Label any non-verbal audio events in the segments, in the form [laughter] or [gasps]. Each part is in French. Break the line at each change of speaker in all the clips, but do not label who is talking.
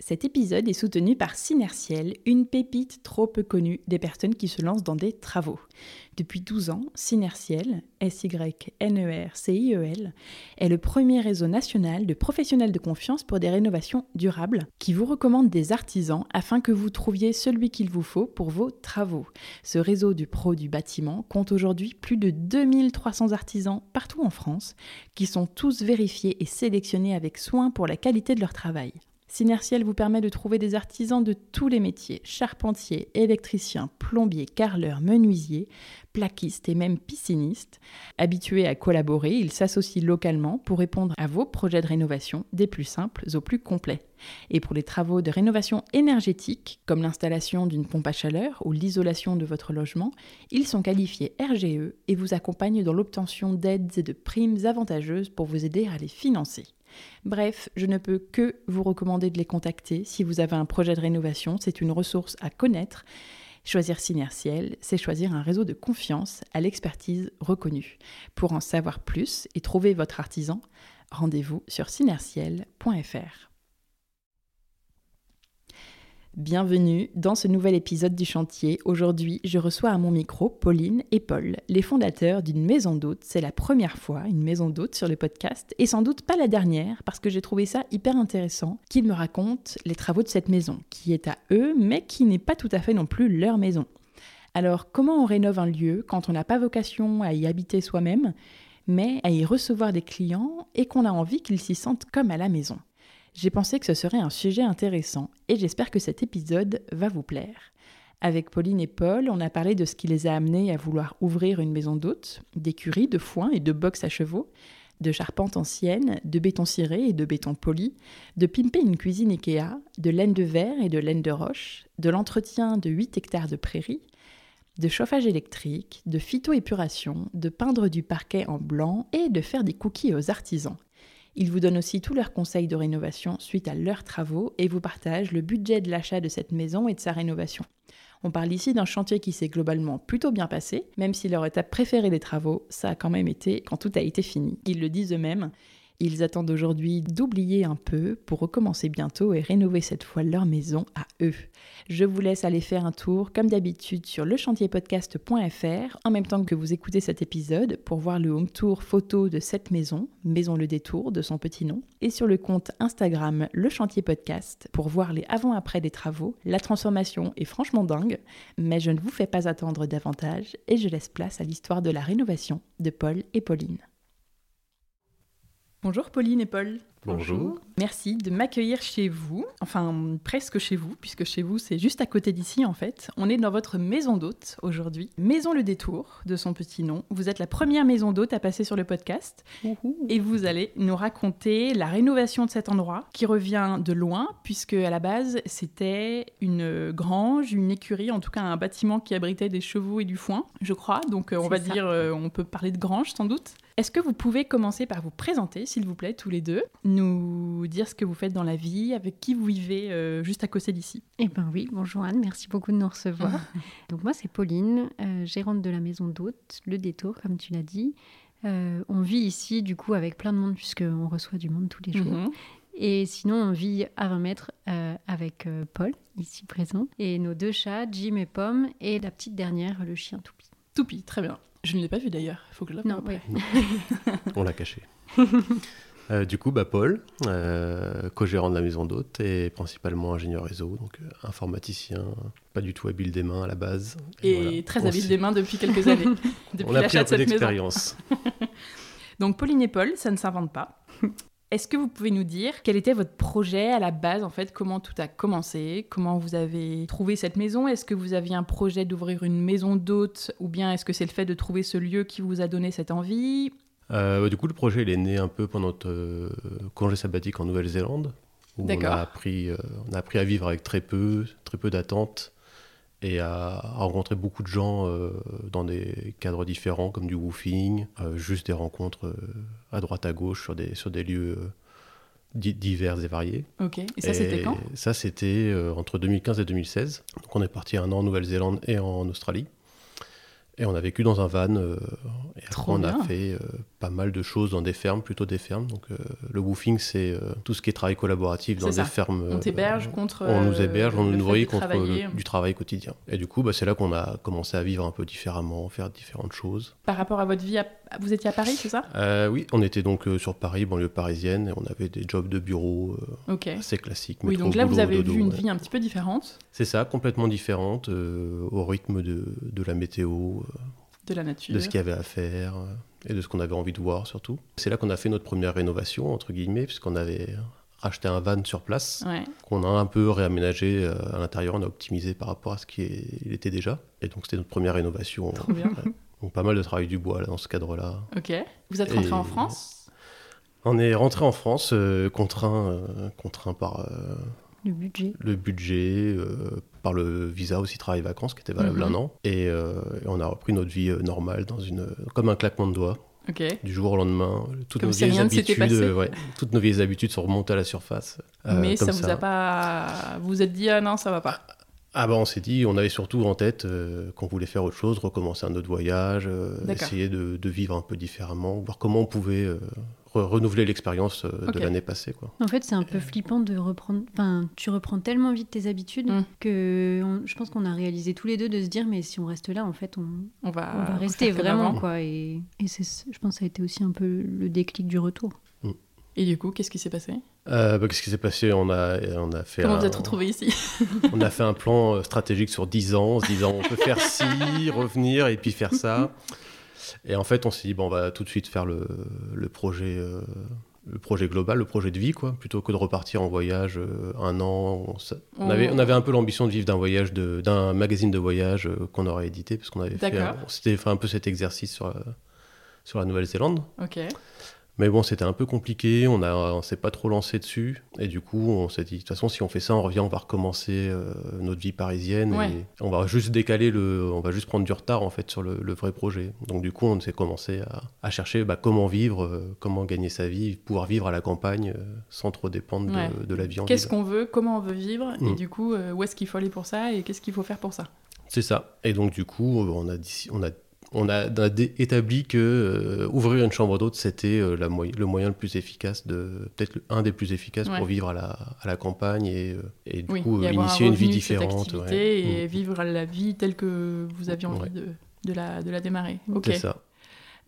Cet épisode est soutenu par Synertiel, une pépite trop peu connue des personnes qui se lancent dans des travaux. Depuis 12 ans, Synertiel, E S-Y-N-E-R-C-I-E-L, est le premier réseau national de professionnels de confiance pour des rénovations durables qui vous recommande des artisans afin que vous trouviez celui qu'il vous faut pour vos travaux. Ce réseau du pro du bâtiment compte aujourd'hui plus de 2300 artisans partout en France qui sont tous vérifiés et sélectionnés avec soin pour la qualité de leur travail. Synertiel vous permet de trouver des artisans de tous les métiers, charpentiers, électriciens, plombiers, carleurs, menuisiers, plaquistes et même piscinistes. Habitués à collaborer, ils s'associent localement pour répondre à vos projets de rénovation, des plus simples aux plus complets. Et pour les travaux de rénovation énergétique, comme l'installation d'une pompe à chaleur ou l'isolation de votre logement, ils sont qualifiés RGE et vous accompagnent dans l'obtention d'aides et de primes avantageuses pour vous aider à les financer. Bref, je ne peux que vous recommander de les contacter. Si vous avez un projet de rénovation, c'est une ressource à connaître. Choisir Synertiel, c'est choisir un réseau de confiance à l'expertise reconnue. Pour en savoir plus et trouver votre artisan, rendez-vous sur synertiel.fr. Bienvenue dans ce nouvel épisode du chantier. Aujourd'hui, je reçois à mon micro Pauline et Paul, les fondateurs d'une maison d'hôtes. C'est la première fois une maison d'hôtes sur le podcast et sans doute pas la dernière parce que j'ai trouvé ça hyper intéressant qu'ils me racontent les travaux de cette maison qui est à eux mais qui n'est pas tout à fait non plus leur maison. Alors, comment on rénove un lieu quand on n'a pas vocation à y habiter soi-même mais à y recevoir des clients et qu'on a envie qu'ils s'y sentent comme à la maison j'ai pensé que ce serait un sujet intéressant et j'espère que cet épisode va vous plaire. Avec Pauline et Paul, on a parlé de ce qui les a amenés à vouloir ouvrir une maison d'hôtes, d'écuries, de foin et de box à chevaux, de charpente ancienne, de béton ciré et de béton poli, de pimper une cuisine Ikea, de laine de verre et de laine de roche, de l'entretien de 8 hectares de prairies, de chauffage électrique, de phytoépuration, de peindre du parquet en blanc et de faire des cookies aux artisans. Ils vous donnent aussi tous leurs conseils de rénovation suite à leurs travaux et vous partagent le budget de l'achat de cette maison et de sa rénovation. On parle ici d'un chantier qui s'est globalement plutôt bien passé, même si leur étape préférée des travaux, ça a quand même été quand tout a été fini. Ils le disent eux-mêmes. Ils attendent aujourd'hui d'oublier un peu pour recommencer bientôt et rénover cette fois leur maison à eux. Je vous laisse aller faire un tour, comme d'habitude, sur lechantierpodcast.fr en même temps que vous écoutez cet épisode pour voir le home tour photo de cette maison, Maison le Détour de son petit nom, et sur le compte Instagram Le Chantier Podcast pour voir les avant-après des travaux. La transformation est franchement dingue, mais je ne vous fais pas attendre davantage et je laisse place à l'histoire de la rénovation de Paul et Pauline. Bonjour Pauline et Paul.
Bonjour.
Merci de m'accueillir chez vous, enfin presque chez vous, puisque chez vous c'est juste à côté d'ici en fait. On est dans votre maison d'hôte aujourd'hui, Maison Le Détour de son petit nom. Vous êtes la première maison d'hôte à passer sur le podcast et vous allez nous raconter la rénovation de cet endroit qui revient de loin, puisque à la base c'était une grange, une écurie, en tout cas un bâtiment qui abritait des chevaux et du foin, je crois. Donc euh, on
C'est
va
ça.
dire, euh, on peut parler de grange sans doute. Est-ce que vous pouvez commencer par vous présenter, s'il vous plaît, tous les deux, nous dire ce que vous faites dans la vie, avec qui vous vivez euh, juste à côté d'ici
Eh ben oui, bonjour Anne, merci beaucoup de
[laughs]
nous recevoir. Donc moi c'est Pauline, euh, gérante de la maison d'hôtes, le détour comme tu l'as dit. Euh, on vit ici du coup avec plein de monde puisqu'on reçoit du monde tous les jours.
Mhm.
Et sinon on vit à 20 mètres euh, avec euh, Paul ici présent et nos deux chats, Jim et Pomme et la petite dernière, le chien Toupie.
Toupie, très bien. Je ne l'ai pas vu d'ailleurs, il faut que je la
Non,
voie
oui.
après.
On
[laughs]
l'a caché. Euh, du coup, bah, Paul, euh, co-gérant de la maison d'hôtes et principalement ingénieur réseau, donc euh, informaticien, pas du tout habile des mains à la base.
Et
voilà.
très
On
habile
s'y-
des mains depuis quelques
[laughs]
années, depuis
On a pris
l'achat
un
de [laughs]
peu
cette maison.
d'expérience. [laughs]
Donc Pauline et Paul, ça ne s'invente pas. Est-ce que vous pouvez nous dire quel était votre projet à la base, en fait, comment tout a commencé, comment vous avez trouvé cette maison Est-ce que vous aviez un projet d'ouvrir une maison d'hôte ou bien est-ce que c'est le fait de trouver ce lieu qui vous a donné cette envie
Euh, bah, du coup, le projet, il est né un peu pendant notre euh, congé sabbatique en Nouvelle-Zélande, où on
D'accord.
a, appris, euh, on a appris à vivre avec très peu, très peu d'attentes, et à, à rencontrer beaucoup de gens euh, dans des cadres différents, comme du woofing, euh, juste des rencontres euh, à droite, à gauche, sur des, sur des lieux euh, di- divers et variés.
Ok, et ça c'était quand
Ça, c'était euh, entre 2015 et 2016. Donc, on est parti un an en Nouvelle-Zélande et en Australie. Et on a vécu dans un van. euh, et après,
Trop
on
bien.
a fait euh, pas mal de choses dans des fermes, plutôt des fermes. Donc, euh, le woofing, c'est euh, tout ce qui est travail collaboratif dans
C'est ça.
des fermes.
On
euh,
t'héberge contre.
on nous héberge, on
euh, le fait
nous nourrit
de
contre
travailler.
le- du travail quotidien. Et du coup, bah, c'est là qu'on a commencé à vivre un peu différemment, faire différentes choses.
Par rapport à votre vie, à- vous étiez à Paris, c'est ça
Euh, oui, on était donc euh, sur Paris, banlieue parisienne, et on avait des jobs de bureau euh,
Ok.
assez classiques.
Oui,
métro,
donc là vous
boulot,
avez
dodo,
vu une
ouais.
vie un petit peu différente
C'est ça, complètement différente euh, au rythme de, de la météo, euh,
de la nature.
de ce qu'il y avait à faire euh, et de ce qu'on avait envie de voir surtout. C'est là qu'on a fait notre première rénovation, entre guillemets, puisqu'on avait acheté un van sur place,
Ouais.
qu'on a un peu réaménagé euh, à l'intérieur, on a optimisé par rapport à ce qu'il était déjà. Et donc c'était notre première rénovation.
Trop bien.
Ouais. Donc pas mal de travail du bois là, dans ce cadre-là.
Ok. Vous êtes rentré
Et-
en France
On est rentré en France, euh, contraint, euh, contraint par euh,
Le budget.
le budget, euh, par le visa aussi travail vacances qui était valable
Mhm.
un an. Et, euh, et on a repris notre vie euh, normale dans une, comme un claquement de doigts,
Ok.
du jour au lendemain. Toutes
Comme
nos
si
vieilles
rien ne s'était
habitudes,
passé.
euh, ouais, toutes nos vieilles habitudes sont remontées à la surface. euh,
Mais
comme
ça vous a pas. Vous vous êtes dit, ah non, ça va pas.
Ah bah on s'est dit, on avait surtout en tête euh, qu'on voulait faire autre chose, recommencer un autre voyage, euh,
D'accord.
essayer de, de vivre un peu différemment, voir comment on pouvait euh, re- renouveler l'expérience euh,
Ok.
de l'année passée quoi.
En fait, c'est un peu flippant de reprendre. Enfin, tu reprends tellement vite tes habitudes
Mm.
que on- je pense qu'on a réalisé tous les deux de se dire, mais si on reste là, en fait, on,
On va,
on va
refaire
rester
comme
vraiment,
avant.
quoi. Et, et c'est- je pense que ça a été aussi un peu le déclic du retour.
Et du coup, qu'est-ce qui s'est passé
Euh, bah, Qu'est-ce qui s'est passé on a, on a fait
Comment
un-
vous êtes retrouvés ici
On a fait un plan euh, stratégique sur 10 ans, en se disant on peut faire ci, revenir et puis faire ça. Et en fait, on s'est dit, bon, on va tout de suite faire le, le projet, euh, le projet global, le projet de vie, quoi, plutôt que de repartir en voyage euh, un an. On, s- on
On-
avait, on avait un peu l'ambition de vivre d'un voyage, de- d'un magazine de voyage euh, qu'on aurait édité, parce qu'on avait fait,
D'accord.
on s'était fait un peu cet exercice sur, la- sur la Nouvelle-Zélande.
Ok.
Mais bon, c'était un peu compliqué, on a, on s'est pas trop lancé dessus, et du coup, on s'est dit, de toute façon, si on fait ça, on revient, on va recommencer euh, notre vie parisienne,
Ouais.
et on va juste décaler le, on va juste prendre du retard en fait sur le, le vrai projet. Donc du coup, on s'est commencé à, à chercher bah, comment vivre, euh, comment gagner sa vie, pouvoir vivre à la campagne euh, sans trop dépendre de-
Ouais.
de, la vie en
Qu'est-ce
ville.
qu'on veut Comment on veut vivre Et
Mm.
du coup, euh, où est-ce qu'il faut aller pour ça Et qu'est-ce qu'il faut faire pour ça
C'est ça. Et donc du coup, euh, on a, dit- on a, on a, on a dé- établi que euh, ouvrir une chambre d'hôte, c'était euh, la moy- le moyen le plus efficace de, peut-être le- un des plus efficaces
Ouais.
pour vivre à la, à la campagne et, euh, et du
Oui,
coup
y
euh,
avoir un
initier une vie
revenu de cette
différente. ouais.
activité Et
Mm.
vivre la vie telle que vous aviez envie
Ouais.
de, de la, de la démarrer. Ok.
C'est ça.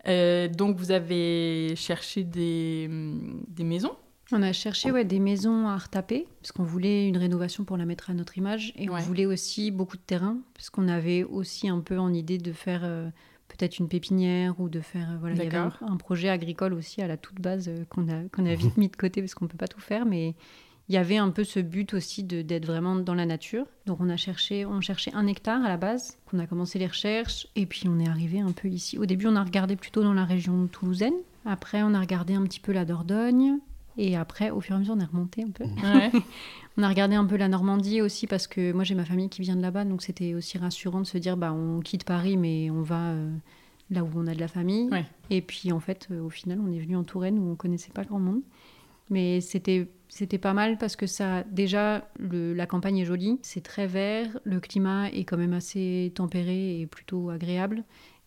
Euh, donc vous avez cherché des, mm, des maisons
On a cherché ouais, des maisons à retaper, parce qu'on voulait une rénovation pour la mettre à notre image, et on
Ouais.
voulait aussi beaucoup de terrain, parce qu'on avait aussi un peu en idée de faire euh, peut-être une pépinière, ou de faire... euh, voilà, il y avait un,
D'accord.
un projet agricole aussi à la toute base euh, qu'on a, qu'on a vite mis de côté, parce qu'on peut pas tout faire, mais il y avait un peu ce but aussi de- d'être vraiment dans la nature. Donc on a cherché, on cherchait un hectare à la base, qu'on a commencé les recherches, et puis on est arrivé un peu ici. Au début, on a regardé plutôt dans la région toulousaine, après on a regardé un petit peu la Dordogne, et après, au fur et à mesure, on est remonté un peu.
Ouais.
On a regardé un peu la Normandie aussi parce que moi j'ai ma famille qui vient de là-bas, donc c'était aussi rassurant de se dire bah on quitte Paris mais on va euh, là où on a de la famille.
Ouais.
Et puis en fait, euh, au final, on est venu en Touraine où on connaissait pas grand monde, mais c'était c'était pas mal parce que ça déjà le- la campagne est jolie, c'est très vert, le climat est quand même assez tempéré et plutôt agréable.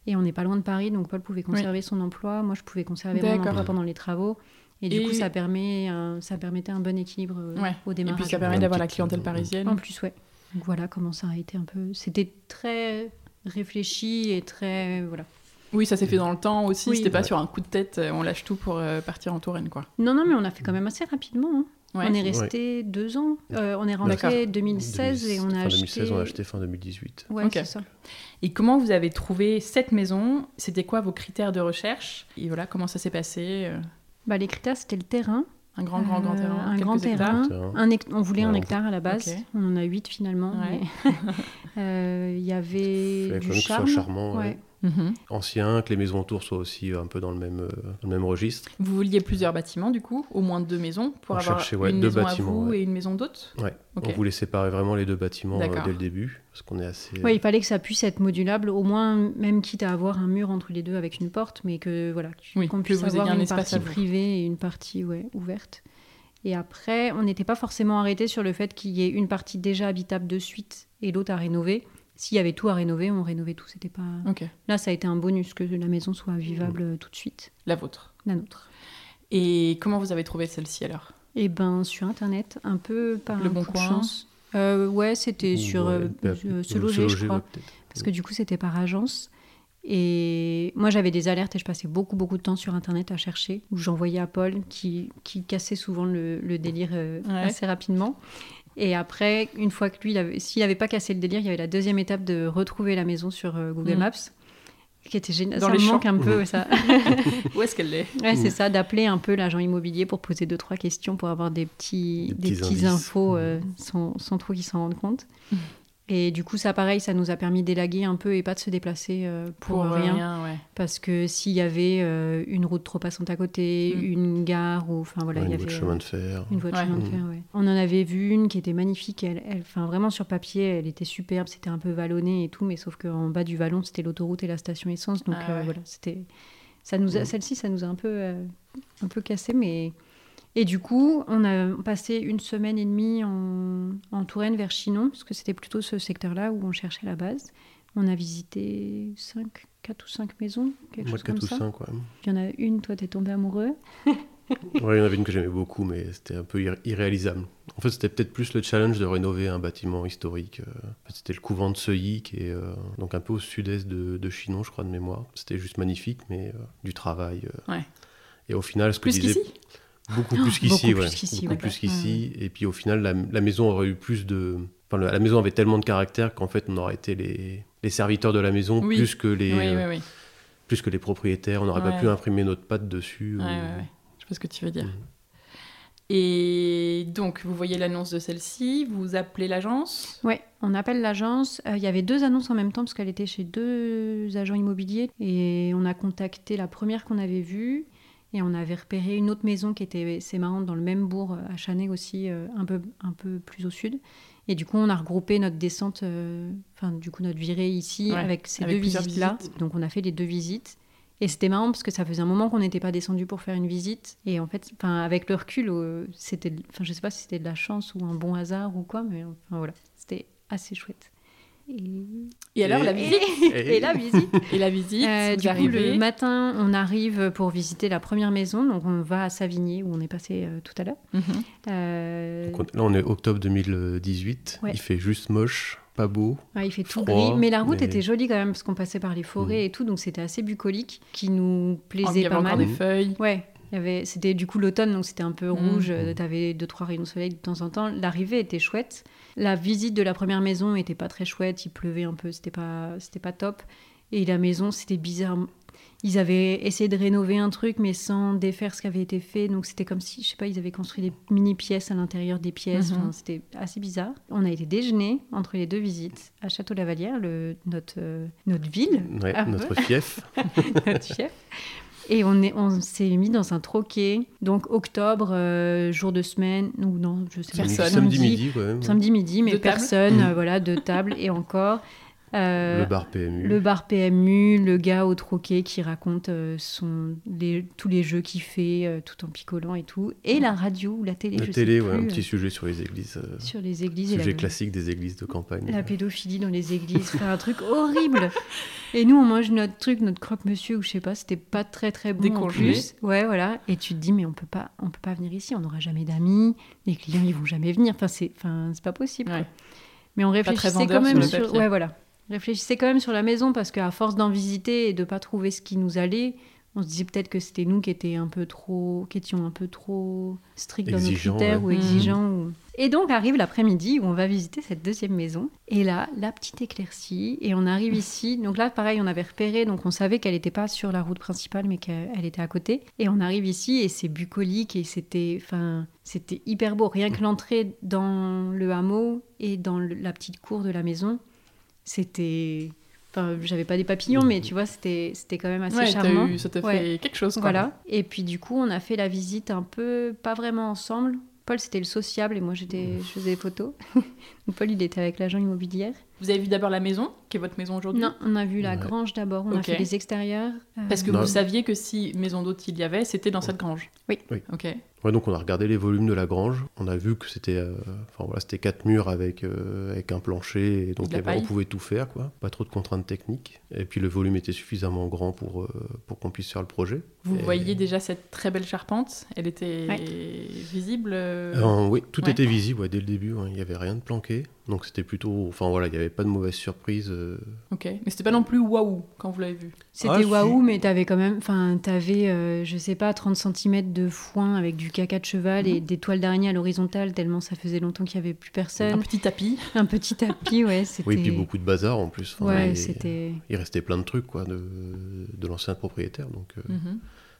Et on n'est pas loin de Paris, donc Paul pouvait conserver son emploi, moi je pouvais conserver mon
D'accord.
emploi pendant les travaux. Et du
Et-
coup, ça, permet un- ça permettait un bon équilibre euh,
Ouais.
au
Et
démarrage.
puis ça
Un
permet d'avoir la
petit-
clientèle parisienne.
En plus, ouais. Donc voilà comment ça a été un peu. C'était très réfléchi et très. Voilà.
Oui, ça s'est fait dans le temps aussi.
Oui.
C'était pas
Ouais.
sur un coup de tête. euh, On lâche tout pour euh, partir en Touraine, quoi.
Non, non, mais on a fait quand même assez rapidement. hein.
Ouais.
On est resté deux ans. Euh, on est rentré 2016 et on a
fin
acheté.
2016, on a acheté fin 2018.
Ouais,
Ok.
c'est ça.
Et comment vous avez trouvé cette maison C'était quoi vos critères de recherche Et voilà, comment ça s'est passé euh,
Bah, les critères, c'était le terrain.
Un grand, grand, grand
Euh,
terrain.
un
quelques
grand
hectares.
terrain.
Terrain.
Un hect- on voulait un
Ouais.
hectare à la base,
Ok.
on en a huit finalement.
Ouais.
mais, [laughs] euh, Il y avait
Fallait quand
du
même que ce soit
charme.
charmant, ouais.
Ouais.
Mhm.
Ancien, que les maisons autour soient aussi euh, un peu dans le même, euh, dans le même registre.
Vous vouliez plusieurs bâtiments, du coup, au moins deux maisons, pour
On
avoir
cherchait, ouais,
une
deux
maison
bâtiments,
à vous
ouais.
et une maison d'hôte
Ouais.
Ok.
On voulait séparer vraiment les deux bâtiments euh,
D'accord.
dès le début, parce qu'on est assez.
Ouais, il fallait que ça puisse être modulable, au moins même quitte à avoir un mur entre les deux avec une porte, mais que voilà, que tu-
Oui,
qu'on
que
puisse
vous ayez
avoir
un
une
espace
partie
à vous.
privée et une partie ouais, ouverte. Et après, on n'était pas forcément arrêté sur le fait qu'il y ait une partie déjà habitable de suite et l'autre à rénover. S'il y avait tout à rénover, on rénovait tout. C'était pas
Ok,
là, ça a été un bonus que la maison soit vivable euh, tout de suite,
la vôtre.
la nôtre.
Et comment vous avez trouvé celle-ci alors
Et ben sur internet, un peu par
Le
un
Bon
coup de
Coin.
chance. Euh, ouais, c'était
Ou,
sur
ouais,
euh,
bah,
euh, se
ou
loger, je crois.
ouais, peut-être.
parce que du coup c'était par agence. Et moi j'avais des alertes et je passais beaucoup beaucoup de temps sur internet à chercher, où j'envoyais à Paul qui, qui cassait souvent le, le délire euh,
Ouais.
assez rapidement. Et après, une fois que lui, il avait- s'il n'avait pas cassé le délire, il y avait la deuxième étape de retrouver la maison sur euh, Google
Mhm.
Maps, qui était génial.
Dans
ça
les
me manque
champs.
un peu ça.
Où est-ce qu'elle est
Ouais, c'est
Mhm.
ça, d'appeler un peu l'agent immobilier pour poser deux, trois questions, pour avoir des petits,
Des
des
petits
petits
indices. Mm.
infos euh, sans, sans trop qu'ils s'en rendent compte. Et du coup, ça, pareil, ça nous a permis d'élaguer un peu et pas de se déplacer euh, pour,
euh,
rien.
ouais.
Parce que s'il y avait euh, une route trop passante à côté,
Mm.
une gare, ou enfin voilà,
Ouais,
il
une
y avait
route de
euh,
chemin de fer.
une voie de
Ouais.
chemin de
Mm.
fer, ouais. On en avait vu une qui était magnifique. Elle, elle- enfin, vraiment sur papier, elle était superbe. C'était un peu vallonné et tout, mais sauf qu'en bas du vallon, c'était l'autoroute et la station essence. Donc
Ah
euh,
ouais.
voilà, c'était. Ça nous,
Mm.
a- celle-ci, ça nous a un peu, euh, un peu cassé, mais. Et du coup, on a passé une semaine et demie en, en Touraine vers Chinon, parce que c'était plutôt ce secteur-là où on cherchait à la base. On a visité 5, 4 ou 5 maisons, quelque
Moi,
chose comme
4 ou
ça.
5, ouais.
Il y en a une, toi, t'es tombé amoureux.
[laughs] Ouais, il y en avait une que j'aimais beaucoup, mais c'était un peu ir- irréalisable. En fait, c'était peut-être plus le challenge de rénover un bâtiment historique. euh. En fait, C'était le couvent de Seuilly, qui est euh, donc un peu au sud-est de, de Chinon, je crois, de mémoire. C'était juste magnifique, mais euh, du travail. euh.
Ouais.
Et au final, ce que
Plus
disait...
qu'ici
Beaucoup plus
beaucoup
qu'ici,
plus
ouais.
qu'ici,
Beaucoup
ouais.
plus qu'ici. Et puis au final, la, la maison aurait eu plus de. Enfin, la la maison avait tellement de caractère qu'en fait, on aurait été les, les serviteurs de la maison
Oui.
plus, que les,
Oui, oui, oui.
plus que les propriétaires. On n'aurait
Ouais.
pas pu imprimer notre patte dessus.
Ouais,
ou-
ouais, ouais. Je vois ce que tu veux dire.
Mhm.
Et donc, vous voyez l'annonce de celle-ci, vous appelez l'agence.
Ouais, on appelle l'agence. Euh, Il y avait deux annonces en même temps parce qu'elle était chez deux agents immobiliers et on a contacté la première qu'on avait vue et on avait repéré une autre maison qui était, c'est marrant, dans le même bourg euh, à Chanay aussi, euh, un peu un peu plus au sud. Et du coup, on a regroupé notre descente, euh, enfin du coup notre virée ici
Ouais,
avec ces
avec
deux
plusieurs
visites là.
visites.
Donc on a fait les deux visites. Et c'était marrant parce que ça faisait un moment qu'on n'était pas descendu pour faire une visite. Et en fait, enfin, avec le recul, euh, c'était, enfin, je sais pas si c'était de la chance ou un bon hasard ou quoi, mais enfin voilà, c'était assez chouette. Et,
Et alors, la
Et-
visite
Et-
[laughs]
[laughs]
et la visite.
Et la visite,
Euh,
vous
du coup,
arrivez.
le matin, on arrive pour visiter la première maison. Donc on va à Savigny où on est passé euh, tout à l'heure.
Oh,
Mhm.
Euh,
Donc, on- là, on est octobre 2018.
Ouais.
Il fait juste moche, pas beau.
Ouais, il fait tout
Froid,
gris, mais la route
mais- Hmm.
était jolie quand même parce qu'on passait par les forêts et tout, donc c'était assez bucolique, qui nous
Il y
plaisait
avait
pas
encore
mal.
des feuilles.
Ouais, il y avait, c'était du coup l'automne, donc c'était un peu rouge.
Mhm.
euh, T'avais deux trois rayons de soleil de temps en temps. L'arrivée était chouette. La visite de la première maison était pas très chouette. Il pleuvait un peu, c'était pas, c'était pas top. Et la maison, c'était bizarre. Ils avaient essayé de rénover un truc, mais sans défaire ce qui avait été fait. Donc c'était comme si, je sais pas, ils avaient construit des mini pièces à l'intérieur des pièces.
Mhm.
Enfin, c'était assez bizarre. On a été déjeuner entre les deux visites à Château Lavalière, le, notre euh, notre ville
Ouais,
Ah,
notre
[laughs]
fief.
notre chef. Et on est- on s'est mis dans un troquet. Donc octobre, euh, jour de semaine, ou non, je sais pas.
Personne.
Samedi midi, quand même.
Samedi midi, mais
De table.
personne, euh, voilà, de table et encore. euh,
Le bar PMU.
le bar PMU, le gars au troquet qui raconte euh, son, les- tous les jeux qu'il fait, euh, tout en picolant et tout. Et la radio ou la télé,
La
je
télé,
sais plus,
ouais, un
euh,
petit sujet sur les églises. euh,
sur les églises. et la-
Sujet classique des églises de campagne.
la pédophilie dans les églises, faire un truc horrible. Et nous, on mange notre truc, notre croque-monsieur ou je sais pas, c'était pas très très bon en
Décongelé.
plus. Ouais, voilà. Et tu te dis mais on peut pas, on peut pas venir ici, on n'aura jamais d'amis, les clients ils vont jamais venir. Enfin c'est, enfin c'est pas possible. quoi.
Ouais.
Mais on
très
réfléchissait
vendeur
quand même
sur
sur,
le papier.
ouais voilà, réfléchissait quand même sur la maison parce qu'à force d'en visiter et de pas trouver ce qui nous allait, on se disait peut-être que c'était nous qui étions un peu trop, qui étions un peu trop stricts dans nos
Exigeants,
critères
ouais.
ou
Mhm.
exigeants. ou- Et donc arrive l'après-midi où on va visiter cette deuxième maison. Et là, la petite éclaircie. Et on
Mmh.
arrive ici. Donc là, pareil, on avait repéré. Donc on savait qu'elle n'était pas sur la route principale, mais qu'elle était à côté. Et on arrive ici et c'est bucolique et c'était, enfin, c'était hyper beau. Rien que l'entrée dans le hameau et dans le- la petite cour de la maison, c'était. Enfin, j'avais pas des papillons, mais tu vois, c'était c'était quand même assez
Mmh. ouais, t'as
Ah, charmant.
eu- ça t'a fait
Ouais.
quelque chose. Quoi.
Voilà. Et puis du coup, on a fait la visite un peu, pas vraiment ensemble. Paul, c'était le sociable et moi, j'étais, je faisais des photos. [laughs] Donc, Paul, il était avec l'agent immobilière.
Vous avez vu d'abord la maison, qui est votre maison aujourd'hui
Non, on a vu la
Ouais.
grange d'abord. On a
Ok.
fait les extérieurs. euh,
Parce que
Non.
vous saviez que si maison d'hôte il y avait, c'était dans cette grange.
Oui.
Oui.
Ok.
Ouais, donc on a regardé les volumes de la grange, on a vu que c'était euh, enfin voilà, c'était quatre murs avec, euh, avec un plancher, et donc
De la
il y avait-
paille.
on pouvait tout faire, quoi. pas trop de contraintes techniques, et puis le volume était suffisamment grand pour, euh, pour qu'on puisse faire le projet.
Vous
Et-
voyez déjà cette très belle charpente. Elle était
Ouais.
visible. euh,
Euh, oui, tout
ouais.
était visible ouais, dès le début, hein, il n'y avait rien de planqué, donc c'était plutôt, enfin voilà, il n'y avait pas de mauvaise surprise. euh.
Ok. Mais c'était pas non plus waouh quand vous l'avez vu.
Ah,
C'était
si.
waouh, mais t'avais quand même, enfin, t'avais, euh, je sais pas, 30 cm de foin avec du caca de cheval
Mhm.
et des toiles d'araignée à l'horizontale, tellement ça faisait longtemps qu'il y avait plus
Un
personne.
petit tapis.
Un petit tapis, ouais, c'était.
Ah, Oui, puis beaucoup de bazar en plus. enfin,
Ouais,
il-
c'était.
Il restait plein de trucs quoi, de, de l'ancien propriétaire, donc euh,
Mm.
Mhm.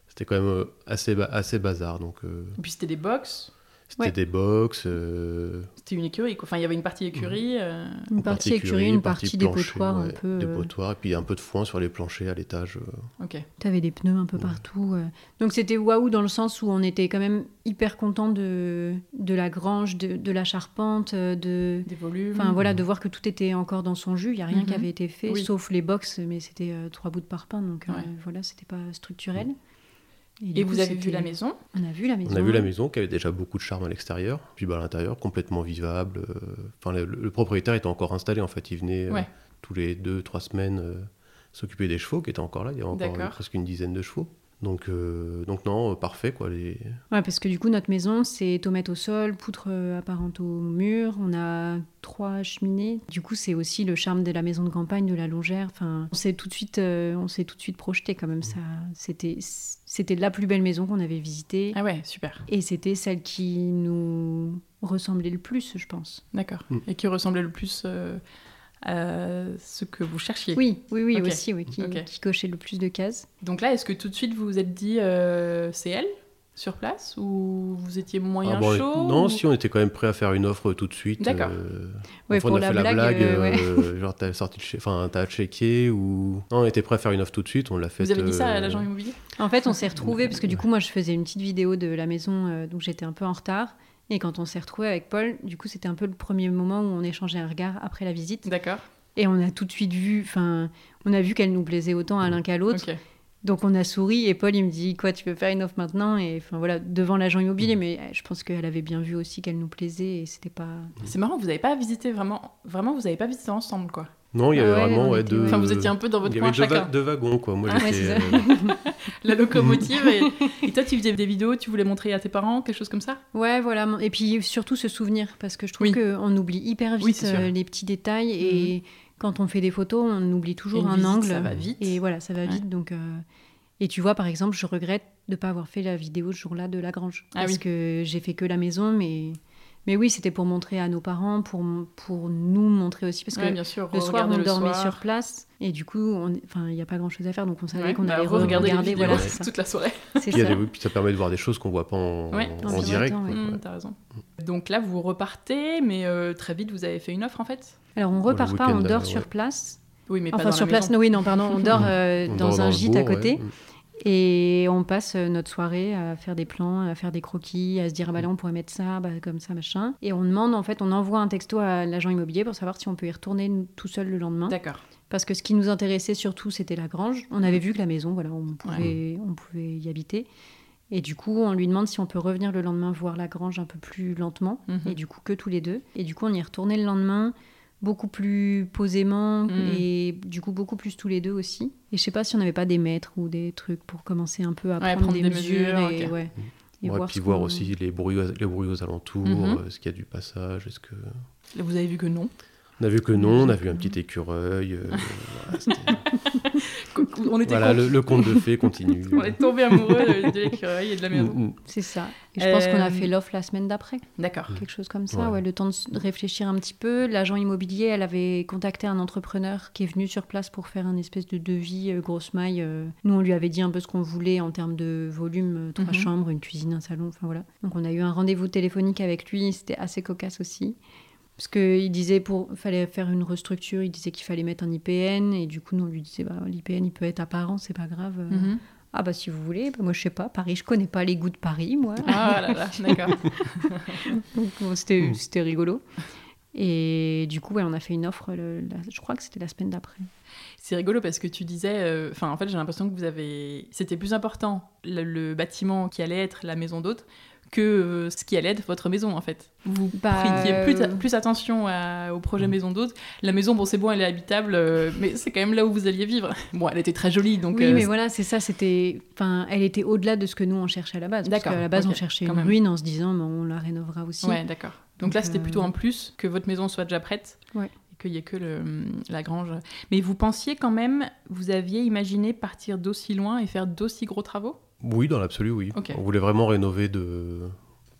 c'était quand même euh, assez, ba- assez bazar. Donc euh,
Et puis c'était des box.
c'était
Ouais.
des box. euh,
C'était une écurie. quoi. Enfin, il y avait une partie
Mhm.
écurie. euh,
Une partie écurie, une partie des
plancher,
potoirs un
ouais,
peu.
Des
euh,
potoirs, et puis un peu de foin sur les planchers à l'étage. euh.
Ok.
T'avais des pneus un peu
Ouais.
partout. euh. Donc c'était waouh dans le sens où on était quand même hyper content de, de la grange, de, de la charpente, euh, de,
Des volumes.
enfin, voilà, de voir que tout était encore dans son jus. Il n'y a rien
Mhm.
qui avait été fait,
Oui.
sauf les box, mais c'était euh, trois bouts de parpaing. Donc euh,
Ouais.
voilà, c'était pas structurel. du
Et
coup,
vous avez vu
c'était-
la maison.
On a vu la maison.
On a vu la maison qui avait déjà beaucoup de charme à l'extérieur, puis bah, à l'intérieur, complètement vivable. euh. Enfin, le, le propriétaire était encore installé en fait, il venait euh,
Ouais.
tous les deux, trois semaines euh, s'occuper des chevaux qui étaient encore là, il y avait encore
D'accord.
euh, presque une dizaine de chevaux. Donc, euh, donc non, euh, parfait quoi. Les...
Ouais, parce que du coup, notre maison, c'est tomates au sol, poutres euh, apparentes au mur. On a trois cheminées. Du coup, c'est aussi le charme de la maison de campagne, de la longère. Enfin, on s'est tout de suite, euh, on s'est tout de suite projeté quand même. Ça, c'était, c'était la plus belle maison qu'on avait visitée.
Ah ouais, super.
Et c'était celle qui nous ressemblait le plus, je pense.
D'accord.
Mm.
Et qui ressemblait le plus euh, à ce que vous cherchiez.
Oui, oui, oui,
Ok.
aussi, oui, qui,
Ok.
qui cochait le plus de cases.
Donc là, est-ce que tout de suite vous vous êtes dit euh, c'est elle sur place ou vous étiez moyen
Ah, bon,
chaud
non,
ou-
si on était quand même prêt à faire une offre tout de suite.
D'accord.
euh,
Ouais,
Enfin, on
pour
a
la
fait
blague,
la blague,
euh, ouais.
euh, genre t'as sorti de chez- enfin t'as checké ou non, on était prêt à faire une offre tout de suite, on l'a fait.
Vous avez dit ça à
euh,
l'agent immobilier
En fait, on
Ah,
s'est retrouvés parce que du coup, moi, je faisais une petite vidéo de la maison, euh, donc j'étais un peu en retard. Et quand on s'est retrouvés avec Paul, du coup, c'était un peu le premier moment où on échangeait un regard après la visite.
D'accord.
Et on a tout de suite vu, enfin, on a vu qu'elle nous plaisait autant à l'un qu'à l'autre.
Ok.
Donc on a souri et Paul, il me dit quoi, tu peux faire une offre maintenant Et enfin voilà, devant l'agent
Mm.
immobilier, mais euh, je pense qu'elle avait bien vu aussi qu'elle nous plaisait et c'était pas.
C'est marrant, vous n'avez pas visité vraiment, vraiment, vous n'avez pas visité ensemble quoi.
Non, il y
Ah
avait
ouais,
vraiment
on
ouais,
était-
deux.
Enfin, vous étiez un peu dans
Euh,
votre
Il y
coin
avait deux,
chacun.
va- deux wagons quoi. Moi
Ah ouais,
j'étais.
c'est
euh,
La
[laughs]
locomotive et... et toi tu faisais des vidéos, tu voulais montrer à tes parents quelque chose comme ça
Ouais, voilà. mon- Et puis surtout ce souvenir, parce que je trouve
Oui.
qu'on oublie hyper vite
Oui, c'est sûr. Mm.
euh, les petits détails et quand on fait des photos, on oublie toujours
Une
un
visite,
angle.
ça va vite.
Et voilà, ça va
Ouais.
vite. Donc, euh, et tu vois, par exemple, je regrette de ne pas avoir fait la vidéo ce jour-là de la grange,
Ah
parce
oui.
que j'ai fait que la maison, mais mais oui, c'était pour montrer à nos parents, pour pour nous montrer aussi, parce
Ouais,
que
bien sûr.
le soir
regarder
on
le
dormait
soir.
sur place et du coup, on- enfin, il n'y a pas grand-chose à faire, donc on savait
Ouais,
qu'on
bah,
allait
re-regarder
regarder.
les vidéos
voilà, c'est ça.
toute la soirée.
puis
C'est
il y a
ça.
des- oui, puis ça permet de voir des choses qu'on voit pas en,
Ouais,
en
en direct,
direct.
ouais.
quoi.
Hmm, T'as raison. Donc là, vous repartez, mais euh, très vite, vous avez fait une offre en fait
Alors on
Pour le
repart pas, on
week-end,
dort
euh,
sur
ouais.
place.
Oui, mais pas
Enfin,
dans
sur
la
place,
maison.
non, oui, non, pardon, on
[laughs]
dort euh,
On
dans
dort
un
le
gîte à
bourg, ouais.
côté
Hmm.
et on passe euh, notre soirée à faire des plans, à faire des croquis, à se dire, ah bah là, on pourrait mettre ça, bah, comme ça, machin. Et on demande, en fait, on envoie un texto à l'agent immobilier pour savoir si on peut y retourner nous, tout seul le lendemain.
D'accord.
Parce que ce qui nous intéressait surtout, c'était la grange. On avait vu que la maison, voilà, on pouvait, on pouvait y habiter. Et du coup, on lui demande si on peut revenir le lendemain voir la grange un peu plus lentement
Mhm.
et du coup que tous les deux. Et du coup, on y est retourné le lendemain, beaucoup plus posément
Mm.
et du coup beaucoup plus tous les deux aussi. Et je sais pas si on n'avait pas des maîtres ou des trucs pour commencer un peu à
Ouais,
prendre,
prendre
des,
des
mesures,
mesures,
et,
ok.
ouais, et
Ouais,
voir
puis
ce
voir
qu'on-
aussi les bruits, aux- les bruits aux alentours,
Mhm.
euh, est-ce qu'il y a du passage, est-ce que.
Vous avez vu que non. Mhm. [laughs]
On a vu que non, on a vu un petit écureuil. euh, voilà, c'était-
On était
Voilà,
con-
le, le conte de
[laughs]
fées continue.
On est tombé amoureux de, de l'écureuil et de la
Mm,
maison.
mm.
C'est ça. Et je pense
Euh,
qu'on a fait l'offre la semaine d'après,
D'accord.
quelque chose comme ça.
Ouais.
Ouais. le temps de s- de réfléchir un petit peu. L'agent immobilier, elle avait contacté un entrepreneur qui est venu sur place pour faire un espèce de devis euh, grosse maille. euh. Nous, on lui avait dit un peu ce qu'on voulait en termes de volume, euh, trois
Mhm.
chambres, une cuisine, un salon, enfin voilà. Donc on a eu un rendez-vous téléphonique avec lui. C'était assez cocasse aussi. Parce qu'il disait pour fallait faire une restructure, il disait qu'il fallait mettre un IPN et du coup nous on lui disait bah, l'IPN il peut être apparent, c'est pas grave. euh,
Mhm.
ah bah si vous voulez, bah moi je sais pas, Paris, je connais pas les goûts de Paris, moi.
Ah là là, d'accord.
Donc bon, c'était
Hmm.
Mm.
c'était rigolo. Et du coup, ouais, on a fait une offre, le- la- je crois que c'était la semaine d'après.
C'est rigolo parce que tu disais, euh, enfin en fait j'ai l'impression que vous avez, c'était plus important le, le bâtiment qui allait être la maison d'hôte que euh, ce qui allait être votre maison en fait. Vous
Bah,
prêtiez plus, ta-
euh,
plus attention à- au projet maison d'hôte. La maison, bon c'est bon, elle est habitable, euh, mais c'est quand même là où vous alliez vivre. [laughs] Bon, elle était très jolie donc.
oui,
euh,
mais voilà, c'est ça, c'était... Enfin, elle était au-delà de ce que nous, on cherchait à la base.
D'accord,
Parce qu'à la base,
ok,
on cherchait
quand
une
même.
ruine en se disant, bah, on la rénovera aussi.
Ouais, d'accord. Donc,
Donc,
là, c'était
euh,
plutôt un plus que votre maison soit déjà prête
Ouais.
et qu'il n'y ait que le- la grange. Mais vous pensiez quand même, vous aviez imaginé partir d'aussi loin et faire d'aussi gros travaux
Oui, dans l'absolu, oui.
Ok.
On voulait vraiment rénover de.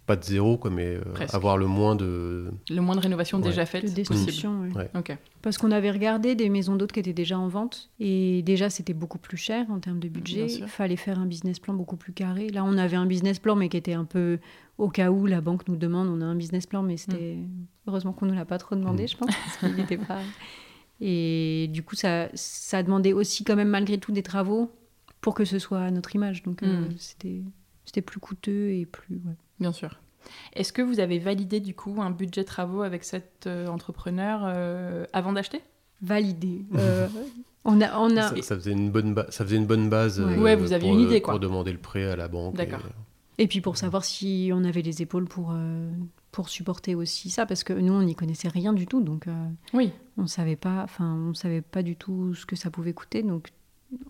Pas de zéro, quoi, mais euh,
Presque.
avoir le moins de.
Le moins de rénovation
Ouais.
déjà faite
De
possible.
destruction, ouais.
Ouais.
Ok.
Parce qu'on avait regardé des maisons d'hôtes qui étaient déjà en vente. Et déjà, c'était beaucoup plus cher en termes de budget.
Bien sûr.
Il fallait faire un business plan beaucoup plus carré. Là, on avait un business plan, mais qui était un peu au cas où la banque nous demande, on a un business plan, mais c'était.
Hmm.
Heureusement qu'on ne nous l'a pas trop demandé,
Mm.
je pense. Parce qu'il
[laughs]
n'était pas. Et du coup, ça, ça demandait aussi, quand même, malgré tout, des travaux pour que ce soit à notre image. Donc, euh,
Mm.
c'était. C'était plus coûteux et plus. ouais.
Bien sûr. Est-ce que vous avez validé du coup un budget travaux avec cet euh, entrepreneur euh, avant d'acheter
Validé.
[laughs]
Euh, on a, on a...
Ça, ça faisait une bonne ba- ça faisait une bonne base.
Ouais.
Ouais, vous aviez
pour,
une
euh,
idée, quoi.
Pour demander le prêt à la banque.
D'accord.
Et puis pour savoir si on avait les épaules pour, euh, pour supporter aussi ça, parce que nous, on n'y connaissait rien du tout, donc euh,
Oui.
on ne savait pas, enfin, on savait pas du tout ce que ça pouvait coûter. Donc,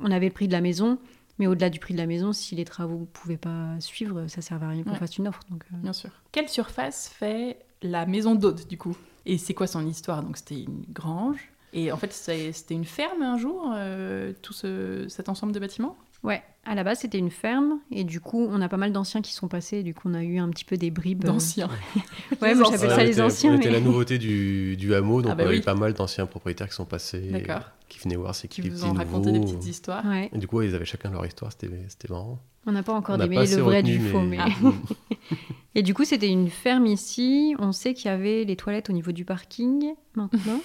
on avait le prix de la maison, mais au-delà du prix de la maison, si les travaux ne pouvaient pas suivre, ça ne servait à rien qu'on
Ouais.
fasse une offre. Donc, euh,
Bien sûr. Quelle surface fait la maison d'hôte, du coup Et c'est quoi son histoire Donc, c'était une grange. Et en fait, c'est- c'était une ferme un jour, euh, tout ce- cet ensemble de bâtiments
ouais, à la base, c'était une ferme, et du coup, on a pas mal d'anciens qui sont passés, et du coup, on a eu un petit peu des bribes. euh,
D'anciens. [laughs]
Ouais, moi, j'appelle
on
ça les
était-
anciens,
on était
mais-
la nouveauté du, du hameau, donc
Ah bah
on a eu
oui.
pas mal d'anciens propriétaires qui sont passés.
D'accord.
et Qui venaient voir c'est
qui
les
vous
petits
ont raconté des
nouveaux.
petites histoires.
Ouais,
Et du coup, ouais, ils avaient chacun leur histoire, c'était c'était marrant.
on n'a pas encore
On n'a pas
démêlé
assez
le vrai
retenu,
du faux, mais...
[laughs]
Ah.
[laughs] Et du coup, c'était une ferme ici. On sait qu'il y avait les toilettes au niveau du parking maintenant.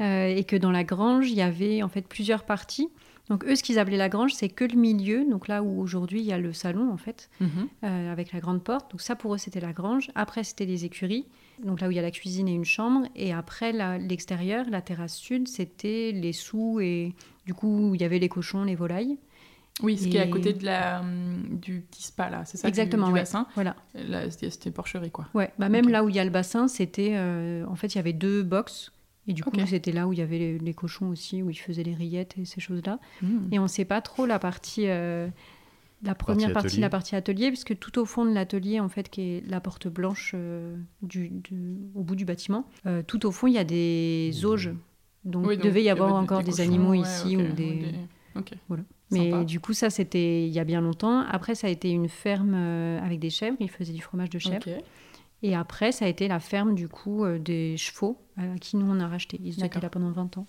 Euh, et que dans la grange, il y avait en fait plusieurs parties. Donc eux, ce qu'ils appelaient la grange, c'est que le milieu. Donc là où aujourd'hui, il y a le salon en fait,
Mhm.
euh, avec la grande porte. Donc ça, pour eux, c'était la grange. Après, c'était les écuries. Donc là où il y a la cuisine et une chambre. Et après, la- l'extérieur, la terrasse sud, c'était les sous. Et du coup, il y avait les cochons, les volailles.
Oui, ce qui est à
Et-
côté de la, hum, du petit spa, là, c'est ça du-
Exactement,
Du,
ouais.
bassin.
Voilà.
Là, c'était c'était une porcherie, quoi.
Ouais, bah même
Ok.
là où il y a le bassin, c'était. euh, en fait, il y avait deux box. Et du coup,
Ok.
c'était là où il y avait les, les cochons aussi, où ils faisaient les rillettes et ces choses-là.
Mhm.
Et on ne sait pas trop la partie. euh, la première partie,
atelier.
la partie atelier, puisque tout au fond de l'atelier, en fait, qui est la porte blanche euh, du, du- au bout du bâtiment, euh, tout au fond, il y a des
Mmh.
auges. Donc,
Oui,
il
donc,
devait
il
y avoir
avait
encore des,
cochons,
animaux
ouais,
ici
ok,
ou des...
Ok.
Voilà. Mais
Sympa.
du coup, ça, c'était il y a bien longtemps. Après, ça a été une ferme euh, avec des chèvres. Ils faisaient du fromage de chèvre.
Ok.
Et après, ça a été la ferme du coup euh, des chevaux euh, qui nous on a racheté. Ils étaient
D'accord.
là pendant 20 ans.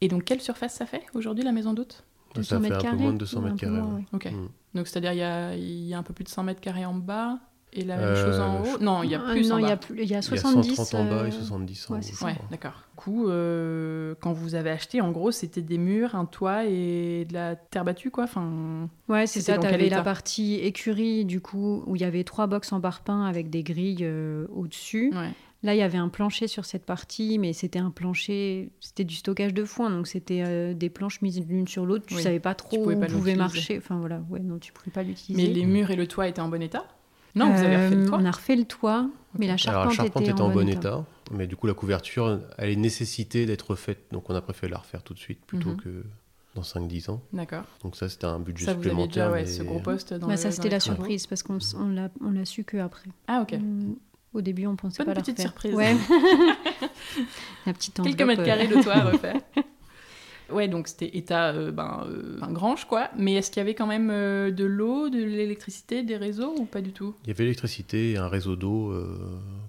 Et donc, quelle surface ça fait aujourd'hui, la maison d'hôte
ça
200
fait
mètres
un peu
carrés,
moins de 200
un
mètres
peu
carrés.
moins,
ouais.
ouais.
Ok.
Mm.
Donc, c'est-à-dire, il y a, il y a un peu plus de 100 mètres carrés en bas et la même
Euh,
chose en haut.
je-
Non, il y a
Ah,
plus
non,
en
il y
bas.
a plus- il y a
Il y a
70.
130 en bas
euh,
et 70 en
ouais,
haut.
c'est
je
ça.
Ouais,
crois.
d'accord. Du coup, euh, quand vous avez acheté, en gros, c'était des murs, un toit et de la terre battue, quoi. Enfin,
Ouais, c'est
C'était
ça.
dans quel
T'avais la
état
partie écurie du coup où il y avait trois box en barpin avec des grilles euh, au-dessus.
ouais.
Là, il y avait un plancher sur cette partie, mais c'était un plancher, c'était du stockage de foin, donc c'était euh, des planches mises l'une sur l'autre. Tu
Oui.
savais pas trop
pouvais
où
pas
pouvait
l'utiliser.
marcher. Enfin voilà, ouais, non, tu pouvais pas
Mais
l'utiliser.
les murs et le toit étaient en bon état Non, vous avez refait le
Euh,
toit
On a refait le toit, mais la charpente,
Alors la charpente était, en, bon
bon
état, mais du coup la couverture, elle est nécessité d'être faite, donc on a préféré la refaire tout de suite plutôt
Mhm.
que dans 5-10 ans.
D'accord.
Donc ça c'était un budget
Ça, vous avez
supplémentaire.
déjà ouais,
mais-
ce gros poste dans
Bah,
le-
ça,
dans
c'était
les
la
travaux.
surprise parce qu'on s- on l'a on l'a su que après.
Ah, ok.
Mm. Au début, on pensait
Bonne
pas la
petite [laughs]
refaire.
surprise.
Ouais. la petite enveloppe.
Quelques mètres
[laughs] euh,
carrés de toit à refaire. Ouais, donc c'était état euh, ben, euh, enfin, grange, quoi. Mais est-ce qu'il y avait quand même euh, de l'eau, de l'électricité, des réseaux ou pas du tout
Il y avait l'électricité et un réseau d'eau euh,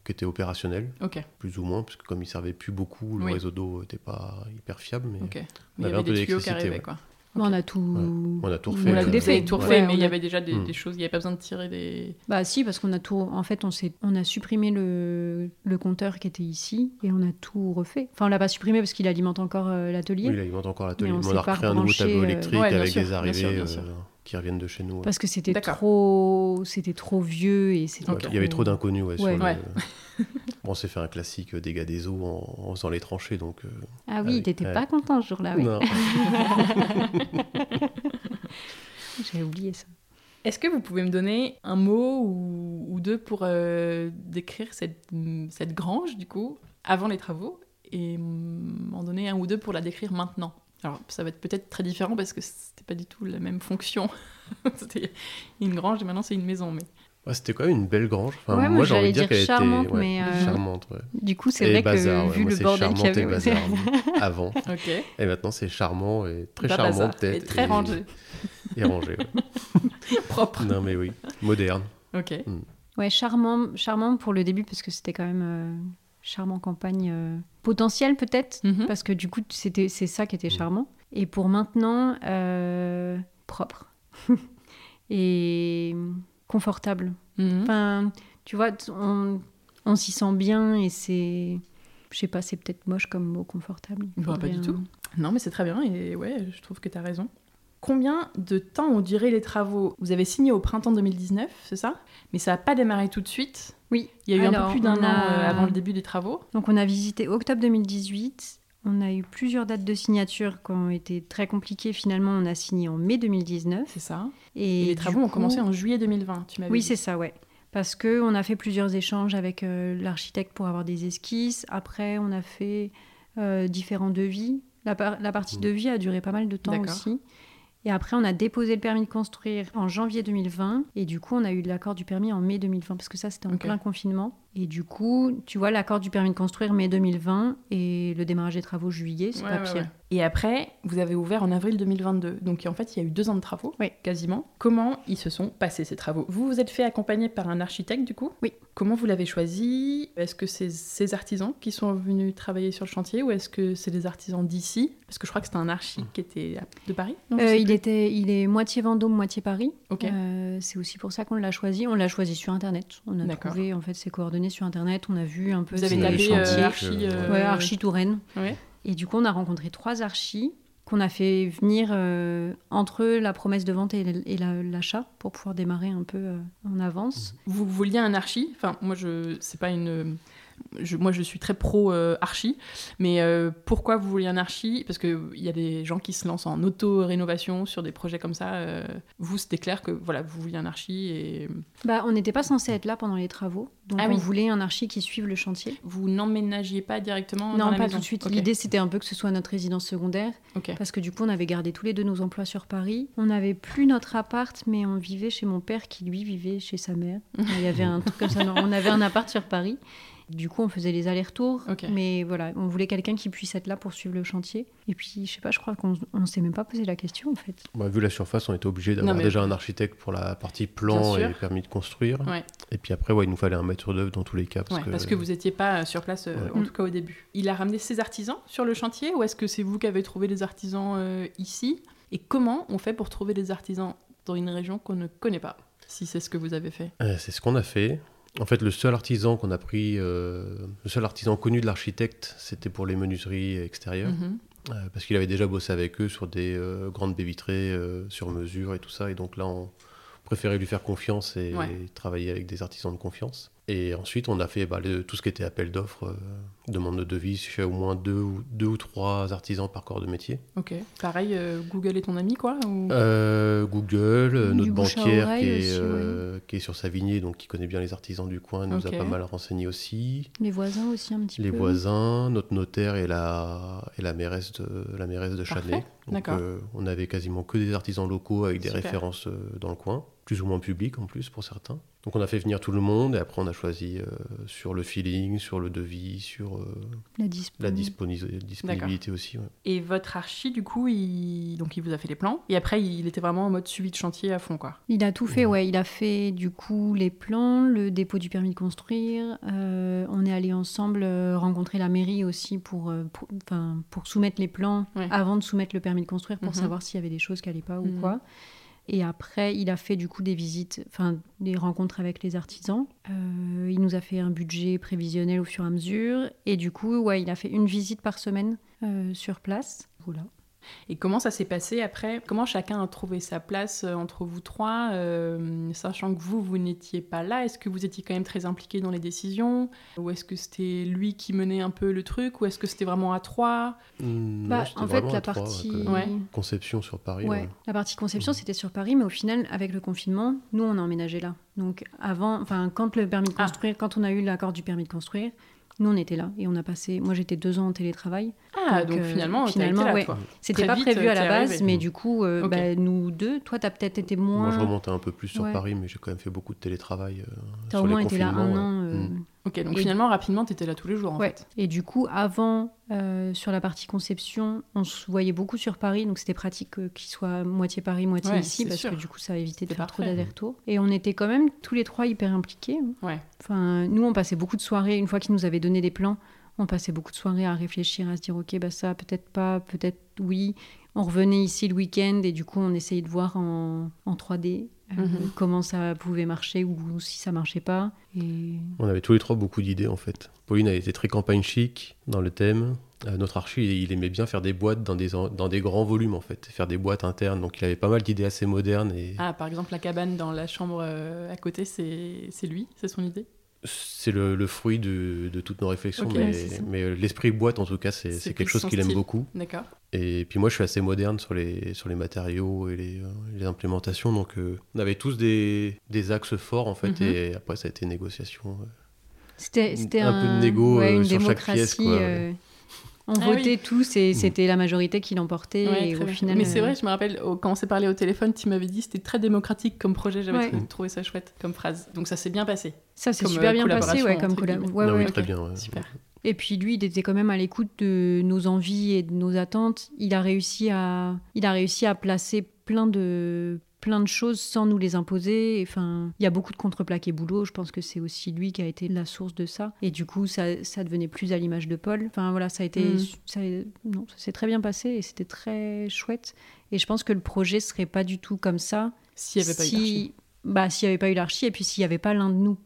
qui était opérationnel,
Ok,
plus ou moins, parce que comme il servait plus beaucoup, le
Oui.
réseau d'eau n'était pas hyper fiable. Mais...
ok. Mais il
On
y
avait
avait,
un peu
des tuyaux qui
d'électricité,
arrivaient,
ouais.
quoi.
Bon, on a tout.
On a tout
On
refait.
l'a
euh,
tout fait, tout
ouais.
refait,
Ouais,
mais
on
il y
a-
avait déjà des,
Hmm.
des choses, il n'y avait pas besoin de tirer des...
Bah si, parce qu'on a tout. En fait, on s'est, on a supprimé le, le compteur qui était ici et on a tout refait. Enfin, on l'a pas supprimé parce qu'il alimente encore euh, l'atelier.
Oui, il alimente encore l'atelier.
Mais on
Mais
s'est
on a
pas
recréé un nouveau
rebranché,
tableau
euh,
électrique
ouais, bien
avec
sûr,
des
bien
arrivées
sûr, bien sûr.
euh, qui reviennent de chez nous. ouais.
Parce que c'était
D'accord.
trop, c'était trop vieux et c'était.
Ouais,
Ok.
Il y avait trop d'inconnus. Ouais, sur
Ouais.
le-
Ouais.
[laughs] Bon, on s'est fait un classique euh, dégâts des eaux en, en faisant les tranchées. Donc, euh,
Ah
Ah
oui,
oui,
t'étais
ouais.
pas content ce jour-là. Ah oui.
non.
J'avais oublié ça.
Est-ce que vous pouvez me donner un mot ou, ou deux pour euh, décrire cette, hmm, cette grange, du coup, avant les travaux, et m'en donner un ou deux pour la décrire maintenant Alors, ça va être peut-être très différent parce que c'était pas du tout la même fonction. [laughs] c'était une grange et maintenant c'est une maison, mais...
Ouais, C'était quand même une belle grange. Enfin,
Ouais, moi,
moi, j'ai envie de
j'allais
dire
dire
qu'elle était
charmante,
ouais,
mais, euh,
charmante. ouais.
Du coup, c'est
Et
vrai
bazar,
que
ouais.
vu
Moi,
le
c'est
bordel qu'il y
charmante et
avait,
bazar
[laughs]
avant.
Ok.
Et maintenant, c'est charmant et très
Pas
charmant
bazar,
peut-être.
Bah, et très rangé,
Et rangé. ouais.
[laughs] propre.
non, mais oui. Moderne.
Ok.
ouais, charmant, charmant pour le début parce que c'était quand même euh, charmant campagne euh, potentielle peut-être
Mhm.
parce que du coup c'était c'est ça qui était
Mhm.
charmant. Et pour maintenant, euh, propre [laughs] et confortable.
Mhm.
Enfin, tu vois, t- on, on s'y sent bien et c'est, je sais pas, c'est peut-être moche comme mot confortable. Il
Bah, pas
faudrait
du
un-
tout. Non, mais c'est très bien et ouais, je trouve que tu as raison. Combien de temps ont duré les travaux Vous avez signé au printemps 2019, c'est ça Mais ça n'a pas démarré tout de suite.
Oui.
Il y a eu un
Alors,
peu plus d'un
on
an
a-
euh, avant le début des travaux.
Donc on a visité octobre 2018. On a eu plusieurs dates de signature qui ont été très compliquées. Finalement, on a signé en mai 2019.
C'est ça.
Et,
Et, les
du
travaux ont
coup-
commencé en juillet 2020, tu m'avais
Oui,
dit.
c'est ça, ouais. Parce que on a fait plusieurs échanges avec euh, l'architecte pour avoir des esquisses. Après, on a fait euh, différents devis. La, par- la partie
Mhm.
devis a duré pas mal de temps
D'accord.
aussi. Et après, on a déposé le permis de construire en janvier 2020. Et du coup, on a eu l'accord du permis en mai 2020, parce que ça, c'était en
Ok.
plein confinement. Et du coup, tu vois, l'accord du permis de construire mai 2020 et le démarrage des travaux juillet, c'est
Ouais,
pas
ouais,
pire.
ouais. Et après, vous avez ouvert en avril 2022. Donc en fait, il y a eu deux ans de travaux,
Oui.
quasiment. Comment ils se sont passés ces travaux Vous vous êtes fait accompagner par un architecte, du coup
Oui.
Comment vous l'avez choisi Est-ce que c'est ces artisans qui sont venus travailler sur le chantier ou est-ce que c'est des artisans d'ici Parce que je crois que c'était un archi qui était à- de Paris. non, je
Euh,
sais
il,
plus.
était, il est moitié Vendôme, moitié Paris.
Ok.
Euh, c'est aussi pour ça qu'on l'a choisi. On l'a choisi sur Internet. On a
D'accord.
trouvé en fait ses coordonnées sur Internet. On a vu un peu
Vous avez
ses
C'est
tapé
les
euh,
chantiers
archi.
que-
euh,
Ouais, Archi Touraine.
Ouais.
Et du coup, on a rencontré trois archis qu'on a fait venir euh, entre eux la promesse de vente et l- et la- l'achat pour pouvoir démarrer un peu euh, en avance.
Vous vouliez un archi Enfin, moi, je, c'est pas une. je- moi, je suis très pro euh, archi, mais euh, pourquoi vous vouliez un archi Parce que euh, il y a des gens qui se lancent en auto-rénovation sur des projets comme ça. euh, vous, c'était clair que voilà, vous vouliez un archi et
Bah, on n'était pas censé être là pendant les travaux, donc
Ah
on
oui.
voulait un archi qui suive le chantier.
vous n'emménagiez pas directement dans
Non,
la
pas
maison.
tout de suite.
Ok,
L'idée, c'était un peu que ce soit notre résidence secondaire.
Ok.
Parce que du coup, on avait gardé tous les deux nos emplois sur Paris. On n'avait plus notre appart, mais on vivait chez mon père qui, lui, vivait chez sa mère. Il y avait un truc comme ça. Non, on avait un appart sur Paris. Du coup, on faisait les allers-retours.
Ok.
Mais voilà, on voulait quelqu'un qui puisse être là pour suivre le chantier. Et puis, je sais pas, je crois qu'on ne s'est même pas posé la question, en fait.
Bah, vu la surface, on était obligé d'avoir
Non, mais-
déjà un architecte pour la partie plan
Bien
et
sûr.
permis de construire.
Ouais.
Et puis après, ouais, il nous fallait un maître d'œuvre dans tous les cas. Parce
Ouais,
que,
parce que vous n'étiez pas sur place, euh,
Ouais.
en
Mm.
tout cas au début. Il a ramené ses artisans sur le chantier ou est-ce que c'est vous qui avez trouvé les artisans euh, ici Et comment on fait pour trouver des artisans dans une région qu'on ne connaît pas Si c'est ce que vous avez fait.
Euh, c'est ce qu'on a fait. En fait, le seul artisan qu'on a pris, euh, le seul artisan connu de l'architecte, c'était pour les menuiseries extérieures.
Mhm.
Euh, parce qu'il avait déjà bossé avec eux sur des euh, grandes baies vitrées euh, sur mesure et tout ça. Et donc là, on préférait lui faire confiance et
Ouais.
travailler avec des artisans de confiance. Et ensuite, on a fait bah, le- tout ce qui était appel d'offres, euh, demande de devis chez au moins deux ou, deux ou trois artisans par corps de métier.
Ok. Pareil, euh, Google est ton ami, quoi ou-
Euh, Google, euh,
Du
notre
bouche à
banquière
oreille
qui est,
aussi,
euh, qui est sur Savigné, donc qui connaît bien les artisans du coin, nous
Ok.
a pas mal renseigné aussi.
Les voisins aussi, un petit
Les
peu.
voisins, notre notaire et la, et la mairesse de, la mairesse de
Parfait.
Châtenay. Donc,
D'accord.
euh, on avait quasiment que des artisans locaux avec des
Super.
références euh, dans le coin, plus ou moins publiques en plus pour certains. Donc on a fait venir tout le monde et après on a choisi euh, sur le feeling, sur le devis, sur euh,
La dispo.
la disponis- disponibilité aussi. ouais.
Et votre archi, du coup, il... Donc, il vous a fait les plans. Et après, il était vraiment en mode suivi de chantier à fond, quoi.
Il a tout fait, ouais. Il a fait du coup les plans, le dépôt du permis de construire. Euh, on est allé ensemble euh, rencontrer la mairie aussi pour, euh, pour, enfin, pour soumettre les plans
Ouais.
avant de soumettre le permis de construire pour
Mhm.
savoir s'il y avait des choses qui n'allaient pas
Mhm.
ou quoi. Et après, il a fait du coup des visites, enfin des rencontres avec les artisans. Euh, il nous a fait un budget prévisionnel au fur et à mesure. Et du coup, ouais, il a fait une visite par semaine euh, sur place. Voilà.
Et comment ça s'est passé après Comment chacun a trouvé sa place euh, entre vous trois euh, Sachant que vous, vous n'étiez pas là, est-ce que vous étiez quand même très impliqué dans les décisions Ou est-ce que c'était lui qui menait un peu le truc Ou est-ce que c'était vraiment à trois
Mm,
Bah,
non, c'était
en fait,
vraiment
la
à trois, euh, ouais,
partie
comme
Ouais.
Conception sur Paris.
Ouais,
ouais.
la partie conception,
Mhm.
c'était sur Paris, mais au final, avec le confinement, nous, on a emménagé là. Donc, avant, enfin, quand le permis de
Ah.
construire, quand on a eu l'accord du permis de construire, nous, on était là et on a passé. Moi, j'étais deux ans en télétravail.
Ah, donc,
Donc, euh,
finalement, t'as
finalement,
été là,
ouais.
toi.
C'était
Très
pas
vite, euh,
prévu à
t'es
la base,
arrivée.
mais
Mhm.
du coup, euh,
Ok.
bah, nous deux, toi, t'as peut-être été moins.
Moi, je remontais un peu plus sur
Ouais.
Paris, mais j'ai quand même fait beaucoup de télétravail. euh,
T'as
sur
au
les
moins été là un
confinements,
an.
ouais.
euh,
Mm.
Ok, donc
Et-
finalement, rapidement, t'étais là tous les jours, en
Ouais.
fait.
Et du coup, avant, euh, sur la partie conception, on se voyait beaucoup sur Paris, donc c'était pratique euh, qu'il soit moitié Paris, moitié
Ouais,
ici,
c'est
parce
sûr.
que du coup, ça évitait de
C'était
faire trop
parfait.
d'allers-retours. Et on était quand même tous les trois hyper impliqués. hein.
Ouais.
Enfin, nous, on passait beaucoup de soirées, une fois qu'ils nous avaient donné des plans, on passait beaucoup de soirées à réfléchir, à se dire, ok, bah ça, peut-être pas, peut-être oui. On revenait ici le week-end et du coup, on essayait de voir en, en 3D euh,
Mhm.
comment ça pouvait marcher ou si ça marchait pas. Et
On avait tous les trois beaucoup d'idées en fait. Pauline a été très campagne chic dans le thème. Euh, notre archi, il, il aimait bien faire des boîtes dans des, en- dans des grands volumes en fait, faire des boîtes internes. Donc il avait pas mal d'idées assez modernes et
Ah, par exemple, la cabane dans la chambre euh, à côté, c'est c'est lui, c'est son idée
c'est le, le fruit de, de toutes nos réflexions.
Ok,
ouais, c'est
mais
ça.
mais, euh, l'esprit boîte en tout cas, c'est
C'est
c'est
plus
quelque chose
son
qu'il aime
style.
beaucoup.
D'accord.
Et puis moi, je suis assez moderne sur les, sur les matériaux et les, euh, les implémentations. Donc euh, on avait tous des, des axes forts en fait.
Mhm.
Et après, ça a été négociation.
C'était c'était
Un peu de négo,
ouais,
euh,
une
sur chaque
démocratie.
pièce, quoi, ouais. Mm.
euh, on
Ah
votait tous et c'était la majorité qui l'emportait.
Ouais,
et
très
au
bien.
final,
Mais c'est
euh,
vrai, je me rappelle, au- quand on s'est parlé au téléphone, tu m'avais dit que c'était très démocratique comme projet, j'avais
Ouais.
trou- trouvé ça chouette comme phrase. Donc ça s'est bien passé.
ça s'est
comme,
super
euh,
bien passé, ouais,
collaboration,
comme
entre
collab-
guillemets.
ouais,
Ah oui,
ouais.
très bien. ouais.
Super.
Et puis lui, il était quand même à l'écoute de nos envies et de nos attentes. Il a réussi à, il a réussi à placer plein de plein de choses sans nous les imposer. Enfin, il y a beaucoup de contreplaqué boulot. Je pense que c'est aussi lui qui a été la source de ça. Et du coup, ça, ça devenait plus à l'image de Paul. Enfin voilà, ça a été,
Mm.
ça, non, ça s'est très bien passé et c'était très chouette. Et je pense que le projet serait pas du tout comme ça
S'il n'y avait pas eu d'archi.
si- bah, s'il n'y avait pas eu l'archi, et puis s'il n'y avait pas l'un de nous.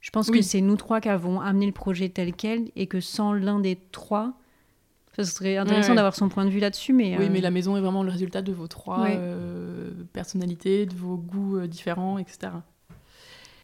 Je pense
Oui.
que c'est nous trois qui avons amené le projet tel quel, et que sans l'un des trois, ça serait intéressant
ouais.
d'avoir son point de vue là-dessus, mais,
Oui,
euh,
mais la maison est vraiment le résultat de vos trois
Ouais.
euh, personnalités, de vos goûts euh, différents, etc.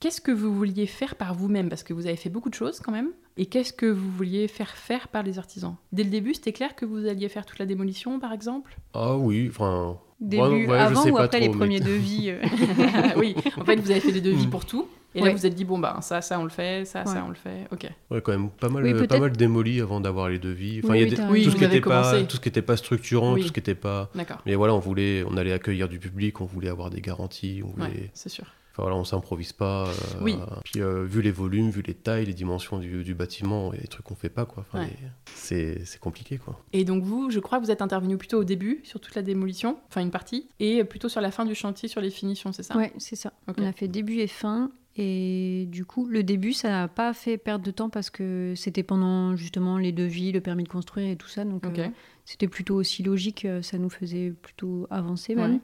Qu'est-ce que vous vouliez faire par vous-même Parce que vous avez fait beaucoup de choses quand même. Et qu'est-ce que vous vouliez faire faire par les artisans Dès le début, c'était clair que vous alliez faire toute la démolition, par exemple
Ah oui, enfin,
début,
Ouais, ouais, je
avant
sais
ou
pas
après
trop,
les
mais-
premiers devis. euh.
[laughs] Oui, en fait, vous avez fait des devis
Mm.
pour tout. Et là,
Ouais.
vous vous êtes dit, bon, bah, ça, ça, on le fait, ça,
Ouais.
ça, on le fait. Ok.
Ouais, quand même pas mal,
Oui,
euh, pas
peut-être-
mal démoli avant d'avoir les devis. Enfin,
Oui,
il y a
oui,
des-
t'as
raison.
tout ce qui
Vous avez
n'était pas,
commencé.
tout ce qui était pas structurant,
Oui.
tout ce qui n'était pas.
D'accord.
Mais voilà, on voulait, on allait accueillir du public, on voulait avoir des garanties, on voulait.
Ouais, c'est sûr.
Enfin voilà, on s'improvise pas. euh,
Oui.
Puis euh, vu les volumes, vu les tailles, les dimensions du, du bâtiment, et les trucs qu'on fait pas quoi. Enfin,
Ouais.
les- c'est c'est compliqué quoi.
Et donc vous, je crois que vous êtes intervenu plutôt au début sur toute la démolition, enfin une partie, et plutôt sur la fin du chantier sur les finitions, c'est ça
Ouais, c'est ça.
Ok.
On a fait début et fin. Et du coup, le début, ça n'a pas fait perdre de temps parce que c'était pendant justement les devis, le permis de construire et tout ça. Donc,
Ok.
euh, c'était plutôt aussi logique, euh, ça nous faisait plutôt avancer même.
Ouais.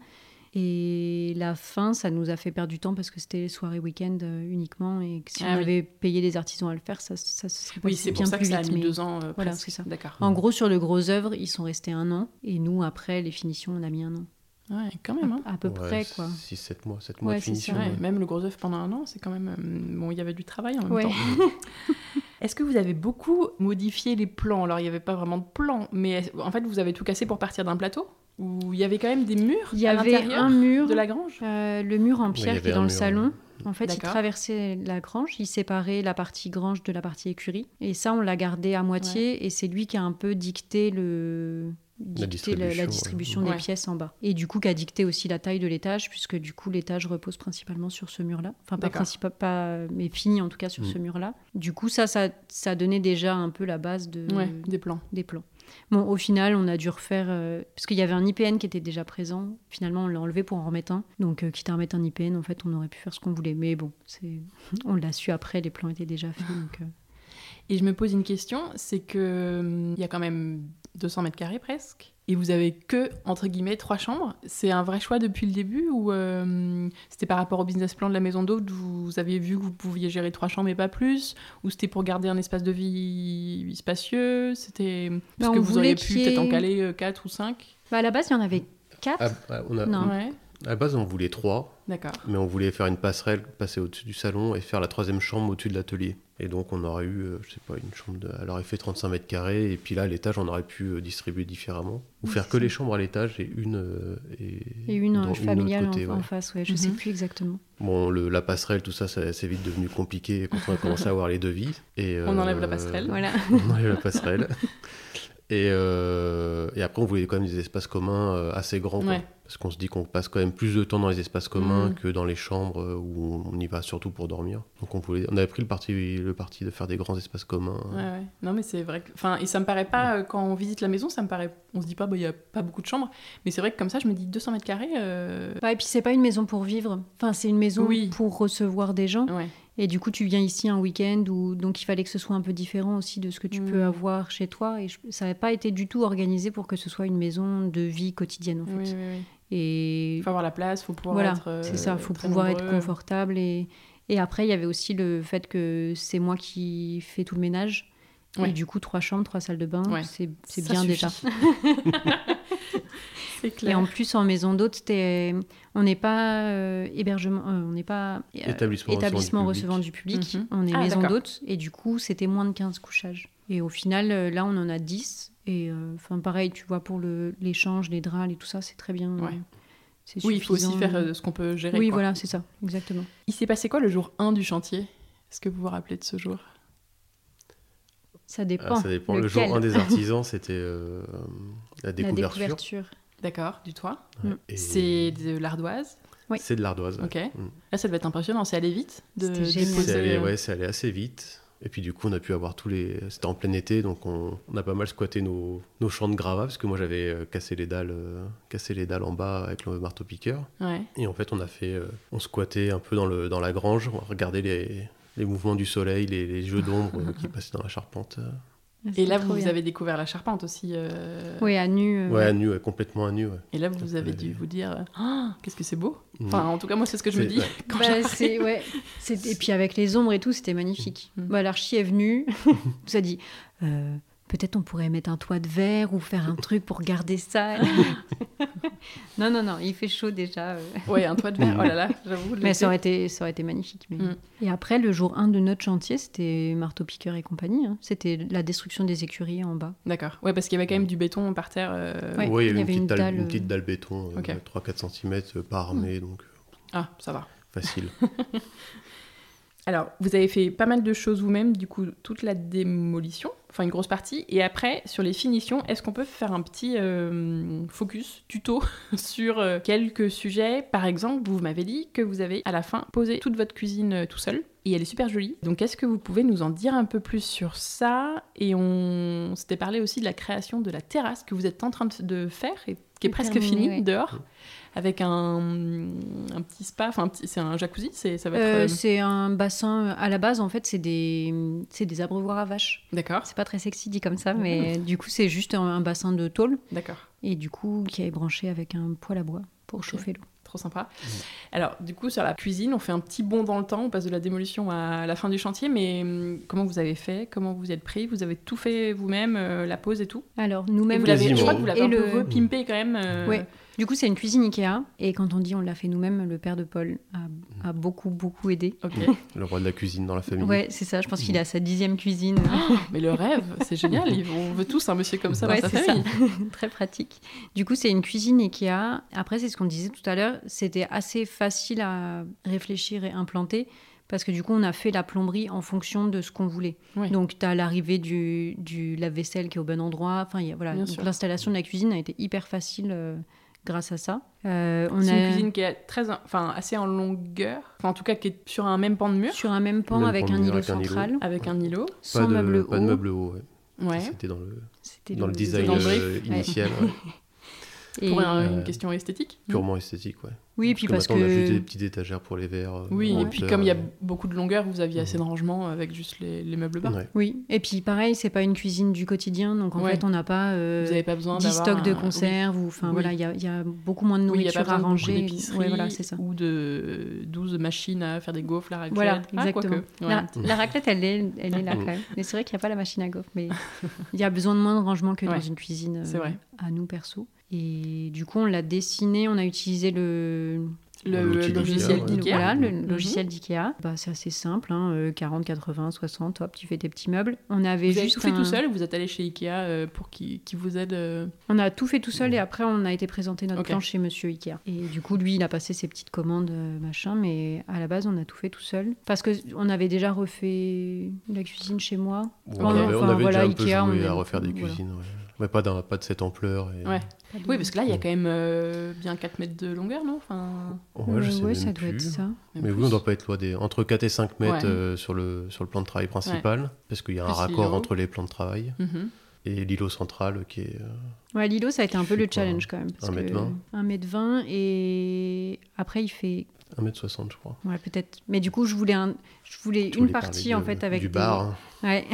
Et la fin, ça nous a fait perdre du temps parce que c'était les soirées week-end euh, uniquement et que si
Ah
on
oui.
avait payé les artisans à le faire, ça, ça se serait
Oui,
passé
c'est
bien
pour ça que
plus
ça a
vite.
mis
mais-
deux ans. euh,
voilà,
presque.
c'est ça.
D'accord.
En gros, sur le gros œuvre, ils sont restés un an et nous, après les finitions, on a mis un an.
Ouais, quand même. hein.
À peu
Ouais,
près, quoi.
6 7 mois, 7 mois
Ouais,
de
c'est ça.
finition.
Ouais,
ouais.
Même le gros œuf pendant un an, c'est quand même euh, bon. Il y avait du travail en même
Ouais.
temps. [laughs] Est-ce que vous avez beaucoup modifié les plans Alors il n'y avait pas vraiment de plan, mais est- en fait vous avez tout cassé pour partir d'un plateau où il y avait quand même des murs
Il y
à
avait
l'intérieur
un mur,
de la grange.
euh, le mur en
il y
pierre qui
avait
est dans
un
le
mur,
salon. En fait, il
D'accord.
traversait la grange, il séparait la partie grange de la partie écurie. Et ça, on l'a gardé à moitié. Et c'est lui qui a un peu dicté le dicté la distribution, la, la distribution ouais. des ouais. pièces en bas. Et du coup, qui a dicté aussi la taille de l'étage, puisque du coup, l'étage repose principalement sur ce mur-là. Enfin, pas principal, pas, mais fini en tout cas sur
Mm.
mmh. ce mur-là. Du coup, ça, ça, ça donnait déjà un peu la base de,
ouais, des plans.
Des plans. Bon, au final, on a dû refaire. Euh, parce qu'il y avait un IPN qui était déjà présent. Finalement, on l'a enlevé pour en remettre un. Donc, euh, quitte à remettre un IPN, en fait, on aurait pu faire ce qu'on voulait. Mais bon, [laughs] on l'a su après, les plans étaient déjà faits. Donc, euh...
Et je me pose une question c'est que. hum, Il y a quand même 200 mètres carrés presque. Et vous avez que, entre guillemets, trois chambres. C'est un vrai choix depuis le début ou euh, c'était par rapport au business plan de la maison d'hôte Vous aviez vu que vous pouviez gérer trois chambres et pas plus Ou c'était pour garder un espace de vie spacieux C'était Parce ben, que vous auriez pu peut-être ait... en caler euh, quatre ou cinq
ben, À la base, il y en avait quatre.
À, Ah, on a... non. Ouais. à la base, on voulait trois.
D'accord.
Mais on voulait faire une passerelle, passer au-dessus du salon et faire la troisième chambre au-dessus de l'atelier. Et donc, on aurait eu, euh, je sais pas, une chambre. De... Elle aurait fait 35 mètres carrés. Et puis là, à l'étage, on aurait pu euh, distribuer différemment. Ou oui, faire que ça. les chambres à l'étage et une. Euh,
et, et, une, dans, familiale une côté, en, ouais. en, face, ouais, je mm
Mhm.
-hmm. sais plus exactement.
Bon, le, la passerelle, tout ça, ça c'est vite devenu compliqué quand on a commencé à avoir les devis. Et, euh,
on enlève la passerelle, euh, voilà.
[laughs] On enlève la passerelle. Et, euh, et, après, on voulait quand même des espaces communs euh, assez grands. Quoi. Ouais. Parce qu'on se dit qu'on passe quand même plus de temps dans les espaces communs mmh. que dans les chambres où on y va surtout pour dormir. Donc on, voulait, on avait pris le parti, le parti de faire des grands espaces communs.
Ouais, ouais. Non, mais c'est vrai. Que, enfin, et ça me paraît pas, euh, quand on visite la maison, ça me paraît. On se dit pas, il bah, n'y a pas beaucoup de chambres. Mais c'est vrai que comme ça, je me dis 200 mètres carrés. Euh...
Bah, et puis c'est pas une maison pour vivre. Enfin, c'est une maison
oui.
pour recevoir des gens. Et du coup, tu viens ici un week-end, où, donc il fallait que ce soit un peu différent aussi de ce que tu
Mhm.
mmh. peux avoir chez toi. Et je, ça n'a pas été du tout organisé pour que ce soit une maison de vie quotidienne, en fait.
Oui, oui, oui. Et... Il faut avoir la place, il faut pouvoir
voilà,
être. euh,
c'est ça, il faut pouvoir nombreux. être confortable. Et, et après, il y avait aussi le fait que c'est moi qui fais tout le ménage. Ouais. Et du coup, trois chambres, trois salles de bain, ouais. c'est bien suffit. déjà.
Clair.
Et en plus, en maison d'hôte, on n'est pas euh, hébergement, euh, on n'est pas
euh, établissement,
établissement
recevant,
du public.
Mhm.
Recevant du public. Mm -hmm. On est ah, maison d'hôte et du coup, c'était moins de 15 couchages. Et au final, euh, là, on en a 10. Et euh, enfin, pareil, tu vois, pour l'échange, le, les draps et tout ça, c'est très bien. euh,
Ouais. oui, il faut aussi faire euh, ce qu'on peut gérer.
Oui,
quoi.
voilà, c'est ça, exactement.
Il s'est passé quoi le jour 1 du chantier Est-ce que vous vous rappelez de ce jour
ça dépend. Ah,
Euh, ça dépend. Le jour 1 des artisans, c'était euh, la découverture.
La découverture.
D'accord, du toit. Ouais, et... C'est de l'ardoise
oui.
C'est de l'ardoise. Ouais.
Ok. Mm. Là, ça devait être impressionnant. C'est allé vite de
C'est allé, ouais, allé, assez vite. Et puis, du coup, on a pu avoir tous les. C'était en plein été, donc on, on a pas mal squatté nos, nos champs de gravats, parce que moi, j'avais euh, cassé, les dalles, euh, cassé les dalles en bas avec le marteau-piqueur.
Ouais.
Et en fait, on a fait. Euh, on squattait un peu dans, le, dans la grange, on regardait les, les mouvements du soleil, les, les jeux d'ombre euh, qui passaient dans la charpente.
Et là, vous, bien. avez découvert la charpente aussi. Euh...
Oui, à nu. Euh...
Ouais, à nu, ouais, complètement à nu. Ouais.
Et là, vous, vous avez dû vous dire oh, Ah, qu'est-ce que c'est beau Enfin, en tout cas, moi, c'est ce que je me dis. [laughs] Quand
bah, ouais. Et puis, avec les ombres et tout, c'était magnifique. Mm. Bah, L'archi est venu, [laughs] nous a dit euh, peut-être on pourrait mettre un toit de verre ou faire un truc pour garder ça. [laughs] non, non, non, il fait chaud déjà. euh.
ouais, un toit de verre, oh là là, j'avoue.
Mais ça aurait, été, ça aurait été magnifique. Mais... Mm. Et après, le jour 1 de notre chantier, c'était marteau piqueur et compagnie. Hein. C'était la destruction des écuries en bas.
D'accord. Ouais, parce qu'il y avait quand même du béton par terre. Euh...
Oui, ouais, il y avait, une, petite, une dalle, dalle, une petite dalle béton, okay. euh, 3-4 cm par armée. Mm. Donc...
Ah, ça va.
Facile.
Alors, vous avez fait pas mal de choses vous-même, du coup, toute la démolition, enfin une grosse partie. Et après, sur les finitions, est-ce qu'on peut faire un petit euh, focus, tuto, [laughs] sur euh, quelques sujets Par exemple, vous m'avez dit que vous avez à la fin posé toute votre cuisine euh, tout seul. Et elle est super jolie. Donc, est-ce que vous pouvez nous en dire un peu plus sur ça Et on s'était parlé aussi de la création de la terrasse que vous êtes en train de faire et qui est presque finie ouais. dehors. Ouais avec un, un, petit spa, enfin c'est un jacuzzi, c'est ça va être.
Euh, c'est un bassin. euh, À la base, en fait, c'est des c'est des abreuvoirs à vaches.
D'accord.
C'est pas très sexy dit comme ça,
Ah.
mais mmh. du coup, c'est juste un, un, bassin de tôle.
D'accord.
Et du coup, qui est branché avec un poêle à bois pour okay. chauffer l'eau.
Trop sympa.
Mm.
Mmh. Alors, du coup, sur la cuisine, on fait un petit bond dans le temps. On passe de la démolition à la fin du chantier. Mais mm, comment vous avez fait Comment vous êtes pris Vous avez tout fait vous-même, euh, la pose et tout
Alors, nous-mêmes,
je crois que vous l'avez un le... peu pimpé quand même. Euh...
Ouais. Du coup, c'est une cuisine Ikea. Et quand on dit on l'a fait nous-mêmes, le père de Paul a, a beaucoup, beaucoup aidé.
Okay.
Le roi de la cuisine dans la famille.
Ouais, c'est ça. Je pense qu'il a sa dixième cuisine.
[laughs] mais le rêve, c'est génial. On veut tous un monsieur comme ça
ouais,
dans sa famille.
Ça. [laughs] Très pratique. Du coup, c'est une cuisine Ikea. Après, c'est ce qu'on disait tout à l'heure. C'était assez facile à réfléchir et implanter parce que du coup, on a fait la plomberie en fonction de ce qu'on voulait.
Ouais.
Donc, tu as l'arrivée du, du lave-vaisselle qui est au bon endroit. Enfin, il y a- voilà.
Bien
Donc,
sûr.
L'installation de la cuisine a été hyper facile euh, grâce à ça. Euh, on
C'est
a-
une cuisine qui est très, en- enfin, assez en longueur, enfin, en tout cas qui est sur un même pan de mur,
sur un même pan
Même
avec
pan de
un
mur,
îlot
avec un îlot.
central,
avec un îlot.
Pas
sans
de,
meuble
pas de
haut.
meuble haut, ouais.
Ouais.
C'était dans le,
C'était
dans le design
dans le
euh,
brief,
ouais.
initial, ouais.
Et-
Pour un- une
Euh,
question esthétique.
purement esthétique. Ouais.
Oui, puis
Parce
parce
que maintenant, on a juste des
que
petites étagères pour les verres. euh,
Oui,
en
et puis
hauteur,
comme il y a
euh,
beaucoup de longueur, vous aviez assez
Mhm.
de rangement avec juste les, les meubles bas.
ouais.
oui, et puis pareil, c'est pas une cuisine du quotidien, donc en
Ouais.
fait, on n'a pas euh,
Vous n'avez pas besoin
10
d'avoir
stocks de
un-
conserve ou enfin
Oui.
voilà, il y a- il y, a beaucoup moins de
Oui, oui, il n'y a
nourriture
pas besoin
à
de beaucoup
ranger.
d'épicerie
Ouais, voilà, c'est ça.
ou de 12 machines à faire des gaufres, la raclette.
Voilà,
Ah, quoique.
exactement.
Ouais. [laughs]
La, la raclette, elle est, elle est là quand même. Mais c'est vrai qu'il n'y a pas la machine à gaufres, mais il y a besoin de moins de rangement que dans
Ouais,
une cuisine euh,
c'est vrai.
à nous perso. Et du coup, on l'a dessiné, on a utilisé le,
Le,
L'outil d'Ikea,
logiciel
ouais.
le-
d'Ikea.
E Voilà, le
Mhm.
logiciel d'IKEA. Bah, c'est assez simple, hein, euh, 40, 80, 60, hop, tu fais tes petits meubles. On avait
Vous avez
juste
tout fait
un-
tout seul ou vous êtes allé chez Ikea euh, pour qu'il qu'il vous aide euh,
On a tout fait tout seul et après on a été présenté notre
Ok.
plan chez Monsieur Ikea. Et du coup, lui, il a passé ses petites commandes, euh, machin, mais à la base, on a tout fait tout seul. Parce que on avait déjà refait la cuisine chez moi.
On,
Enfin,
avait, on
Oh enfin,
avait
voilà,
déjà un peu
Ikea,
joué
on
à
aime-
refaire des
voilà.
cuisines. ouais. Mais pas, d'un- pas de cette ampleur. Et...
Ouais. Oui, parce que là, il y a
Mm.
quand même euh, bien 4 mètres de longueur, non enfin,
Ouais, je
Euh,
sais
ouais,
même
ça doit
plus.
être ça.
même
Mais
plus.
oui, on doit pas être loin des... entre 4 et 5 mètres
Ouais.
euh, sur, le, sur le plan de travail principal, parce qu'il y a un
Plus
raccord
l'îlot.
entre les plans de travail
Mhm.
et l'îlot central qui est... euh,
Ouais, Lilo, ça a été un peu
fait
le
quoi,
challenge quand même. parce
1m20.
que 1m20 et après, il fait.
1m60, je crois.
Ouais, peut-être. Mais du coup, je voulais, un... je voulais
Je
une
voulais
partie
parler
en
de-
fait avec.
Du
des-
bar, hein.
Ouais,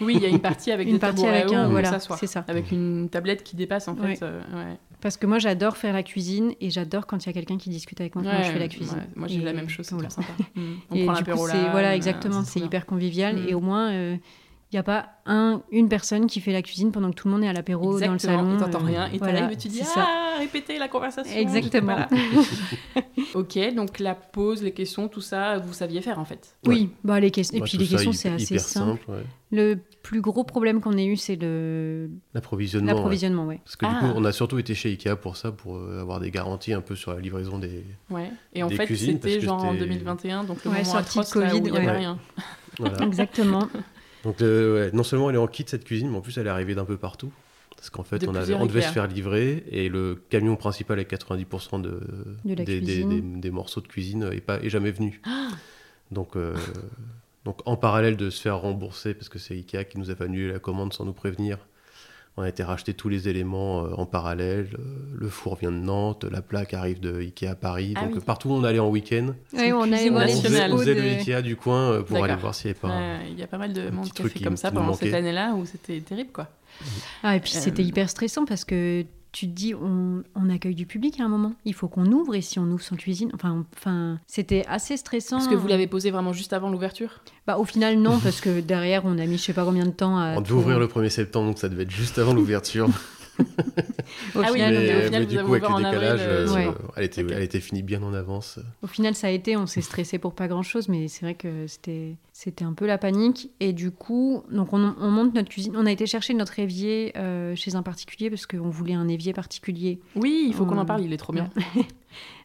Oui, il y a [laughs] une partie avec
une
des
partie
tabourets
avec
hauts
un.
pour
Voilà,
s'asseoir.
c'est ça.
Avec une tablette qui dépasse, en fait.
Ouais.
euh, ouais.
Parce que moi, j'adore faire la cuisine et j'adore quand il y a quelqu'un qui discute avec moi quand
Ouais,
je fais la cuisine.
ouais. Moi, j'ai
Et
la même chose, c'est
voilà.
trop sympa. [laughs] Mm. On
et
prend
du
l'apéro
coup,
là.
c'est voilà
euh,
exactement,
c'est
c'est
trop
hyper convivial
Mm.
et au moins il n'y a pas un, une personne qui fait la cuisine pendant que tout le monde est à l'apéro dans le
Exactement,
salon.
et t'entends
euh,
rien, et
voilà,
t'arrives et tu dis
c'est ça.
Ah, répétez la conversation.
Exactement.
j'étais
[laughs]
pas là. ok, donc la pause, les questions, tout ça, vous saviez faire en fait.
Oui, bah les questions et
Bah,
puis
tout
les
ça,
questions
hy-
c'est assez
hyper
simple.
ouais.
Le plus gros problème qu'on ait eu c'est le
L'approvisionnement. ouais.
l'approvisionnement, ouais.
Parce que du
Ah.
coup, on a surtout été chez Ikea pour ça, pour euh, avoir des garanties un peu sur la livraison des.
Ouais. Et en
Des
fait,
cuisines, parce
c'était
que
genre en
c'était-
2021, donc le
Ouais,
moment
sortie de
atroce là, où il n'y
Covid,
avait
ouais.
rien.
Voilà. [laughs]
Exactement.
Donc, euh, ouais, non seulement elle est en kit cette cuisine, mais en plus elle est arrivée d'un peu partout. Parce qu'en fait,
De
on, avait,
plusieurs
on devait
Ikea.
se faire livrer et le camion principal avec 90% de,
De la
des, des,
cuisine.
des- des morceaux de cuisine est, pas, est jamais venu.
Ah.
donc, euh, donc, en parallèle de se faire rembourser, parce que c'est Ikea qui nous avait annulé la commande sans nous prévenir, on a été racheter tous les éléments euh, en parallèle. Euh, Le four vient de Nantes, la plaque arrive de Ikea Paris.
Ah
donc,
oui.
euh, partout où on allait en week-end,
Ouais, on a
cuisine
on a les
on faisait,
nationale.
on
dispos
faisait
de-
le Ikea du coin euh, pour
D'accord.
aller voir s'il n'y avait pas. un-
Ouais, Il y a pas mal de
un
monde
petit
qui a
truc
fait
qui
comme
nous-
ça
qui nous
pendant cette
manquait.
année-là où c'était terrible quoi.
Ah et puis c'était
Euh,
hyper stressant parce que tu te dis on, on accueille du public à un moment, il faut qu'on ouvre et si on ouvre sans cuisine, enfin on- enfin c'était assez stressant.
Parce que vous l'avez posé vraiment juste avant l'ouverture
Bah, au
[laughs]
final, non, parce que derrière, on a mis je sais pas combien de temps à.
On devait ouvrir le 1er septembre, donc ça devait être juste
[laughs]
avant l'ouverture.
Au,
Ah oui,
final, euh,
donc,
mais,
au final,
mais
vous
du
avez
coup, avec
ouvert
le
en avril,
décalage,
euh,
euh,
Ouais.
elle, était,
Ok.
elle était finie bien en avance.
au final, ça a été, on s'est stressé pour pas grand chose, mais c'est vrai que c'était c'était un peu la panique. Et du coup, donc on, on monte notre cuisine. On a été chercher notre évier euh, chez un particulier parce qu'on voulait un évier particulier.
Oui, il faut qu'on en
Hum.
parle, il est trop bien.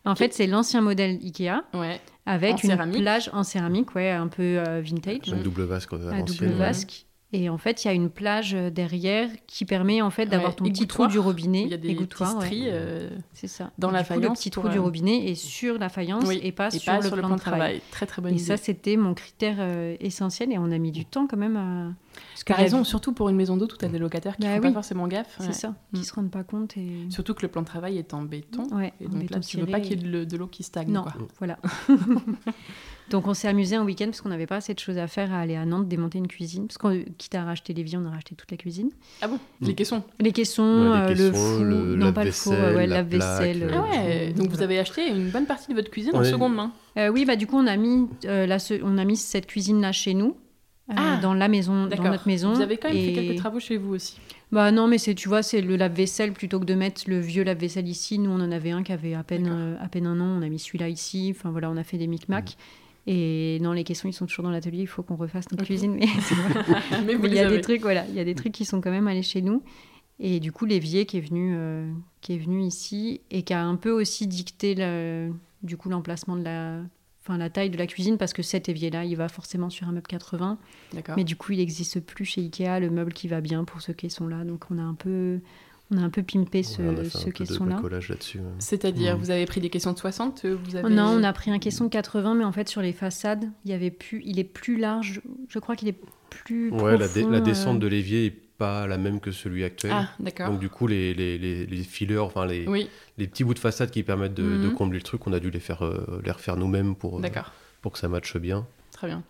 En fait, c'est l'ancien modèle Ikea
Ouais.
avec
En
une
céramique.
plage en céramique, ouais, un peu euh, vintage.
Une double vasque euh, à
à double
l'ancienne. ouais.
vasque. Et en fait, il y a une plage euh, derrière qui permet en fait d'avoir
Ouais,
ton petit trou
égouttoir.
du robinet.
Il y a des petits
égouttoir, ouais.
stries. euh,
C'est ça.
dans
Et
la
du coup, le
faïence
petit trou
pour,
du
euh,
robinet est sur la faïence
Oui,
et pas,
et
sur,
pas
le,
sur le
plan de travail.
Très très bonne
Et
idée.
ça, c'était mon critère euh, essentiel et on a mis du temps quand même à. Parce
T'as
la-
raison, surtout pour une maison d'eau, tout à des locataires qui
Bah
font
oui.
pas forcément gaffe.
C'est
ouais.
ça,
Mm.
qui se rendent pas compte et.
Surtout que le plan de travail est en béton.
Ouais,
Et
en
donc là,
béton
tu veux
ciré
pas
et-
qu'il y ait de l'eau- de l'eau qui stagne.
Non,
quoi.
[laughs]
[laughs]
voilà. Donc on s'est amusé un week-end parce qu'on n'avait pas assez de choses à faire à aller à Nantes démonter une cuisine. Parce qu'on, euh, quitte à racheter les vies, on a racheté toute la cuisine.
Ah bon
Mm.
Les caissons
Les caissons,
Ouais,
euh,
les
le
caissons,
four,
le
non pas le four, ouais,
lave-vaisselle,
ouais,
la
lave-vaisselle.
plaque,
euh,
Ah ouais,
tout,
donc vous
voilà.
avez acheté une bonne partie de votre cuisine en
Ouais.
seconde main.
Euh, oui, bah du coup on a mis euh, là, ce- on a mis cette cuisine là chez nous, euh,
Ah,
dans la maison, dans
D'accord.
notre maison.
Vous avez quand même
et-
fait quelques travaux chez vous aussi.
Bah non, mais c'est tu vois, c'est le lave-vaisselle plutôt que de mettre le vieux lave-vaisselle ici. Nous on en avait un qui avait à peine
D'accord.
euh, à peine un an, on a mis celui-là ici. Enfin voilà, on a fait des micmacs.
Mhm.
Et non, les questions, ils sont toujours dans l'atelier. Il faut qu'on refasse notre
Ok.
cuisine. Mais [laughs]
Mais vous
[laughs] mais il y
les
a des
avez.
trucs, voilà, il y a des trucs qui sont quand même allés chez nous. Et du coup, l'évier qui est venu, euh, qui est venu ici et qui a un peu aussi dicté le, du coup l'emplacement de la, enfin, la taille de la cuisine parce que cet évier-là, il va forcément sur un meuble 80.
D'accord.
Mais du coup, il n'existe plus chez Ikea le meuble qui va bien pour ce caisson-là. Donc on a un peu, on a un peu pimpé ce,
on a fait un
ce
peu de
caisson-là.
bricolage là-dessus. ouais.
C'est-à-dire,
Mm.
vous avez pris des questions de 60 euh, vous avez...
Non, on a pris un caisson de 80, mais en fait sur les façades, il y avait plus, il est plus large. Je crois qu'il est plus
Ouais, la, dé-
profond,
la
euh,
descente de l'évier est pas la même que celui actuel.
Ah, d'accord.
Donc du coup, les, les, les, les fileurs, enfin les,
Oui,
les petits bouts de façade qui permettent de, de
Mhm.
combler le truc, on a dû les faire euh, les refaire nous-mêmes pour euh,
d'accord.
pour que ça matche bien.
Très bien.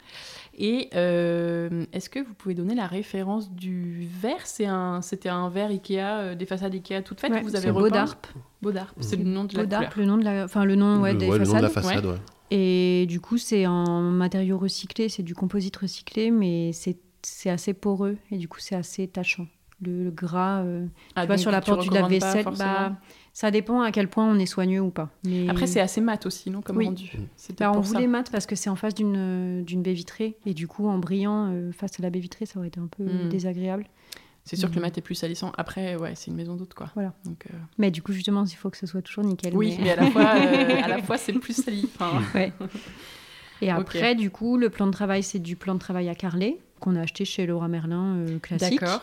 Et euh, est-ce que vous pouvez donner la référence du verre C'est un, C'était un verre Ikea, euh, des façades Ikea toutes faites
ouais,
que vous avez
c'est Mm.
repeint
Beaudarp.
Beaudarp, c'est
C'est
le nom de la
Beaudarp,
couleur.
le nom de la, enfin le nom ouais,
le,
des
ouais, le nom de
façades.
la façade, ouais.
Et du coup, c'est en matériaux recyclés, c'est du composite recyclé, mais c'est c'est assez poreux et du coup, c'est assez tachant. Le, le gras, euh,
Ah,
tu vois,
donc
sur la
tu
porte du
recommandes pas
lave-vaisselle,
forcément.
bah, ça dépend à quel point on est soigneux ou pas. Mais-
Après, c'est assez mat aussi, non, comme
Oui.
rendu.
Mm.
C'est peut-être
Bah, on
pour ça.
voulait mat parce que c'est en face d'une euh, d'une baie vitrée et du coup en brillant euh, face à la baie vitrée ça aurait été un peu euh,
Mm.
désagréable.
C'est sûr que le
Mm.
mat est plus salissant. Après, ouais, c'est une maison d'hôte, quoi.
Voilà.
Donc, euh,
Mais du coup justement il faut que ce soit toujours nickel.
Oui, mais à la fois, euh,
[laughs]
à la fois c'est plus sali. Enfin, hein.
Ouais. Et
Ok.
après du coup le plan de travail c'est du plan de travail à carreler qu'on a acheté chez Laura Merlin euh, classique.
D'accord.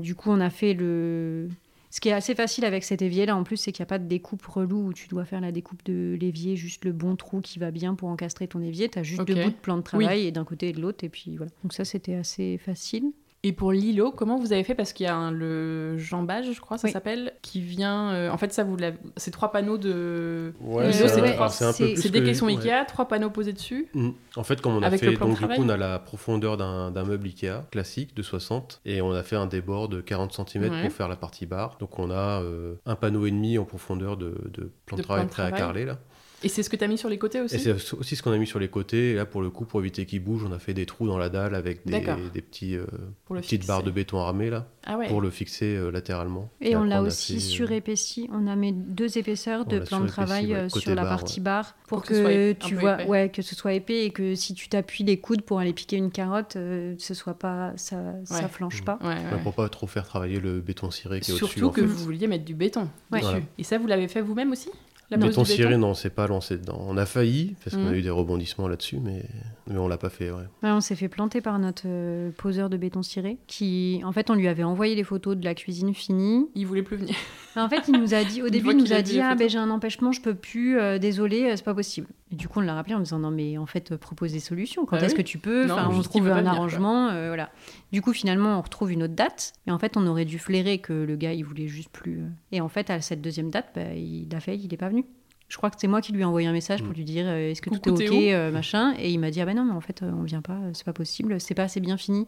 Du coup on a fait le ce qui est assez facile avec cet évier là en plus c'est qu'il n'y a pas de découpe relou où tu dois faire la découpe de l'évier juste le bon trou qui va bien pour encastrer ton évier. Tu as juste
Ok.
deux bouts de plan de travail et d'un côté et de l'autre et puis voilà. Donc ça c'était assez facile.
Et pour l'îlot, comment vous avez fait Parce qu'il y a un- le jambage, je crois, ça
Oui.
s'appelle, qui vient. euh, en fait, ça, vous l'avez- c'est trois panneaux de.
Ouais,
Euh,
c'est
c'est-
un-
ouais,
alors, c'est un peu
c'est-
plus
C'est des
que-
caissons
ouais.
Ikea, trois panneaux posés dessus.
Mm. En fait, comme on a
Avec le
fait,
plan
donc
de
du coup,
travail.
on a la profondeur d'un d'un meuble Ikea classique de 60 et on a fait un débord de 40 cm
Ouais.
pour faire la partie barre. Donc on a euh, un panneau et demi en profondeur de, de plan
De
de travail
plan de
prêt à
travail.
carreler là.
Et c'est ce que tu as mis sur les côtés aussi
Et c'est aussi ce qu'on a mis sur les côtés. Et là, pour le coup, pour éviter qu'il bouge, on a fait des trous dans la dalle avec des,
D'accord.
des petits, euh,
pour le
petites
fixer.
barres de béton armé là
Ah ouais.
pour le fixer euh, latéralement.
Et on
après,
l'a
a
aussi
fait, euh,
surépaissi. On a mis deux épaisseurs
on
de
l'a
plan de
surépaissi,
travail
ouais,
euh,
côté
sur la
barre,
partie barre pour,
Pour que ce
que,
soit un
tu
peu
vois,
épais.
ouais, que ce soit épais et que si tu t'appuies les coudes pour aller piquer une carotte, euh, ce soit pas, ça, ça
Ouais.
flanche
Mm.
pas.
Ouais, ouais.
bah, pour pas trop faire travailler le béton ciré qui est au-dessus.
Surtout
en
que
fait.
vous vouliez mettre du béton
Ouais.
dessus.
Voilà.
Et ça, vous l'avez fait vous-même aussi La pose
béton
du
ciré, non, on s'est pas lancé dedans. On a failli, parce qu'on
Mmh.
Mhm.
a eu des rebondissements là-dessus, mais, mais on l'a pas fait, ouais.
Ouais, on s'est fait planter par notre euh, poseur de béton ciré qui, en fait, on lui avait envoyé les photos de la cuisine finie.
Il voulait plus venir.
En fait, il nous a dit, au début,
fois
il nous
qu'il
a
a vu
dit
les
Ah,
photos.
ben j'ai un empêchement, je peux plus, euh, désolé, euh, c'est pas possible. Et du coup, on l'a rappelé en disant Non, mais en fait, euh, propose des solutions. Quand
Bah
est-ce
oui.
que tu peux
Non,
Enfin,
juste,
on
il
trouve
peut pas
un
venir, quoi.
arrangement, euh, voilà. Du coup, finalement, on retrouve une autre date. Et en fait, on aurait dû flairer que le gars, il voulait juste plus. euh. Et en fait, à cette deuxième date, bah, il a fait, il est pas venu. Je crois que c'est moi qui lui ai envoyé un message pour
Mm.
lui dire euh, Est-ce que
Coucou,
tout est
t'es
OK, euh, machin Et il m'a dit Ah, ben non, mais en fait, euh, on vient pas, euh, c'est pas possible, c'est pas assez bien fini.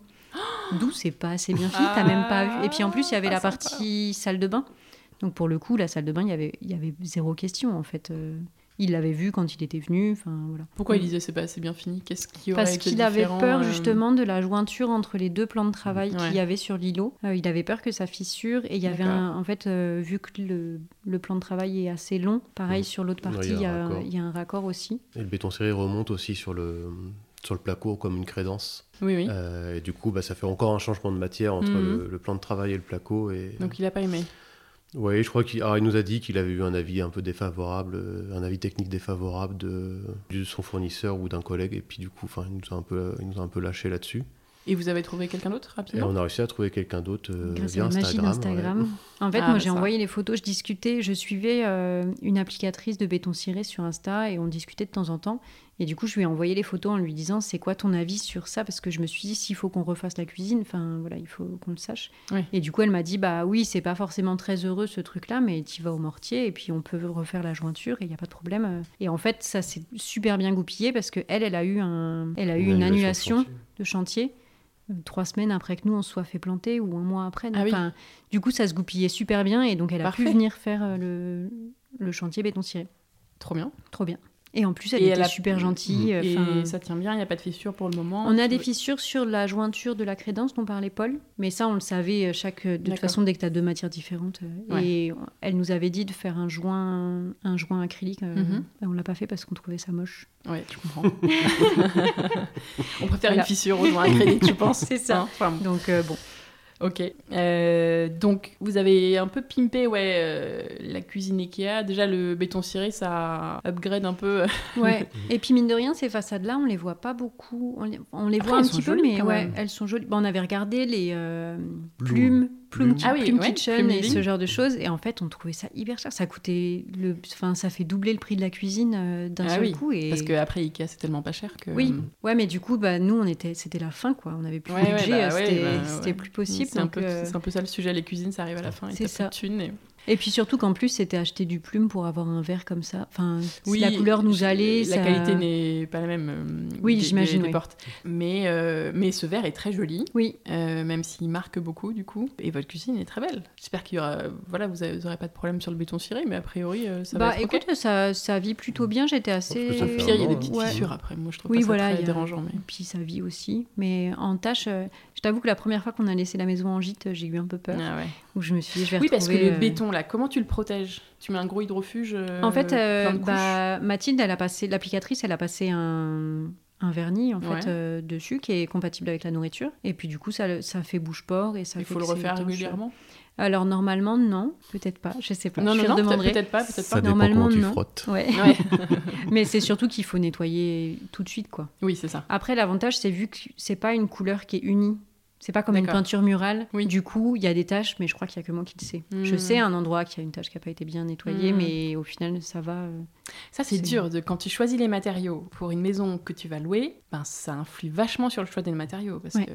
D'où c'est pas assez bien fini, t'as même pas vu. Et puis en plus, il y
[gasps]
avait
Ah,
la
sympa.
partie salle de bain. Donc pour le coup, la salle de bain, il y avait, il y avait zéro question en fait. Euh, il l'avait vu quand il était venu. Enfin voilà.
Pourquoi il disait c'est pas assez bien fini Qu'est-ce qui aurait
Mm. Parce
été
qu'il avait
différent,
peur
euh, Mm,
justement de la jointure entre les deux plans de travail
Ouais.
qu'il y avait sur l'îlot. Euh, il avait peur que ça fissure et il y avait
D'accord.
un- en fait euh, vu que le, le plan de travail est assez long, pareil
Mm.
Mhm.
sur l'autre
Ouais,
partie,
il
il
y
y,
a un
a un-
raccord.
il y a un raccord aussi.
Et le béton ciré remonte aussi sur le, sur le placo comme une crédence.
Oui, oui.
Euh, et du coup, bah, ça fait encore un changement de matière entre
Mmh.
Mhm.
le, le plan de travail et le placo. Et...
Donc il a pas aimé.
Oui, je crois qu'il alors, il nous a dit qu'il avait eu un avis un peu défavorable, euh, un avis technique défavorable de, de son fournisseur ou d'un collègue. Et puis du coup, 'fin, il nous a un peu, il nous a un peu lâché là-dessus.
Et vous avez trouvé quelqu'un d'autre
Et
rapidement
on a réussi à trouver quelqu'un d'autre euh,
Grâce
via
à la magie
Instagram.
d'Instagram.
ouais.
En fait,
Ah,
moi,
bah,
j'ai
ça.
envoyé les photos, je discutais, je suivais euh, une applicatrice de béton ciré sur Insta et on discutait de temps en temps. Et du coup, je lui ai envoyé les photos en lui disant c'est quoi ton avis sur ça Parce que je me suis dit s'il faut qu'on refasse la cuisine, enfin voilà, il faut qu'on le sache.
Oui.
Et du coup, elle m'a dit bah oui, c'est pas forcément très heureux ce truc-là, mais tu vas au mortier et puis on peut refaire la jointure et il n'y a pas de problème. Et en fait, ça s'est super bien goupillé parce que elle, elle a eu, un... elle a eu une annulation
de chantier.
de chantier euh, trois semaines après que nous on se soit fait planter ou un mois après. Donc,
Ah oui.
enfin, Du coup, ça se goupillait super bien et donc elle a pu
Parfait.
venir faire euh, le, le chantier béton ciré.
Trop bien.
Trop bien. Et en plus, elle
Et
était
elle a- Mm.
super gentille. euh,
Et
enfin,
ça tient bien, il n'y a pas de fissure pour le moment.
On a
Tu
des
veux-
fissures sur la jointure de la crédence dont parlait Paul, mais ça on le savait euh, chaque de toute
D'accord.
façon dès que tu as deux matières différentes euh,
Ouais.
et on- elle nous avait dit de faire un joint un joint acrylique euh,
Mhm.
et on l'a pas fait parce qu'on trouvait ça moche.
Ouais, je
[laughs]
comprends. On préfère
Voilà.
une fissure au joint à crédit, tu penses
[laughs] C'est ça.
Hein Enfin,
Donc euh, bon,
Ok. Euh, donc, vous avez un peu pimpé ouais, euh, la cuisine Ikea. Déjà, le béton ciré, ça upgrade un peu. euh, [laughs]
Ouais. Et puis mine de rien, ces façades-là, on les voit pas beaucoup. On les, on les
Après,
voit un
elles sont
petit peu,
jolies
mais
quand
ouais,
même.
elles sont jolies. Bon, on avait regardé les euh,
Plume.
plumes, plumes,
Plume.
ki-
Ah oui,
plume
ouais,
kitchen
plume
et ce
living.
genre de choses. Et en fait, on trouvait ça hyper cher. Ça coûtait, le, enfin, ça fait doubler le prix de la cuisine euh, d'un
Ah
seul
oui,
coup. Et
Parce qu'après, Ikea, c'est tellement pas cher que. euh,
oui, ouais, mais du coup, bah nous, on était, c'était la fin, quoi. On avait plus de
Ouais, ouais,
budget, euh,
bah ouais,
c'était,
bah
c'était
ouais.
plus possible.
C'est un,
donc,
peu,
euh,
c'est un peu ça le sujet. Les cuisines, ça arrive à la fin.
C'est
C'est
ça.
ça. Thune et...
Et puis surtout qu'en plus, c'était acheter du plume pour avoir un verre comme ça. Enfin, si
Oui,
la couleur nous
je-
allait,
La
ça-
qualité n'est pas la même. euh,
Oui,
des- des-
j'imagine,
des
oui.
portes. Mais, euh, mais ce verre est très joli,
Oui,
euh, même s'il marque beaucoup du coup. Et votre cuisine est très belle. J'espère qu'il y aura, voilà, vous n'aurez pas de problème sur le béton ciré, mais a priori, euh, ça
bah
va être ok.
écoute, ça, ça vit plutôt bien. J'étais assez.
que ça fait
Au pire, il y a des
Ouais.
petites
Ouais.
fissures après. Moi, je trouve
Oui,
pas ça
voilà,
très
il y a-
dérangeant. Mais...
Puis ça vit aussi. Mais en tâche, euh, je t'avoue que la première fois qu'on a laissé la maison en gîte, euh, j'ai eu un peu peur.
Ah ouais.
Où je me suis dit, je vais
Oui, parce que
retrouver,
le
euh,
béton, là, comment tu le protèges Tu mets un gros hydrofuge euh,
En fait, euh,
plein de couches
bah, Mathilde, elle a passé l'applicatrice, elle a passé un, un vernis en fait
Ouais.
euh, dessus qui est compatible avec la nourriture. Et puis du coup, ça, le- ça fait bouche-port et ça.
Il
fait
faut le
que c'est hein.
refaire
étanche.
régulièrement
Alors normalement, non, peut-être pas, je sais pas.
Non,
je
non,
lui
non,
redemanderai.
peut-être pas, peut-être
Ça
pas.
dépend
Normalement,
comment tu
non.
frottes.
Ouais.
Ouais.
[laughs] Mais c'est surtout qu'il faut nettoyer tout de suite, quoi.
Oui, c'est ça.
Après, l'avantage, c'est vu que c'est pas une couleur qui est unie. C'est pas comme une
D'accord.
peinture murale.
Oui.
Du coup, il y a des taches, mais je crois qu'il y a que moi qui le sais. Je
Hmm.
sais un endroit qui a une tache qui a pas été bien nettoyée,
Hmm.
mais au final, ça va. euh.
Ça, c'est
C'est-
dur. De, quand tu choisis les matériaux pour une maison que tu vas louer, ben, ça influe vachement sur le choix des matériaux. Parce
Ouais.
que...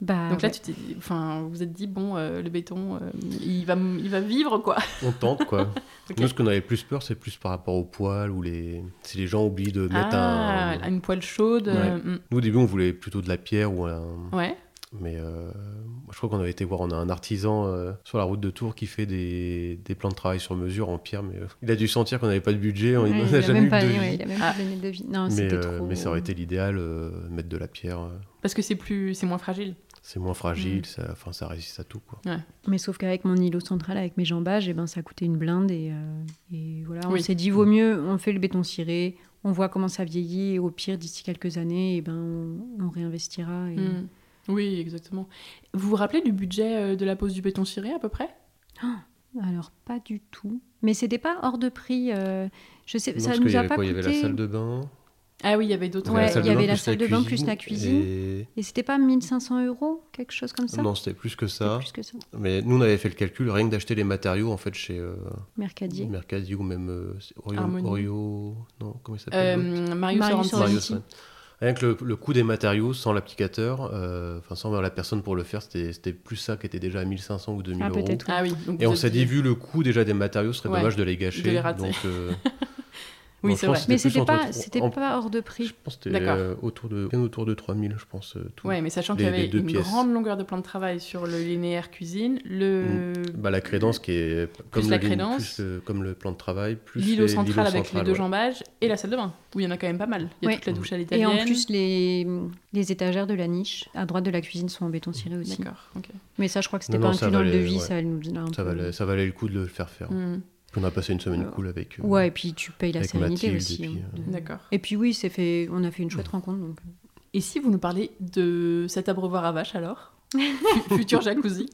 Bah,
Donc là,
ouais.
tu t'es dit- enfin, vous vous êtes dit, bon, euh, le béton, euh, il, va, il va vivre,
[laughs]
quoi.
On tente, quoi.
Ok.
Nous, ce qu'on avait plus peur, c'est plus par rapport au poil ou les... si les gens oublient de mettre
Ah,
un...
une poêle chaude.
Ouais.
euh, mm.
Nous, au début, on voulait plutôt de la pierre ou un.
Ouais.
Mais euh, moi, je crois qu'on avait été voir, on a un artisan euh, sur la route de Tours qui fait des, des plans de travail sur mesure en pierre, mais euh, il a dû sentir qu'on n'avait pas de budget, on
Ouais,
n'a
il a
jamais
même
eu
pas,
de
ouais,
devis.
il a même
Ah.
pas donné de vie. Non,
mais,
c'était
euh,
trop.
mais ça aurait été l'idéal, euh, mettre de la pierre. euh,
Parce que c'est plus, c'est moins fragile.
C'est moins fragile,
Mm.
ça, enfin, ça résiste à tout. Quoi.
Mais sauf qu'avec mon îlot central, avec mes jambages, eh ben, ça coûtait une blinde. Et, euh, et voilà, on
Oui.
s'est dit, vaut mieux, on fait le béton ciré, on voit comment ça vieillit, et au pire, d'ici quelques années, eh ben, on, on réinvestira. Et...
Mm. Oui, exactement. Vous vous rappelez du budget euh, de la pose du béton ciré à peu près
Alors, pas du tout. Mais c'était pas hors de prix. euh, je sais,
Non,
ça
parce
nous
qu'il y
a
avait
pas
quoi,
coûté.
Il y avait la salle de bain,
Ah oui, il y avait d'autres.
il y avait la
Ouais,
salle
il
de
y avait
bain
la
plus
salle de bain plus la cuisine.
et-
Et c'était pas 1500 euros, quelque chose comme ça
Non, c'était plus que
C'était
ça.
Plus que ça.
Mais nous, on avait fait le calcul, rien que d'acheter les matériaux en fait chez euh,
Mercadier.
Mercadier ou même euh, c'est Orion,
Harmonie.
Orio. Non, comment il
Euh,
s'appelle l'autre
Mario
Mario
Sorrentino.
Sorrentino.
Mario Swan. Rien que le, le coût des matériaux sans l'applicateur, euh, enfin sans la personne pour le faire, c'était c'était plus ça qui était déjà à 1500 ou 2000
Ah,
euros.
peut-être.
Ah oui. donc
Et
vous
on
êtes
s'est dit, vu le coût déjà des matériaux, ce serait
Ouais,
dommage de les gâcher.
de les rater.
Donc,
[laughs]
euh,
Oui,
donc,
c'est
je pense
vrai.
que
Mais
Ah, plus
c'était
entre
pas,
trois-
c'était
en-
pas hors de
Je
prix.
pense que c'était
D'accord.
euh, autour, de, bien autour de 3000, je pense. euh, tout.
Ouais, mais sachant
Les-
qu'il y avait
les deux
une
pièces.
grande longueur de plan de travail sur le linéaire cuisine, le
Bah, la crédence qui est comme,
la
le, ligne-
crédence.
plus, euh, comme le plan de travail, plus
l'îlot
les-
central avec
central,
les deux
ouais.
jambages et la salle de bain, où il y en a quand même pas mal. Il y a
Ouais.
toute la douche à
Et
l'italienne.
en plus, les, les étagères de la niche, à droite de la cuisine, sont en béton ciré aussi.
D'accord, ok.
Mais ça, je crois que c'était
Non,
pas
non, ça
inclus dans le
valait-
devis,
ouais.
ça, elle nous l'a un
Ça
peu-
valait, ça valait le coup de le faire faire.
Hmm,
On a passé une semaine
Euh,
cool avec. euh,
Ouais, et puis tu payes la
Avec
sérénité
Mathilde,
aussi.
et puis, euh,
hein, de-
D'accord.
Et puis oui, c'est fait. On a fait une chouette rencontre. Donc. euh.
Et si vous nous parlez de cet abreuvoir à vache alors Fu-
[laughs]
Futur jacuzzi.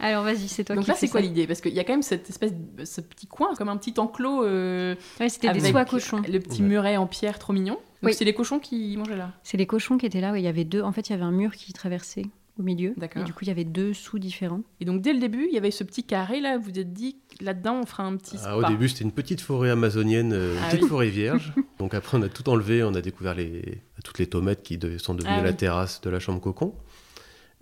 Alors vas-y, c'est toi
Donc
qui.
là,
fais
c'est quoi
ça.
l'idée Parce qu'il y a quand même cette espèce, de- ce petit coin, comme un petit enclos, euh,
Ouais, C'était des
Avec-
soies cochons.
le petit
Ouais.
muret en pierre trop mignon. Donc
Oui.
c'est les cochons qui mangeaient là.
C'est les cochons qui étaient là. ouais, Il y avait deux. En fait, il y avait un mur qui traversait au milieu.
D'accord.
Et du coup, il y avait deux sous différents.
Et donc dès le début, il y avait ce petit carré là. Vous vous êtes dit là-dedans, on fera un petit
Ah,
spa.
au début, c'était une petite forêt amazonienne, euh, une
Ah
petite
oui. [laughs]
forêt vierge. Donc après, on a tout enlevé, on a découvert les, toutes les tomates qui de- sont devenues
Ah
la
oui.
terrasse de la chambre cocon.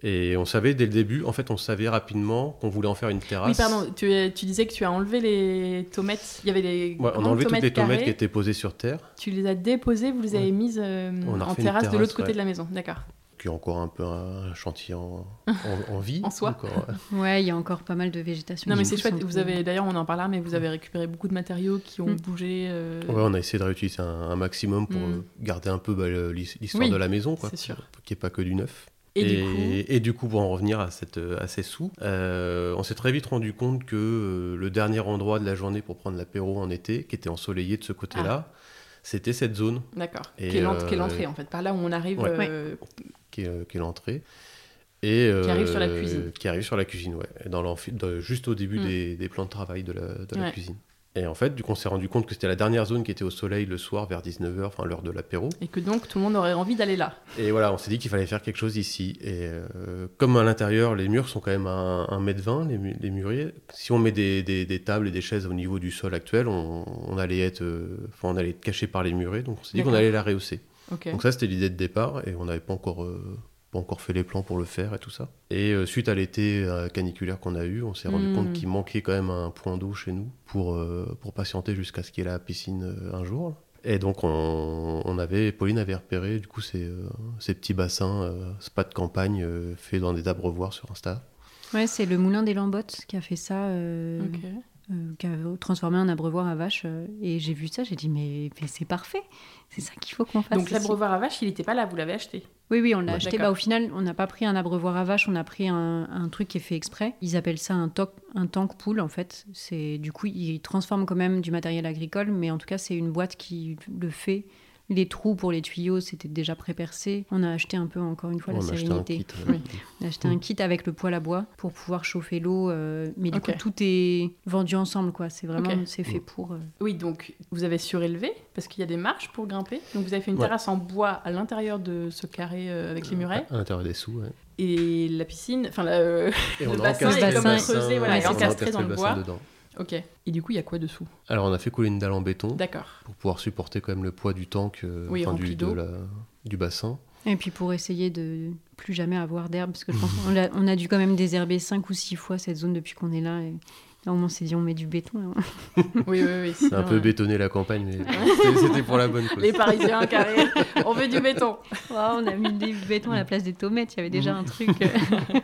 Et on savait dès le début, en fait, on savait rapidement qu'on voulait en faire une terrasse.
Oui, pardon, tu, euh, tu disais que tu as enlevé les tomates. Il y avait les
Ouais, on
grandes
a enlevé toutes
tomates
les tomates
carrées.
qui étaient posées sur terre,
Tu les as déposées, vous les avez mises euh,
On a
en
refait une
terrasse de
terrasse,
l'autre côté
ouais.
de la maison. D'accord.
qui est encore un peu un chantier en, en- en vie.
[laughs]
euh,
En soi.
encore.
Ouais, il y a encore pas mal de végétation.
Non, mais
qui
c'est
pousse
chouette.
un
Vous
peu.
avez, d'ailleurs, on en parlera, mais vous avez récupéré beaucoup de matériaux qui ont
Mm.
bougé. euh,
Ouais, on a essayé de réutiliser un, un maximum pour
Mm.
euh, garder un peu bah, le- l'his- l'histoire
Oui,
de la maison, quoi,
c'est sûr.
qu'il n'y ait pas que du neuf.
Et, du coup,
et du coup, pour en revenir à, cette, à ces sous, euh, on s'est très vite rendu compte que euh, le dernier endroit de la journée pour prendre l'apéro en été, qui était ensoleillé de ce côté-là,
Ah.
c'était cette zone
d'accord.
et,
Quelle, ent-
euh,
quelle entrée en fait Par là où on arrive.
ouais.
euh,
qui est, qui est l'entrée. Et, euh,
Qui arrive sur la cuisine.
Qui arrive sur la cuisine, ouais. Dans l'amphi- de- juste au début
Mm.
des, des plans de travail de la, de la
Ouais.
cuisine. Et en fait, du coup, on s'est rendu compte que c'était la dernière zone qui était au soleil le soir vers 19h, enfin l'heure de l'apéro.
Et que donc tout le monde aurait envie d'aller là.
Et voilà, on s'est dit qu'il fallait faire quelque chose ici. Et euh, comme à l'intérieur, les murs sont quand même à 1m20, les, mu- les muriers, si on met des, des- des tables et des chaises au niveau du sol actuel, on, on allait, être, euh, enfin, on allait être caché par les murets. Donc on s'est dit qu'on
D'accord.
allait la rehausser.
Ok.
Donc ça, c'était l'idée de départ. Et on n'avait pas encore... euh, pas encore fait les plans pour le faire et tout ça. Et euh, suite à l'été euh, caniculaire qu'on a eu, on s'est rendu
Hmm.
Mm.
compte qu'il manquait quand même un point d'eau chez nous pour, euh, pour patienter jusqu'à ce qu'il y ait la piscine euh, un jour. Et donc on, on avait, Pauline avait repéré du coup ces, euh, ces petits bassins euh, spa de campagne euh, faits dans des abreuvoirs sur Insta.
Ouais, c'est le moulin des Lambottes qui a fait ça, euh,
Ok.
euh, qui a transformé un abreuvoir à vache. euh, et j'ai vu ça, j'ai dit, mais, mais c'est parfait. C'est ça qu'il faut qu'on fasse.
Donc
ici.
l'abreuvoir à vache, il n'était pas là, vous l'avez acheté.
Oui, oui, on l'a
Ouais.
acheté.
D'accord.
Bah, au final, on n'a pas pris un abreuvoir à vache, on a pris un, un truc qui est fait exprès. Ils appellent ça un, toc- un tank pool, en fait. C'est Du coup, ils transforment quand même du matériel agricole, mais en tout cas, c'est une boîte qui le fait. Les trous pour les tuyaux, c'était déjà prépercé. On a acheté un peu, encore une fois, la
on a acheté un
sérénité.
kit. euh,
Oui.
[laughs] On a acheté un kit avec le poêle à bois pour pouvoir chauffer l'eau. euh, mais du
Ok.
coup, tout est vendu ensemble, quoi. C'est vraiment,
Ok.
c'est
Mm.
fait pour... euh,
Oui, donc vous avez surélevé parce qu'il y a des marches pour grimper. Donc vous avez fait une
Ouais.
terrasse en bois à l'intérieur de ce carré euh, avec les murets
À l'intérieur des sous, ouais.
et la piscine. Enfin, la, euh, [laughs]
Et
Le
on a
bassin
encastré
est
le
comme
bassin,
creusé, voilà,
on
et
a
encastré
encastré
dans
le
le
bassin
bois.
dedans.
ok. Et du coup, il y a quoi dessous
Alors on a fait couler une dalle en béton.
D'accord.
pour pouvoir supporter quand même le poids du tank, euh,
Oui,
enfin,
rempli
du, de
d'eau.
la- du bassin.
Et puis pour essayer de plus jamais avoir d'herbe, parce que je pense qu'on a, on a dû quand même désherber cinq ou six fois cette zone depuis qu'on est là. Et là, au moins, on s'est dit, on met du béton. hein.
Oui, oui, oui.
C'est un
sinon,
peu
euh,
bétonné la campagne, mais [laughs] c'était- c'était pour la bonne cause.
Les Parisiens, [laughs] carré. On veut du béton.
Waouh, on a mis du béton à la place des tomates, il y avait
Mmh.
déjà un truc.
[laughs]
euh.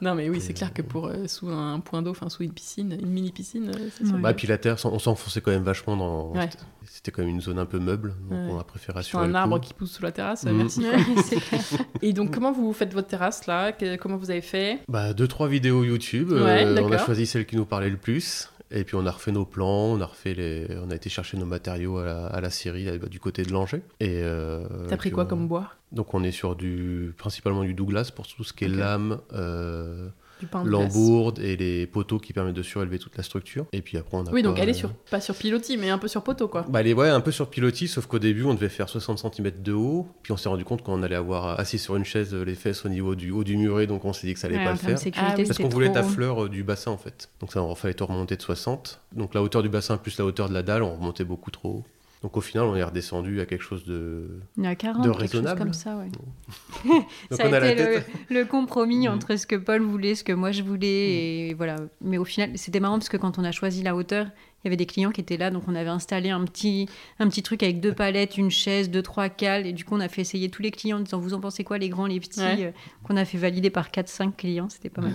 Non, mais oui,
Et,
c'est clair que pour euh, sous un point d'eau, enfin sous une piscine, une mini piscine, euh, c'est sûr.
Ouais.
Bah, puis la terre, on s'enfonçait quand même vachement dans.
Ouais.
C'était quand même une zone un peu meuble, donc
Ouais.
on a préféré
Sur
assurer.
un
le
arbre
coup.
qui pousse sous la terrasse, euh,
Mm.
merci. quoi.
Ouais, c'est clair.
Et donc, comment vous faites votre terrasse là Que- Comment vous avez fait
Bah, deux, trois vidéos YouTube.
Ouais,
euh, on a
d'accord.
choisi celle qui nous parlait le plus. Et puis on a refait nos plans, on a, refait les... on a été chercher nos matériaux à la, à la Syrie, là, bah, du côté de Langer. Et, euh,
T'as pris
puis
quoi
on-
comme bois
Donc on est sur du principalement du Douglas pour tout ce qui est
Ok.
lame, euh,
Du pain de glace.
l'embourde et les poteaux qui permettent de surélever toute la structure. Et puis après, on a.
Oui, donc
pas- euh,
elle est sur, pas sur pilotis, mais un peu sur poteau, quoi.
Bah, elle est ouais, un peu sur pilotis, sauf qu'au début, on devait faire 60 cm de haut. Puis on s'est rendu compte qu'on allait avoir assis sur une chaise euh, les fesses au niveau du haut du muret, donc on s'est dit que ça allait
Ouais,
pas
en
le
termes de
faire.
sécurité,
Ah oui.
Parce
c'était
qu'on voulait
trop
la
rond.
fleur euh, du bassin en fait. Donc ça, il fallait tout remonter de 60. Donc la hauteur du bassin plus la hauteur de la dalle, on remontait beaucoup trop haut. Donc au final, on est redescendu à quelque chose de.
On est à 40,
de
quelque chose
raisonnable.
comme ça, ouais.
Donc
ça
on a
a
la
été
tête.
[laughs] le, le compromis
Mm.
entre ce que Paul voulait, ce que moi je voulais,
Mhm.
et voilà. Mais au final, c'était marrant parce que quand on a choisi la hauteur, il y avait des clients qui étaient là, donc on avait installé un petit, un petit truc avec deux palettes, une chaise, deux, trois cales, et du coup on a fait essayer tous les clients en disant vous en pensez quoi, les grands, les petits,
Ouais.
euh, qu'on a fait valider par 4-5 clients, c'était pas mal.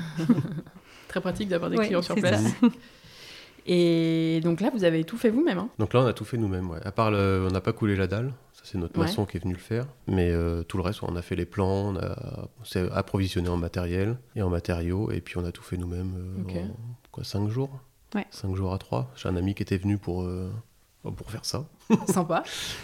Très pratique d'avoir des
Ouais,
clients sur
c'est
place.
ça.
Et donc là, vous avez tout fait vous-même. hein.
Donc là, on a tout fait nous-mêmes. ouais. À part, le- on n'a pas coulé la dalle. Ça, c'est notre
Ouais.
maçon qui est venu le faire. Mais euh, tout le reste, on a fait les plans, on, a- on s'est approvisionné en matériel et en matériaux. Et puis, on a tout fait nous-mêmes euh,
Ok.
en quoi, 5 jours
Ouais.
5 jours à 3. J'ai un ami qui était venu pour, euh, pour faire ça.
Sympa.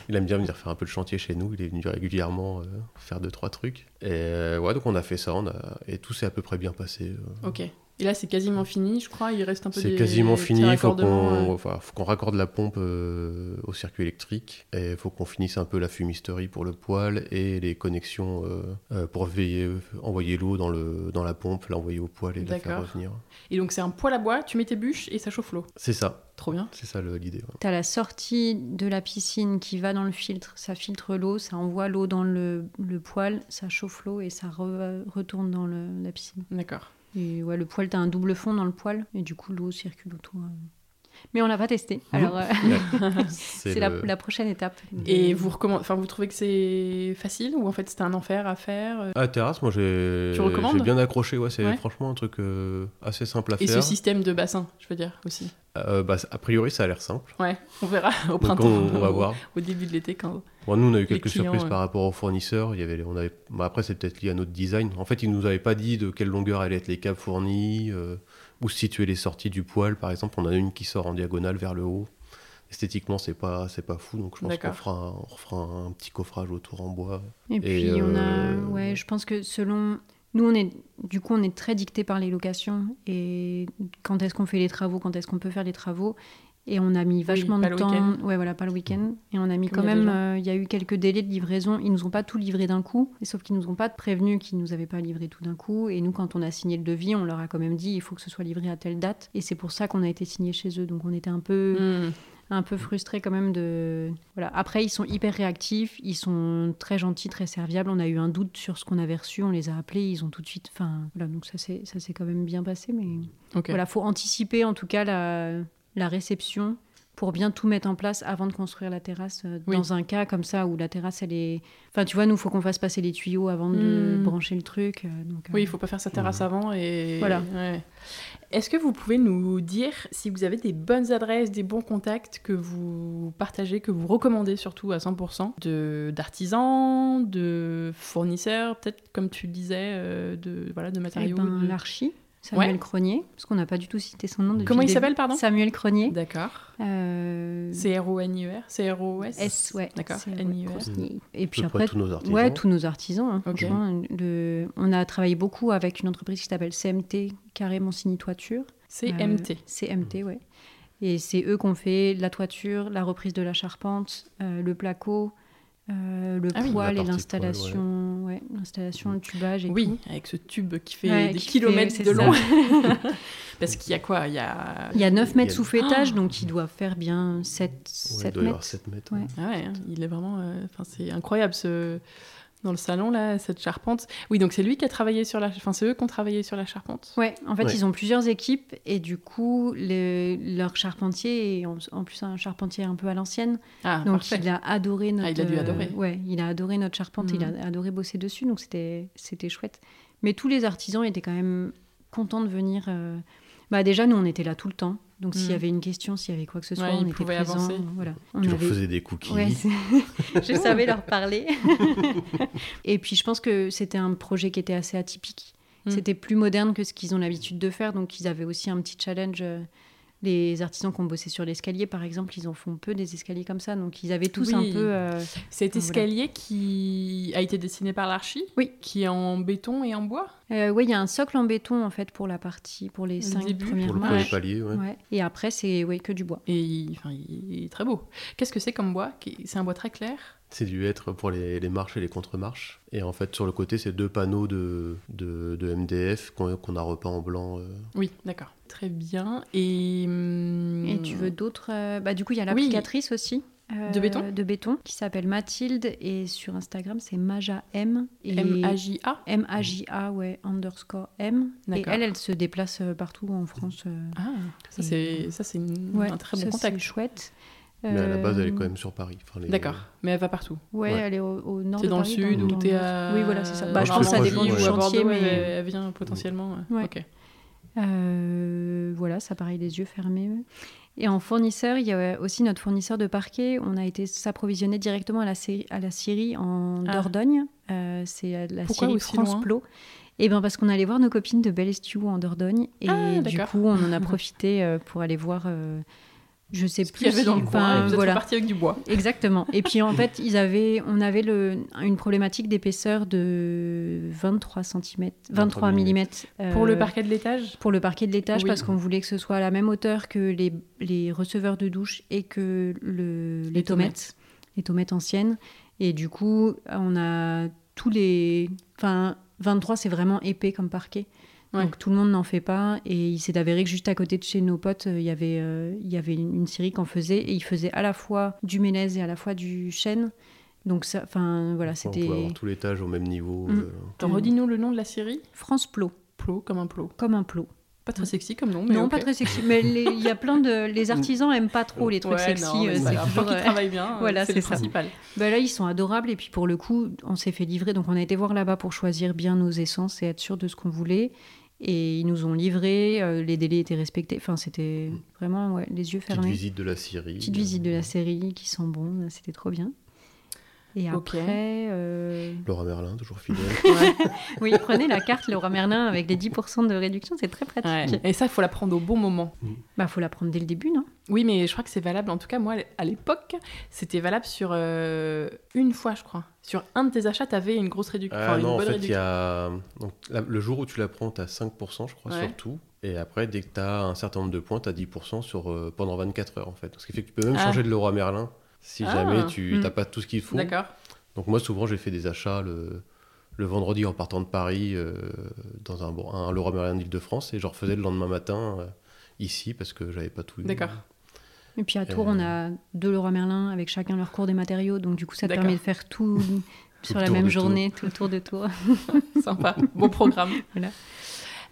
Il aime bien venir faire un peu de chantier chez nous. Il est venu régulièrement euh, faire 2-3 trucs. Et euh, ouais, donc on a fait ça. On a... Et tout s'est à peu près bien passé. euh.
Ok. Et là, c'est quasiment fini, je crois. Il reste un peu
C'est
des-
quasiment
des petits
fini, il faut
raccordements,
qu'on
euh.
enfin, faut qu'on raccorde la pompe euh, au circuit électrique et il faut qu'on finisse un peu la fumisterie pour le poêle et les connexions euh, euh, pour veiller, envoyer l'eau dans, le, dans la pompe, l'envoyer au poêle et la faire
D'accord.
revenir.
Et donc, c'est un poêle à bois, tu mets tes bûches et ça chauffe l'eau.
C'est ça,
Trop bien.
c'est ça le- l'idée. ouais.
T'as la sortie de la piscine qui va dans le filtre, ça filtre l'eau, ça envoie l'eau dans le, le poêle, ça chauffe l'eau et ça re- retourne dans le- la piscine.
D'accord.
Et ouais, le poêle, t'as un double fond dans le poêle, et du coup, l'eau circule autour. euh. Mais on l'a pas testé, alors euh,
[laughs]
c'est la,
le-
la prochaine étape.
Et vous recommandez, enfin, vous trouvez que c'est facile ou en fait c'était un enfer à faire euh,
À la Ah, terrasse, moi j'ai
Tu recommandes
j'ai bien accroché. Ouais, c'est
Ouais.
franchement un truc euh, assez simple à
Et ce
faire.
système de bassin, je veux dire aussi.
Euh, bah, a priori, ça a l'air simple.
Ouais, on verra [laughs] au
Donc
printemps.
on, on va voir.
Au début de l'été quand.
Bon, nous, on a eu quelques
clients,
surprises
ouais.
par rapport aux fournisseurs. Il y avait, les- on avait, bah, après, c'est peut-être lié à notre design. En fait, ils nous avaient pas dit de quelle longueur allaient être les câbles fournis, euh, où se situaient les sorties du poêle, par exemple. On en a une qui sort en diagonale vers le haut. Esthétiquement, c'est pas, c'est pas fou, donc je pense qu'on
D'accord.
fera, un- on refera un petit coffrage autour en bois.
Et puis,
et,
on a.
euh,
Ouais, je pense que selon Nous, on est, du coup, on est très dicté par les locations et quand est-ce qu'on fait les travaux, quand est-ce qu'on peut faire les travaux. Et on a mis vachement
pas
de
le
temps.
week-end.
Ouais, voilà, pas le week-end. Et on a mis
Comme il
quand
y a des
même.
gens.
euh, Il y a eu quelques délais de livraison. Ils nous ont pas tout livré d'un coup, et sauf qu'ils nous ont pas prévenu qu'ils nous avaient pas livré tout d'un coup. Et nous, quand on a signé le devis, on leur a quand même dit il faut que ce soit livré à telle date. Et c'est pour ça qu'on a été signé chez eux. Donc on était un peu
Mm. Hmm.
un peu frustré quand même de voilà après ils sont hyper réactifs ils sont très gentils très serviables on a eu un doute sur ce qu'on avait reçu on les a appelés ils ont tout de suite enfin voilà donc ça s'est ça s'est quand même bien passé mais
Ok.
voilà faut anticiper en tout cas la, la réception pour bien tout mettre en place avant de construire la terrasse euh,
Oui.
dans un cas comme ça où la terrasse elle est enfin tu vois nous faut qu'on fasse passer les tuyaux avant de
Hmm.
brancher le truc euh, donc euh,
Oui, il faut pas faire sa terrasse avant et
Voilà.
Ouais. Est-ce que vous pouvez nous dire si vous avez des bonnes adresses, des bons contacts que vous partagez, que vous recommandez surtout à 100% de d'artisans, de fournisseurs, peut-être comme tu le disais, euh, de voilà de
eh
matériaux.
ben,
de-
l'archi Samuel
Ouais.
Cronier parce qu'on n'a pas du tout cité son nom depuis
Comment
le
il
début.
s'appelle, pardon
Samuel Cronier
D'accord.
Euh,
C R O N I E R, C R O S.
S, ouais.
D'accord.
c'est-
N I E R.
Crosnier. Et
peu
puis
près
après,
tous nos artisans.
ouais, tous nos artisans. hein,
Ok.
franchement. Le- on a travaillé beaucoup avec une entreprise qui s'appelle CMT, Carré Monsigny Toiture.
C M T.
Euh,
Mmh.
CMT, ouais. Et c'est eux qui ont fait la toiture, la reprise de la charpente, euh, le placo, euh, le
Ah oui.
poêle
La
et
partie
l'installation, ouais. l'installation, le tubage et
Oui,
tout.
avec ce tube qui fait
Ouais,
des
qui fait-
kilomètres
c'est
de
ça.
long. [laughs] Parce qu'il y a quoi Il y a.
Il y a 9 mètres
Il y a-
sous feuilletage,
Ah.
donc il doit faire bien 7,
Ouais, il doit y avoir
mètres.
7 mètres.
Ouais.
Ah ouais, hein, il est vraiment. euh, Enfin, c'est incroyable ce. Dans le salon, là, cette charpente. Oui, donc c'est lui qui a travaillé sur la. Enfin, c'est eux qui ont travaillé sur la charpente.
Ouais, en fait,
Ouais.
ils ont plusieurs équipes et du coup, le- leur charpentier est en, en plus un charpentier un peu à l'ancienne.
Ah,
donc,
parfait.
il a adoré notre. euh,
Ah, il a dû adorer.
ouais, il a adoré notre charpente,
Mhm.
il a adoré bosser dessus, donc c'était c'était chouette. Mais tous les artisans étaient quand même contents de venir. euh, Bah déjà, nous, on était là tout le temps. Donc, s'il
Mhm.
y avait une question, s'il y avait quoi que ce soit,
Ouais, ils
on était
pouvaient
présents.
avancer.
Voilà. On
Tu leur
avait-
faisais des cookies.
Ouais, c'est- [laughs] je savais leur parler. [laughs] et puis je pense que c'était un projet qui était assez atypique.
Mm.
C'était plus moderne que ce qu'ils ont l'habitude de faire, donc ils avaient aussi un petit challenge. euh, Les artisans qui ont bossé sur l'escalier, par exemple, ils en font peu des escaliers comme ça, donc ils avaient tous
Oui.
un peu. euh,
Cet
Voilà.
escalier qui a été dessiné par l'archi
Oui.
Qui est en béton et en bois
euh, ouais, il y a un socle en béton en fait pour la partie, pour les
Au
cinq
début.
premières
Pour le
Ouais.
premier
marches.
palier, ouais.
Ouais. Et après, c'est ouais, que du bois.
Et il, enfin, il est très beau. Qu'est-ce que c'est comme bois Qui- C'est un bois très clair
C'est du être pour les, les marches et les contre-marches. Et en fait, sur le côté, c'est deux panneaux de, de, de MDF qu'on qu'on a repeint en blanc. euh.
Oui, d'accord. Très bien. Et. hum,
Et tu veux d'autres euh, Bah du coup, il y a
Oui.
l'applicatrice aussi. euh,
De béton
De béton, qui s'appelle Mathilde et sur Instagram c'est Maja M. Et
M-A-J-A
M-A-J-A, ouais, underscore M. Et
D'accord.
elle, elle se déplace euh, partout en France. euh.
Ah, ça c'est ça, c'est une-
Ouais,
un très bon
ça,
contact.
C'est chouette.
Mais à la base, elle est quand
Euh,
même sur Paris. Enfin, les-
D'accord, mais elle va partout.
Ouais,
Ouais.
elle est au, au nord
T'es
de
dans le
Paris,
sud
dans- dans
ou
le
t'es
nord.
à.
Oui, voilà, c'est ça. Bah, je
en
pense que ça
Normandie
dépend du
ou à
chantier,
Bordeaux, elle-
mais...
Elle vient potentiellement.
Ouais.
Ok.
Euh, voilà, ça paraît les yeux fermés. ouais. Et en fournisseur, il y a aussi notre fournisseur de parquet. On a été s'approvisionner directement à la, Sy- à la Syrie en
Ah.
Dordogne. Euh, c'est la
Pourquoi
Syrie
aussi
France
loin
Plo. Et ben parce qu'on allait voir nos copines de Belle Estu en Dordogne. Et
Ah,
du
d'accord.
coup, on
[laughs]
en a profité euh, pour aller voir, euh, je sais
Ce
plus
qu'il y avait
si-
dans le
enfin,
coin, et vous êtes
voilà.
reparti avec du bois.
Exactement. Et puis en
[laughs]
fait, ils avaient, on avait le, une problématique d'épaisseur de 23 cm,
23
23 mm.
Pour le parquet de l'étage
pour le parquet de l'étage
Oui.
parce qu'on voulait que ce soit à la même hauteur que les, les receveurs de douche et que le, les, tomates, les tomates anciennes. Et du coup, on a tous les. Enfin, 23, c'est vraiment épais comme parquet.
Ouais.
Donc tout le monde n'en fait pas. Et il s'est avéré que juste à côté de chez nos potes, euh, il y avait, euh, il y avait une, une série qu'on faisait. Et ils faisaient à la fois du mélèze et à la fois du chêne. Donc ça, enfin voilà,
Enfin, on pouvait
c'était
avoir tout l'étage au même niveau.
Mmh,
Mm.
euh.
Attends,
Mm.
redis-nous le nom de la série.
France Plot,
Plot comme un plot.
comme un plot.
Pas très sexy comme nom, mais.
Mm. Non,
ok.
pas très sexy. Mais les- il y a plein de. Les artisans aiment pas trop les trucs
Ouais,
sexy.
non, mais
euh,
c'est
c'est
grave.
toujours,
Tant qu'ils
euh,
travaillent bien, euh,
Voilà,
c'est
c'est
le
ça.
principal.
bah là, ils sont adorables. Et puis pour le coup, on s'est fait livrer. Donc on a été voir là-bas pour choisir bien nos essences et être sûr de ce qu'on voulait. Et ils nous ont livré. euh, les délais étaient respectés. Enfin, c'était vraiment ouais, les yeux
Petite
fermés.
visite de la Syrie.
euh, Petite visite de la série qui sent bon. C'était trop bien. Et
Ok.
après, euh,
Laura Merlin, toujours fidèle.
[laughs]
oui, prenez la carte Laura Merlin avec les 10% de réduction, c'est très
Ouais.
pratique.
Et ça, il faut la prendre au bon moment.
Bah, faut la prendre dès le début, non
Oui, mais je crois que c'est valable. En tout cas, moi, à l'époque, c'était valable sur euh, une fois, je crois. Sur un de tes achats, t'avais une grosse réduction.
[laughs] Ah non,
une
en
bonne
fait, il y
réduction.
a. donc, la- le jour où tu la prends, tu as 5%, je crois,
Ouais.
sur tout. Et après, dès que tu as un certain nombre de points, tu as 10% sur, euh, pendant 24 heures, en fait. Ce qui fait que tu peux même
Ah.
changer de Leroy Merlin si
Ah.
jamais tu
Mm.
n'as pas tout ce qu'il faut.
D'accord.
Donc, moi, souvent, j'ai fait des achats le, le vendredi en partant de Paris euh, dans un, bon- un Leroy Merlin d'Île-de-France et je refaisais le lendemain matin euh, ici parce que j'avais pas tout eu.
D'accord.
Et puis à Tours,
Euh.
on a deux Leroy Merlin avec chacun leur cours des matériaux, donc du coup, ça te
D'accord.
permet de faire tout, sur
le
la
tour
même
de Tours.
journée, tout le tour de Tours.
Sympa, bon programme.
[laughs] Voilà.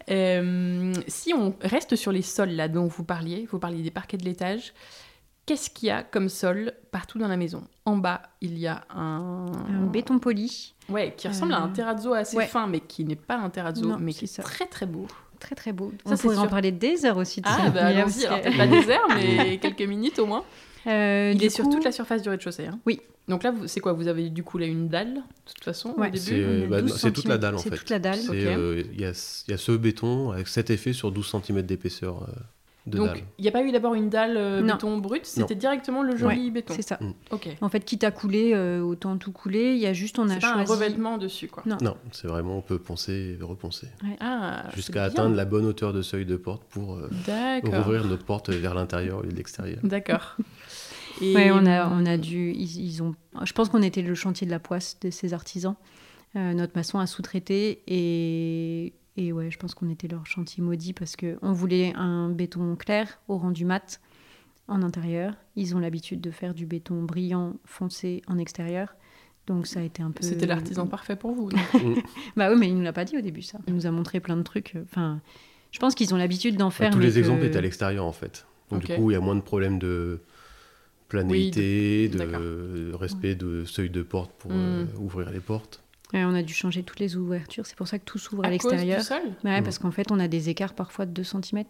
Euh, si on reste sur les sols là dont vous parliez, vous parliez des parquets de l'étage, qu'est-ce qu'il y a comme sol partout dans la maison En bas, il y a un,
Un béton poli,
ouais, qui ressemble à un
Euh,
terrazzo assez
ouais.
fin, mais qui n'est pas un terrazzo,
Non,
mais
c'est
qui est
ça.
très très beau.
très très beau.
Ça,
on
c'est
pourrait en
sûr.
parler des heures aussi de ça.
Ah bah
mais
allons-y, alors
parce
peut-être
que- [laughs]
pas des heures, mais [laughs] quelques minutes au moins.
Euh,
il
du
est sur
coup,
toute la surface du rez-de-chaussée. hein.
Oui.
Donc là, vous- c'est quoi Vous avez du coup là une dalle, de toute façon,
Ouais.
au
C'est
début
euh,
on a
bah,
12
non, c'est toute la dalle, en
centimètres.
fait.
C'est toute la dalle,
C'est,
ok.
euh, Il y, a, il y a ce béton avec cet effet sur 12 cm d'épaisseur euh, de
Donc,
dalle.
il n'y a pas eu d'abord une dalle euh,
Non.
béton brut, c'était directement le joli béton.
C'est ça.
Ok.
En fait, quitte à couler, euh, autant tout couler. Il y a juste, on a
C'est pas un
choisi.
revêtement dessus, quoi.
Non.
Non, c'est vraiment, on peut poncer et reponcer.
Ah,
Jusqu'à
c'est bien.
atteindre la bonne hauteur de seuil de porte pour euh,
D'accord.
rouvrir nos portes vers l'intérieur au lieu de l'extérieur.
D'accord. Et euh,
Ouais, on a, on a dû. Ils, ils ont. Je pense qu'on était le chantier de la poisse de ces artisans. Euh, notre maçon a sous-traité et et ouais, je pense qu'on était leur chantier maudit parce que on voulait un béton clair au rang du mat en intérieur. Ils ont l'habitude de faire du béton brillant foncé en extérieur. Donc ça a été un peu.
C'était l'artisan parfait pour vous. donc.
Bah oui, mais il nous l'a pas dit au début ça. Il nous a montré plein de trucs. euh, Enfin, je pense qu'ils ont l'habitude d'en faire.
Bah, Tous
mais
les
que-
exemples étaient à l'extérieur en fait. Donc
Ok.
du coup, il y a moins de problèmes de planéité,
Oui, de-
de... respect de seuil de porte pour
Mm.
Hmm.
euh, ouvrir les portes.
Ouais, on a dû changer toutes les ouvertures. C'est pour ça que tout s'ouvre à,
à cause du
l'extérieur.
sol
Ouais,
Mm.
parce qu'en fait, on a des écarts parfois de 2 cm.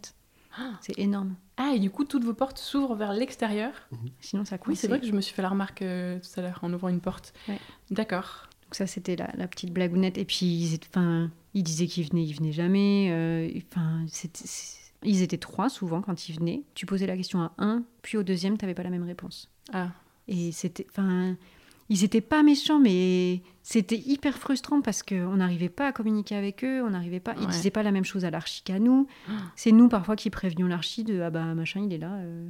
Ah.
C'est énorme.
Ah, et du coup, toutes vos portes s'ouvrent vers l'extérieur.
Sinon, ça coince.
Oui, c'est vrai que je me suis fait la remarque euh, tout à l'heure en ouvrant une porte.
Ouais.
D'accord.
Donc ça, c'était la, la petite blagounette. Et puis, ils, étaient- enfin, ils disaient qu'ils venaient, ils venaient jamais. Euh, Enfin, c'était- c'est- ils étaient trois souvent quand ils venaient. Tu posais la question à un, puis au deuxième, tu n'avais pas la même réponse.
Ah.
Et c'était... Enfin, ils étaient pas méchants, mais c'était hyper frustrant parce qu'on n'arrivait pas à communiquer avec eux. On n'arrivait pas... Ils
Ouais.
disaient pas la même chose à l'archi qu'à nous. C'est nous parfois qui prévenions l'archi de « Ah bah machin, il est là euh.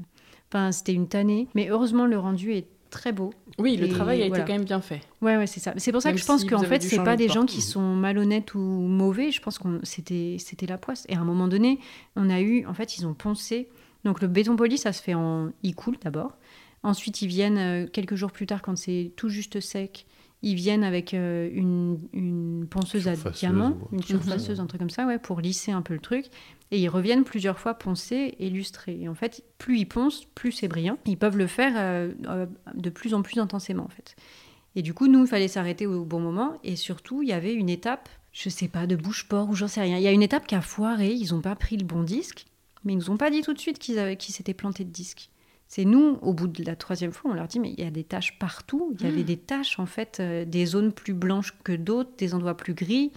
Enfin, c'était une tannée. Mais heureusement, le rendu est très beau.
Oui, le
Et
travail a
voilà.
été quand même bien fait.
Ouais, ouais, c'est ça. C'est pour ça
Même
que je pense
si
qu'en
vous avez
fait,
dû
c'est
changer
pas
de
des
porte.
gens qui sont malhonnêtes ou mauvais. Je pense qu'on c'était c'était la poisse. Et à un moment donné, on a eu, en fait, ils ont poncé. Donc le béton poli, ça se fait en, il coule d'abord. Ensuite, ils viennent euh, quelques jours plus tard, quand c'est tout juste sec, ils viennent avec euh, une, une ponceuse à
Surfaceuse,
diamant,
ou-
une surfaceuse, un truc comme ça, ouais, pour lisser un peu le truc. Et ils reviennent plusieurs fois poncer et lustrer. Et en fait, plus ils poncent, plus c'est brillant. Ils peuvent le faire euh, euh, de plus en plus intensément, en fait. Et du coup, nous, il fallait s'arrêter au bon moment. Et surtout, il y avait une étape, je sais pas, de bouche-port ou j'en sais rien. Il y a une étape qui a foiré. Ils n'ont pas pris le bon disque, mais ils nous ont pas dit tout de suite qu'ils avaient, qu'ils s'étaient plantés de disque. C'est nous, au bout de la troisième fois, on leur dit, mais il y a des taches partout. Il y avait des taches, en fait, euh, des zones plus blanches que d'autres, des endroits plus gris.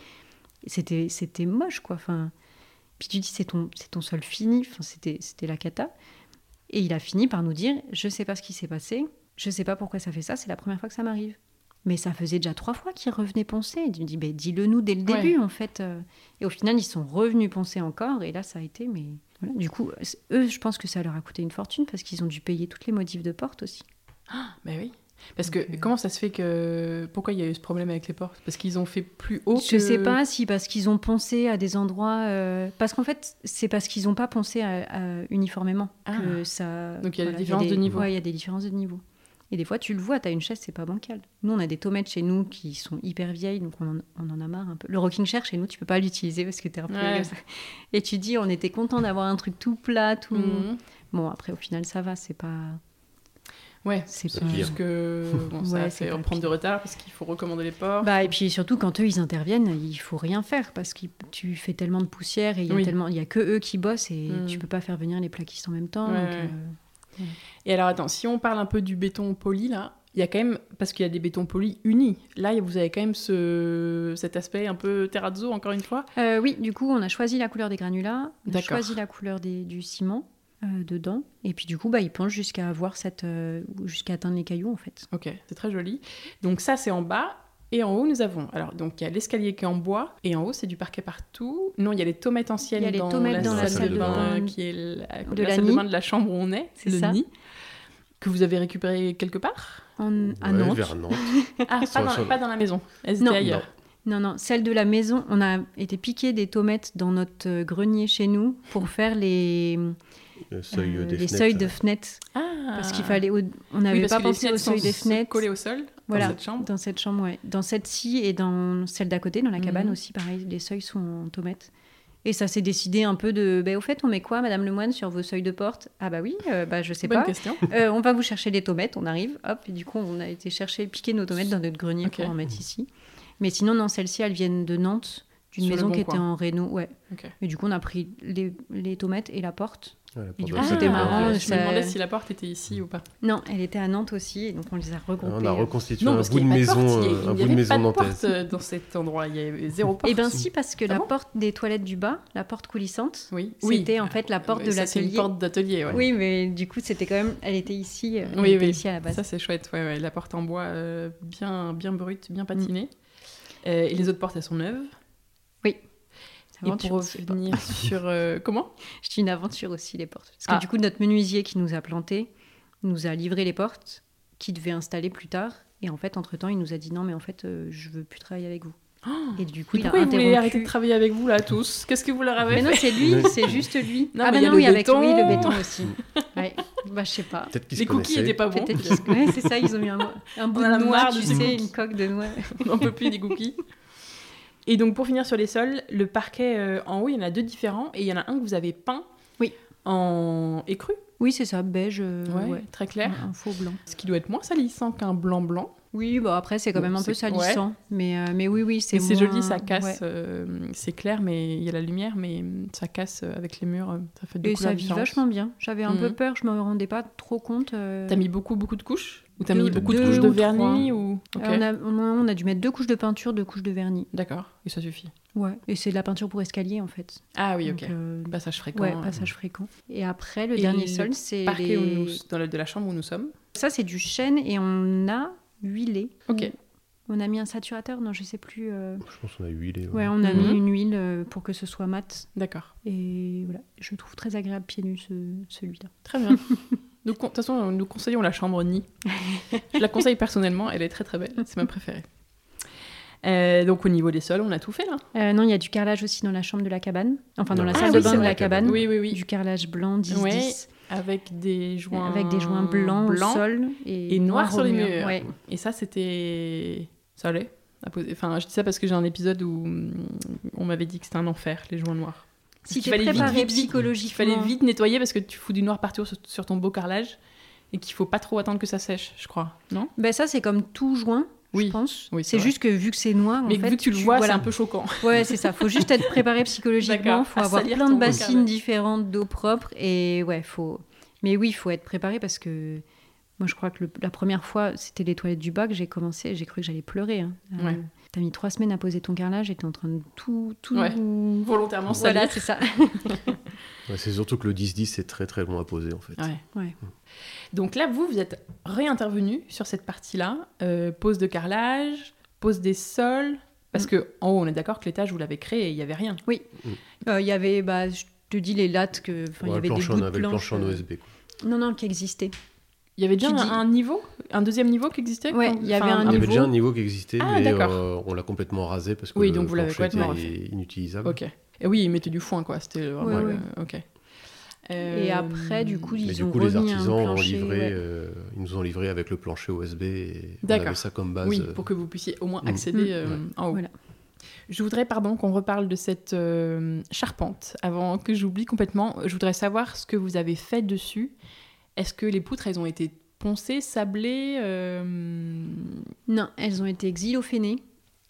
C'était, c'était moche, quoi. Enfin, puis tu dis, c'est ton, c'est ton sol fini. Enfin, c'était, c'était la cata. Et il a fini par nous dire, je sais pas ce qui s'est passé. Je sais pas pourquoi ça fait ça. C'est la première fois que ça m'arrive. Mais ça faisait déjà trois fois qu'ils revenaient penser. Et tu me dis, ben, dis-le nous dès le
Ouais.
début, en fait. Euh, Et au final, ils sont revenus penser encore. Et là, ça a été, mais... Voilà. Du coup, c- eux, je pense que ça leur a coûté une fortune parce qu'ils ont dû payer toutes les modifs de porte aussi.
Mais Ah, bah oui. Parce que
Donc, euh,
comment ça se fait que. Pourquoi il y a eu ce problème avec les portes Parce qu'ils ont fait plus haut
Je
que-
sais pas si parce qu'ils ont pensé à des endroits. euh, Parce qu'en fait, c'est parce qu'ils n'ont pas pensé à, à- uniformément que ça.
Ah. Donc, il y a des
voilà,
différences de niveau.
ouais, il y a des différences de niveau. Et des fois, tu le vois, tu as une chaise, c'est pas bancal. Nous, on a des tomates chez nous qui sont hyper vieilles, donc on en, on en a marre un peu. Le rocking chair chez nous, tu peux pas l'utiliser parce que t'es un peu.
Ouais.
[laughs] Et tu dis, on était content d'avoir un truc tout plat, tout.
Mhm.
Bon, après, au final, ça va, c'est pas.
Ouais,
C'est
c'est
pas-
juste que bon, ça
Ouais, c'est
fait
pas
reprendre du
pire.
retard parce qu'il faut recommander les portes.
Bah, et puis surtout, quand eux, ils interviennent, il faut rien faire parce que tu fais tellement de poussière et il y a
Oui.
tellement- il y a que eux qui bossent et
Mm.
tu peux pas faire venir les plaquistes en même temps.
Ouais,
donc,
ouais.
euh,
Et alors attends, si on parle un peu du béton poli là, il y a quand même, parce qu'il y a des bétons polis unis, là vous avez quand même ce, cet aspect un peu terrazzo encore une fois.
Euh, oui, du coup, on a choisi la couleur des granulats, on a
D'accord.
choisi la couleur des- du ciment euh, dedans, et puis du coup, bah, il penche jusqu'à avoir cette, euh, jusqu'à atteindre les cailloux en fait.
Ok, c'est très joli. Donc ça c'est en bas. Et en haut, nous avons. Alors, donc, il y a l'escalier qui est en bois, et en haut, c'est du parquet partout. Non, il y a les tomates anciennes
Il y a les
dans,
tomates
la,
dans
salle de bain, qui est la,
de
la
la
salle de
nid.
bain de la chambre où on est,
C'est
le
ça.
nid, que vous avez récupéré quelque part.
En- Hmm. à
Ouais,
Nantes.
vers Nantes.
Ah, pas
Sur-
dans,
sur-
pas dans la maison. Elles
Non.
étaient ailleurs.
Non, non, celle de la maison, on a été piquer des tomates dans notre euh, grenier chez nous
[laughs]
pour faire les,
Le seuil
euh,
des
les
fenêtres.
seuils de fenêtres.
Ah.
Parce qu'il fallait, au- on
Oui,
n'avait
parce
pas
que
pensé
les
au
fenêtres
seuil
sont
des fenêtres.
collées au sol
Voilà,
dans cette chambre.
Dans cette chambre, ouais. Dans cette-ci et dans celle d'à côté, dans la
Mhm.
cabane aussi, pareil, les seuils sont en tomates. Et ça s'est décidé un peu de. Ben, au fait, on met quoi, Madame Lemoine, sur vos seuils de porte Ah, bah oui, euh, bah, je sais
Bonne
pas.
question.
Euh, on va vous chercher des tomates, on arrive, hop, et du coup, on a été chercher, piquer nos tomates dans notre grenier
Ok.
pour en mettre ici. Mais sinon, non, celles-ci, elles viennent de Nantes, d'une
Sur le
maison
Bon
qui
Coin.
était en Réno, ouais.
Ok.
Et du coup, on a pris les, les tomates et la porte.
Ouais,
Et
pour
du
de
Bah,
coup,
la
c'était
salle de bain.
marrant,
Je
ça-
me demandais si la porte était ici ou pas.
Non, elle était à Nantes aussi, et donc on les a regroupées.
On a
euh,
reconstitué
Non,
un
parce
bout
qu'il
de
n'y avait pas de
maison,
porte. Il y
euh,
avait-
un
il
bout
n'y
de
avait pas
maison
de porte
nantaise.
euh, dans cet endroit. Il y avait zéro porte.
Eh bien, si, parce que
Ah
la
bon
porte des toilettes du bas, la porte coulissante,
Oui.
c'était en fait la porte
Ouais,
de
ça, C'est une
l'atelier.
porte d'atelier, ouais.
Oui, mais du coup, c'était quand même. Elle était ici, euh, elle
Oui,
était
oui.
ici à la base.
Ça, c'est chouette. Ouais, ouais, La porte en bois euh, bien, bien brute, bien patinée.
Mm.
Euh, et les autres portes, elles sont neuves.
Ah,
Et
Aventure
pour
aussi, les portes. [laughs]
revenir sur... euh, comment
Je dis une aventure aussi, les portes. Parce que
Ah.
du coup, notre menuisier qui nous a planté nous a livré les portes qu'il devait installer plus tard. Et en fait, entre-temps, il nous a dit non, mais en fait, euh, je veux plus travailler avec vous. Et du coup,
Mais
il a
Pourquoi ils voulaient arrêter de
interrompu.
travailler avec vous, là, tous Qu'est-ce que vous leur avez
Mais non,
fait
c'est lui,
[laughs]
c'est juste lui.
Non,
ah,
mais
bah
il y a
non,
le
oui, avec
béton.
oui, le béton aussi. ouais, bah je sais pas.
Peut-être qu'ils se
Les cookies
connaissaient.
n'étaient pas bons.
Peut-être que- ouais, c'est ça, ils ont mis un, un bout
Ah On a la
de noix,
marre
tu
du
sais,
cookie.
une coque de noix.
[laughs] On n'en peut plus des cookies. Et donc, pour finir sur les sols, le parquet euh, en haut, il y en a deux différents. Et il y en a un que vous avez peint
Oui.
en écru,
Oui, c'est ça, beige, euh, ouais.
très clair.
Un, un faux blanc.
Ce qui doit être moins salissant qu'un blanc blanc.
Oui, bah après, c'est quand
Bon,
même un peu
c'est-
salissant. Mais, euh, mais oui, oui, c'est
Et c'est
moins-
joli, ça casse.
ouais.
euh, c'est clair, mais il y a la lumière, mais hum, ça casse euh, avec les murs. euh, Ça fait deux
Et
couleurs
ça vit
différentes.
vachement bien. J'avais un peu
Mhm.
peur, je me rendais pas trop compte. euh,
T'as mis beaucoup, beaucoup de couches Ou t'as
Deux-
mis beaucoup de
deux
couches de
ou trois.
vernis ou... Ok.
euh, on, a, on a- on a dû mettre deux couches de peinture, deux couches de vernis.
D'accord, et ça suffit.
Ouais. Et c'est de la peinture pour escalier en fait.
Ah oui,
Donc,
ok.
euh,
Passage fréquent.
ouais,
euh,
passage fréquent. Et après, le
Et
dernier
le
sol, c'est
Parquet
les-
où nous, dans la, de la chambre où nous sommes.
ça, c'est du chêne et on a huilé.
Ok.
On a mis un saturateur, non, je sais plus. euh,
Je pense qu'on a huilé. les
Ouais, on a
Mhm.
mis une huile euh, pour que ce soit mat.
D'accord.
Et voilà, je le trouve très agréable pieds nus ce- celui-là.
Très bien. [laughs] Nous, con- De toute façon, nous conseillons la chambre nid. Je la conseille personnellement, elle est très très belle, c'est ma préférée. Euh, donc au niveau des sols, on a tout fait là.
Euh, non, il y a du carrelage aussi dans la chambre de la cabane. Enfin, dans
Non.
la
Ah
salle
oui,
de bain
c'est
de
vrai
la
que-
cabane.
Oui, oui, oui.
Du carrelage blanc 10-10.
Ouais. Avec des joints
Avec des joints blancs, au sol et,
et noirs sur
au
les
mur.
murs.
Ouais.
Et ça, c'était. Ça allait à poser- Enfin, je dis ça parce que j'ai un épisode où hum, on m'avait dit que c'était un enfer, les joints noirs.
Si
qu'il
tu
fallait vite,
préparé
vite, vite.
psychologiquement.
Il fallait vite nettoyer parce que tu fous du noir partout sur, sur ton beau carrelage et qu'il faut pas trop attendre que ça sèche, je crois. Non
Ben ça, c'est comme tout joint,
Oui.
je pense.
Oui, c'est
c'est
vrai.
juste que vu que c'est noir,
Mais
en fait,
vu que tu le vois,
voilà.
c'est un peu
[laughs]
choquant.
Ouais, c'est ça. Faut juste être préparé psychologiquement.
D'accord.
Faut
À
avoir
salir
plein
ton
de
beau
bassines
carrelage.
différentes d'eau propre et ouais, faut. Mais oui, il faut être préparé parce que moi, je crois que le- la première fois, c'était les toilettes du bas que j'ai commencé. J'ai cru que j'allais pleurer. hein. Euh,
Ouais.
T'as mis trois semaines à poser ton carrelage et t'es en train de tout, tout.
Ouais. Volontairement
Voilà,
salé.
c'est ça.
Ouais, c'est surtout que le 10-10, c'est très très long à poser en fait.
Ouais.
Ouais.
Mm. Donc là, vous, vous êtes réintervenu sur cette partie-là. euh, pose de carrelage, pose des sols. Parce que en haut, on est d'accord que l'étage, vous l'avez créé et il n'y avait rien.
Euh, Il y avait, bah, je te dis les lattes que.
Ouais,
enfin, il y
le
avait des
plancher,
bouts
on
de
avait le
planche,
plancher en
euh,
OSB. quoi.
Non, non, qui existait.
Il y avait déjà
Tu
un,
dis-
un niveau, un deuxième niveau qui existait
Ouais,
quand-
il y avait
enfin,
un
Il y avait
niveau-
Ah, déjà un niveau qui existait,
Ah,
mais
d'accord.
euh, on l'a complètement rasé parce que
Oui,
le
donc vous l'avez
plancher
complètement
était inutilisable.
Ok. Et oui, ils mettaient du foin, quoi. C'était vraiment.
Ouais, ouais.
euh, Ok.
Et
Euh,
après, du coup, ils
Mais du
ont
coup, les
remis un
artisans ont
plancher,
livré,
ouais.
euh, ils nous ont livré avec le plancher OSB et on
D'accord.
avait ça comme base.
Oui,
euh,
pour que vous puissiez au moins
Mm.
accéder
Mm.
euh, en haut.
Voilà.
Je voudrais, pardon, qu'on reparle de cette euh, charpente avant que j'oublie complètement. Je voudrais savoir ce que vous avez fait dessus. Est-ce que les poutres, elles ont été poncées, sablées euh,
Non, elles ont été xylophénées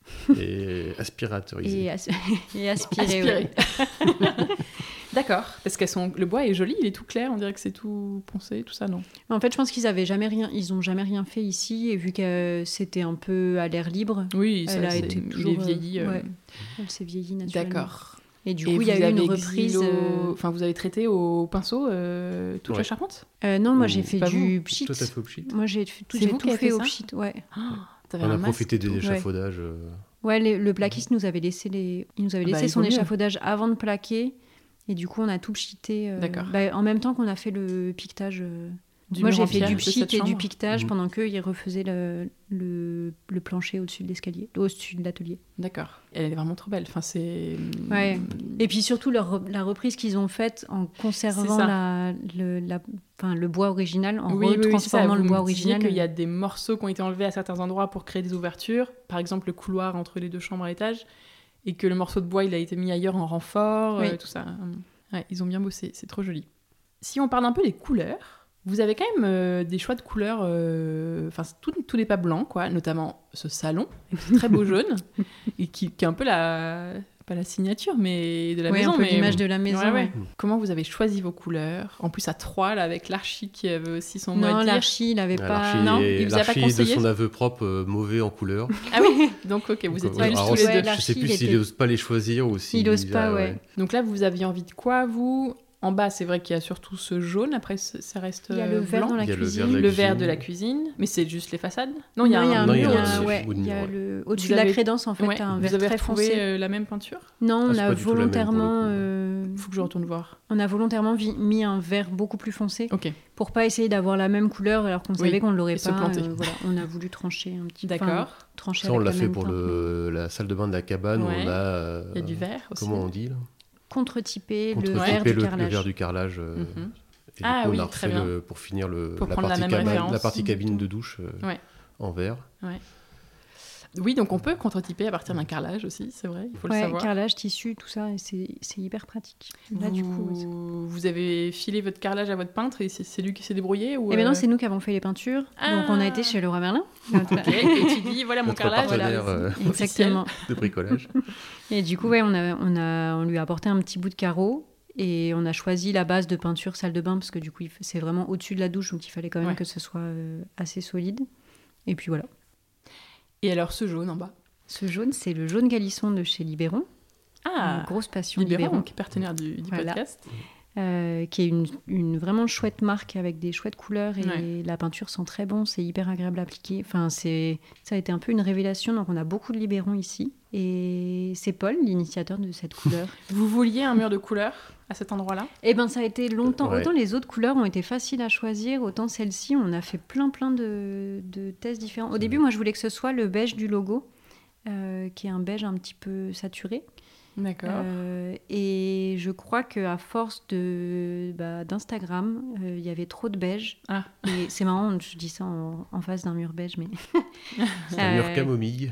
[laughs] et aspirateurisé.
euh,
[laughs] et, as- et aspirées. ouais. [laughs]
aspirées [laughs] D'accord. Parce qu'elles sont, le bois est joli, il est tout clair, on dirait que c'est tout poncé, tout ça, non
En fait, je pense qu'ils avaient jamais rien, ils ont jamais rien fait ici et vu que euh, c'était un peu à l'air libre,
Oui,
elle a été toujours,
il est vieilli.
euh,
euh,
ouais, elle s'est vieillie naturellement.
D'accord.
Et du
Et
coup, il
vous
y a eu une
avez exilé
reprise.
au-
euh,
Enfin, vous avez traité au pinceau euh, toute la
Ouais.
charpente
euh, non, moi
Ou
j'ai fait
pas
du pchit.
Tout à fait au pchit.
Moi j'ai fait tout,
C'est
j'ai
vous
tout
qui avez
fait
fait
au
ça
pchit. Ouais.
Ah, T'avais un
On a
masque
profité des
tout.
échafaudages. euh,
Ouais, le, le plaquiste nous avait laissé les, il nous avait
Ah bah,
laissé
il
son
vaut mieux.
échafaudage avant de plaquer. Et du coup, on a tout pchité. euh,
D'accord.
bah, en même temps qu'on a fait le piquetage. euh,
Du
Moi,
mur
j'ai
en
fait
pierre
du
de cette
pchit et du
chambre.
piquetage
Mhm.
pendant qu'eux, ils refaisaient le, le, le plancher au-dessus de l'escalier, au-dessus de l'atelier.
D'accord. Elle est vraiment trop belle. Enfin, c'est. mm,
Ouais.
Mhm.
Et puis surtout, leur, re- la reprise qu'ils ont faite en conservant
C'est ça.
la, le, la- enfin, le bois original,
Oui,
en
oui, oui, c'est
retransformant
ça.
le
Vous
bois
me disiez
original.
qu'il y a des morceaux qui ont été enlevés à certains endroits pour créer des ouvertures, par exemple le couloir entre les deux chambres à l'étage, et que le morceau de bois il a été mis ailleurs en renfort,
Oui.
euh, tout ça. Ouais, ils ont bien bossé, c'est trop joli. Si on parle un peu des couleurs, vous avez quand même euh, des choix de couleurs, euh, enfin c'est- tout, tout n'est pas blanc quoi, notamment ce salon avec ce très
[laughs]
beau jaune et qui, qui est un peu la pas la signature mais de la
Ouais,
maison
un peu
mais
l'image de la maison.
Ouais, ouais.
ouais.
Hmm.
Comment vous avez choisi vos couleurs En plus, à trois, là, avec l'archi qui avait aussi son mot
Non,
à dire.
l'archi, il n'avait
à
pas.
l'archi
non,
et-
il vous a pas
l'archi de
conseillé
son aveu propre, euh, mauvais en couleur.
Ah oui Donc, ok, vous
Donc,
étiez
euh,
juste
alors,
tous les
ouais,
deux.
Je sais
l'archi,
plus
il
s'il
était-
n'ose pas les choisir ou s'il.
Il ose pas,
a-
ouais.
Donc là, vous aviez envie de quoi, vous En bas, c'est vrai qu'il y a surtout ce jaune. Après, ce- ça reste
Il y a
euh,
le vert
blanc.
dans la
Il y a le
cuisine.
vert de
Le vert de la cuisine. Mais c'est juste les façades Non,
Non, il y a un
Non,
mur.
il y a
il y
un-
a- ouais,
au
il y a
mur, ouais.
le- Au-dessus
Vous
de la
avez-
crédence, en fait,
Ouais,
t'as un
vous
vert
avez
très
retrouvé
foncé.
euh, la même peinture
Non,
Ah,
on
c'est
a
pas du tout la même pour le coup, hein.
volontairement,
ouais.
euh,
Faut que je retourne voir.
on a volontairement vi- mis un vert beaucoup plus foncé
Ok.
pour pas essayer d'avoir la même couleur alors qu'on savait qu'on ne l'aurait
et se
pas. euh,
planter.
voilà, on [laughs] a voulu trancher un petit. enfin,
D'accord.
trancher
Ça, on
avec
l'a
la
fait
même
pour
teinte, mais
le, la salle de bain de la cabane. où
hein. Ouais.
On a. euh,
Il y a du vert aussi.
Comment on dit là
Contre-typer le
Contre-typé
vert du
le, le
carrelage.
vert du carrelage. euh,
Mhm.
Et
Ah
du coup,
oui,
on a
très
refait
bien.
le- pour finir le,
Pour
la,
prendre la
partie
même
cabane, la
référence.
partie cabine de douche euh,
Ouais.
en verre.
Oui, donc on peut contre-typer à partir d'un carrelage aussi, c'est vrai, il faut le
Ouais,
savoir.
carrelage, tissu, tout ça, et c'est c'est hyper pratique. Là, du coup. c'est-
vous... vous avez filé votre carrelage à votre peintre et c'est- c'est lui qui s'est débrouillé ou
Et
euh,
maintenant, Eh ben c'est nous qui avons fait les peintures. Donc,
Ah.
on a été chez Leroy [laughs] Merlin.
Ok, et tu dis
[laughs]
voilà mon
Notre
carrelage voilà,
partenaire, euh,
officiel.
Exactement.
de
[laughs]
bricolage.
Et du coup, ouais, on, a, on, a, on lui a apporté un petit bout de carreau et on a choisi la base de peinture salle de bain parce que du coup, il f- c'est vraiment au-dessus de la douche, donc il fallait quand même
Ouais.
que ce soit euh, assez solide. Et puis voilà.
Et alors ce jaune en bas.
Ce jaune, c'est le jaune calisson de chez Libéron, une
Ah,
grosse passion
Libéron,
Libéron,
qui est partenaire du, du
Voilà.
podcast.
euh, qui est une, une vraiment chouette marque avec des chouettes couleurs et
Ouais.
la peinture sent très bon, c'est hyper agréable à appliquer. Enfin, c'est ça a été un peu une révélation, donc on a beaucoup de Libéron ici. Et c'est Paul, l'initiateur de cette couleur.
Vous vouliez un mur de couleur à cet endroit-là
Eh ben, ça a été longtemps.
Ouais.
Autant les autres couleurs ont été faciles à choisir, autant celle-ci, on a fait plein plein de, de tests différents. Au début, moi, je voulais que ce soit le beige du logo, euh, qui est un beige un petit peu saturé.
D'accord.
Euh, et je crois que à force de bah, d'Instagram, euh, il y avait trop de beige.
Ah.
Et c'est marrant, je dis ça en, en face d'un mur beige, mais.
[laughs] C'est un mur
Euh,
camomille.
Euh,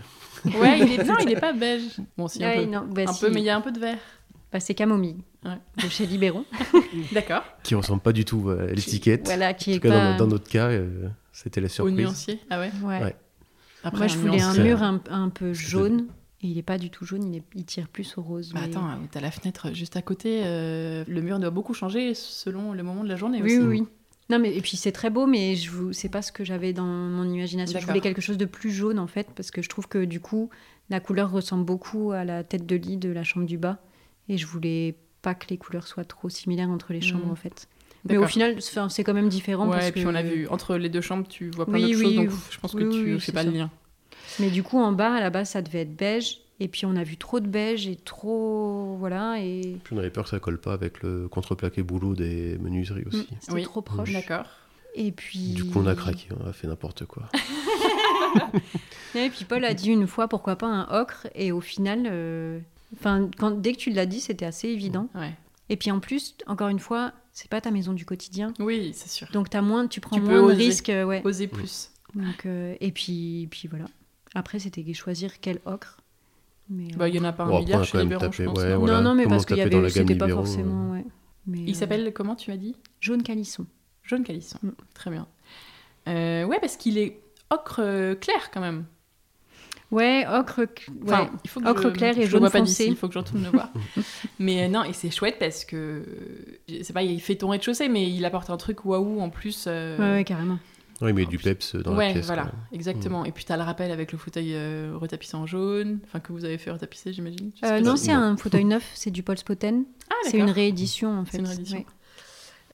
Ouais, il
[laughs]
est non, il est pas beige. Bon, si un
ouais,
peu,
non, bah,
un
si.
peu, mais il y a un peu de vert.
Bah, c'est camomille
Ouais.
de chez Libéron.
D'accord.
Qui ressemble pas du tout euh, à l'étiquette.
voilà,
en
qui est
tout cas,
pas.
dans, dans notre cas, euh, c'était la
Au
surprise.
nuancier. Ah ouais.
Ouais.
Ouais.
Après,
Moi, je voulais un
nuancier.
nuancier.
mur un, un peu
C'est-
jaune. Et il n'est pas du tout jaune, il, est- il tire plus au rose.
Bah,
mais-
attends, euh, t'as la fenêtre juste à côté. euh, le mur doit beaucoup changer selon le moment de la journée
oui, oui,
hein, aussi.
oui. Non, mais, et puis c'est très beau, mais je vous... c'est pas ce que j'avais dans mon imagination. Je
D'accord.
voulais quelque chose de plus jaune, en fait, parce que je trouve que du coup, la couleur ressemble beaucoup à la tête de lit de la chambre du bas. Et je voulais pas que les couleurs soient trop similaires entre les chambres,
Mhm.
en fait. Mais
D'accord.
au final, c'est enfin, c'est quand même différent.
Ouais,
parce
et puis
que...
on a vu, entre les deux chambres, tu vois plein
Oui,
d'autres
oui,
choses, donc
oui.
je pense que
Oui, oui,
tu
oui,
fais
c'est
pas le
ça.
lien.
Mais du coup, en bas, à la base, ça devait être beige. Et puis on a vu trop de beige et trop. Voilà, et
Puis on avait peur que ça colle pas avec le contreplaqué boulot des menuiseries aussi.
c'était
Oui.
trop proche.
D'accord.
Et puis.
Du coup, on a craqué, on a fait n'importe quoi.
Ouais, Et puis Paul a dit une fois pourquoi pas un ocre et au final, euh, enfin quand, dès que tu l'as dit c'était assez évident.
Ouais.
Et puis en plus encore une fois c'est pas ta maison du quotidien
Oui, c'est sûr.
donc t'as moins tu prends
Tu peux
moins de
oser.
risques euh, ouais.
Oser plus.
Donc, euh, et puis puis voilà. Après c'était choisir quel ocre. Mais, euh,
Bah, il y en a pas un
Bon, après, on
milliard
a
chez
quand même
Libéron, je
tapé,
pense. non
ouais, ouais. Ben voilà,
non non mais
tout le
parce
monde
qu'il y
tapait dans
avait
la gamme
c'était pas
Libéron,
forcément ouais. Mais, euh,
Il s'appelle comment tu as dit
jaune calisson.
Jaune calisson.
Mm.
Très bien. Euh, ouais, parce qu'il est ocre euh, clair quand même.
Ouais, ocre, cl- ouais.
Enfin, il faut que
Ocre
je,
clair et
je le
jaune
vois pas
foncé.
d'ici, Il faut que je retourne le [laughs] voir. mais euh, non, et c'est chouette parce que euh, c'est pas, il fait ton rez-de-chaussée, mais il apporte un truc waouh en plus. euh,
ouais, ouais, carrément.
Oui, mais du
putain.
peps dans
ouais,
la pièce. Hmm.
voilà,
quand même.
exactement. Et puis t'as le rappel avec le fauteuil euh, retapissé en jaune, enfin que vous avez fait retapisser, j'imagine. Je sais
Euh,
pas
non,
si-
c'est un fauteuil neuf, c'est du Paul Spoten.
Ah,
c'est
d'accord.
une réédition en fait.
C'est une réédition.
Ouais.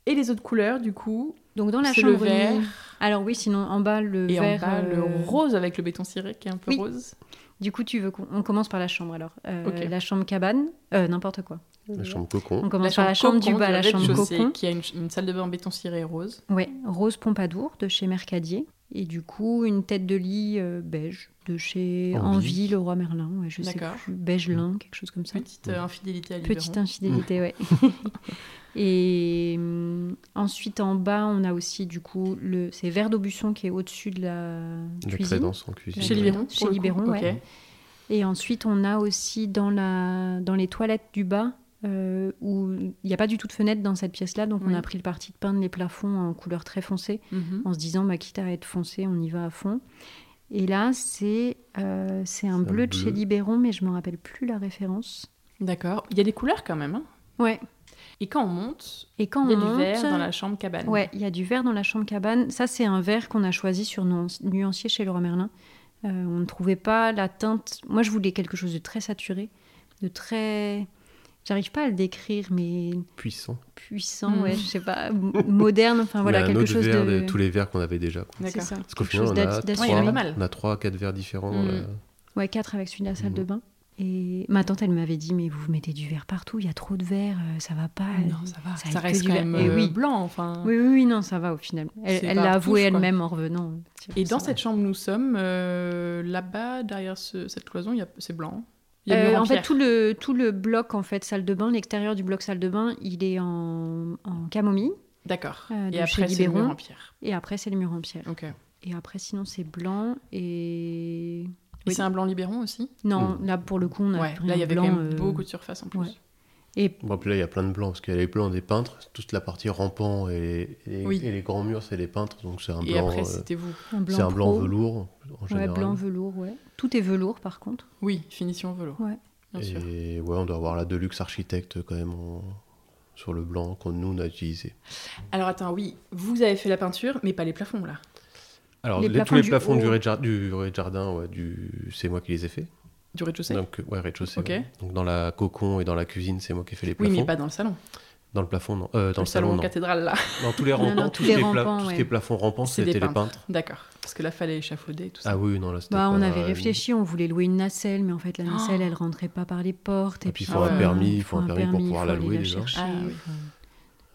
Et les autres couleurs, du coup,
Donc dans la
c'est le
chambre.
vert
Alors oui, sinon en bas le
et
vert.
en bas le
euh,
rose avec le béton ciré qui est un peu
oui.
rose.
Du coup, tu veux qu'on on commence par la chambre alors. Euh,
Ok.
La chambre cabane, euh, n'importe quoi.
La chambre cocon.
On commence par la chambre du
cocon
bas,
du
la chambre
rez-de-chaussée,
cocon.
qui a une, une salle de bain en béton ciré rose.
Ouais, rose Pompadour de chez Mercadier. Et du coup, une tête de lit euh, beige de chez
Envie.
Envie, le roi Merlin. Ouais, je sais
D'accord.
plus, beige lin, quelque chose comme ça.
Petite euh, infidélité à
Petite
Luberon. [laughs]
infidélité, ouais. Et hum, ensuite, en bas, on a aussi, du coup, le... c'est vert d'Aubusson qui est au-dessus de la
La
cuisine.
crédence en cuisine.
Chez Libéron pour
Chez
le coup.
euh, Libéron,
Ok.
ouais. Et ensuite, on a aussi dans, la... dans les toilettes du bas, euh, où il n'y a pas du tout de fenêtre dans cette pièce-là, donc on
Oui.
a pris le parti de peindre les plafonds en couleur très foncée,
Mhm.
en se disant, bah, quitte à être foncé, on y va à fond. Et là, c'est euh,
C'est
c'est un
un
bleu de chez
bleu.
Libéron, mais je ne me rappelle plus la référence.
D'accord. Il y a des couleurs quand même. hein.
Ouais.
Et quand on monte,
Et quand
il y a
on
du
monte,
vert dans la chambre cabane.
Ouais, il y a du verre dans la chambre cabane. Ça, c'est un verre qu'on a choisi sur nos nuancier chez Leroy Merlin. Euh, on ne trouvait pas la teinte. Moi, je voulais quelque chose de très saturé, de très. J'arrive pas à le décrire, mais
Puissant.
puissant,
Mm.
ouais, je sais pas, m- moderne, enfin voilà,
Mais un
quelque
autre
chose
verre,
de.
les- tous les verres qu'on avait déjà. quoi.
C'est
D'accord.
ça.
Parce qu'au
quelque
final,
chose
on
d'as-
a,
d'assuré.
il y en a
trois-
pas mal.
on a trois, quatre verres différents. euh. dans
Mm.
la-
Ouais, quatre avec celui de la salle
Mm.
de bain. Et ma tante, elle m'avait dit, mais vous mettez du verre partout, il y a trop de verre, euh, ça va pas.
Ah, Non, ça va.
Ça
Ça,
a été
reste
du
quand
vert.
même
Eh
euh,
oui.
blanc, enfin.
Oui, oui, oui, non, ça va au final. Elle
C'est
elle
pas
l'a avoué
retouche, quoi.
elle-même en revenant.
Et dans
Ça va.
cette chambre où nous sommes, euh, là-bas, derrière ce- cette cloison, il y a- c'est blanc. hein. Il y a le
Euh,
mur
en fait,
pierre.
tout le, tout le bloc en fait salle de bain, l'extérieur du bloc salle de bain, il est en, en camomille.
D'accord.
euh, de
et
chez
après, c'est le mur
Libéron.
en pierre.
Et après, c'est les murs en pierre.
Ok. Et
Et après, sinon, c'est blanc. Et Oui.
c'est un blanc Libéron aussi
non,
Hmm.
là, pour le coup, on a
Ouais.
pris
Là,
un
il y avait
blanc,
quand même
euh,
beaucoup de surface en plus.
ouais. Et
Bon, puis là, il y a plein de blancs, parce qu'il y a les blancs des peintres, toute la partie rampant et, et-
Oui.
et les grands murs, c'est les peintres, donc c'est un
Et
blanc,
après,
euh,
c'était vous.
un blanc,
c'est un blanc
pro.
velours en
Ouais,
général.
blanc velours, ouais. Tout est velours, par contre.
Oui, finition velours.
Ouais.
Bien sûr.
et ouais, on doit avoir la Deluxe Architecte quand même en- sur le blanc qu'on nous on a utilisé.
Alors attends, oui, vous avez fait la peinture, mais pas les plafonds là.
Alors,
Les
les-
plafonds
tous les
du
plafonds du,
haut.
rez-de-jardin, du rez-de-jardin, ouais, du... c'est moi qui les ai faits.
Du rez-de-chaussée
Donc, ouais, rez-de-chaussée.
Ok.
ouais. Donc, dans la cocon et dans la cuisine, c'est moi qui ai fait les
Oui,
plafonds.
mais pas dans le salon.
Dans le plafond, non. Euh, dans
le salon,
non.
cathédrale là. [laughs]
Dans tous les
Non, non,
rampants,
tous
tout, ce
les
qui est pla-
rampants,
tout ce qui
ouais.
est plafond rampant,
C'est des
c'était les
peintres.
peintres.
D'accord. Parce que là, fallait échafauder et tout ça.
Ah oui, non, là, c'était
Bah, on
pas-
avait réfléchi, on voulait louer une nacelle, mais en fait, la
Oh.
nacelle, elle rentrait pas par les portes.
Et Ah, puis, il
faut un
euh,
permis, il faut un permis pour pouvoir la
aller
louer, déjà. Euh,
chercher,
Ah, oui.
enfin,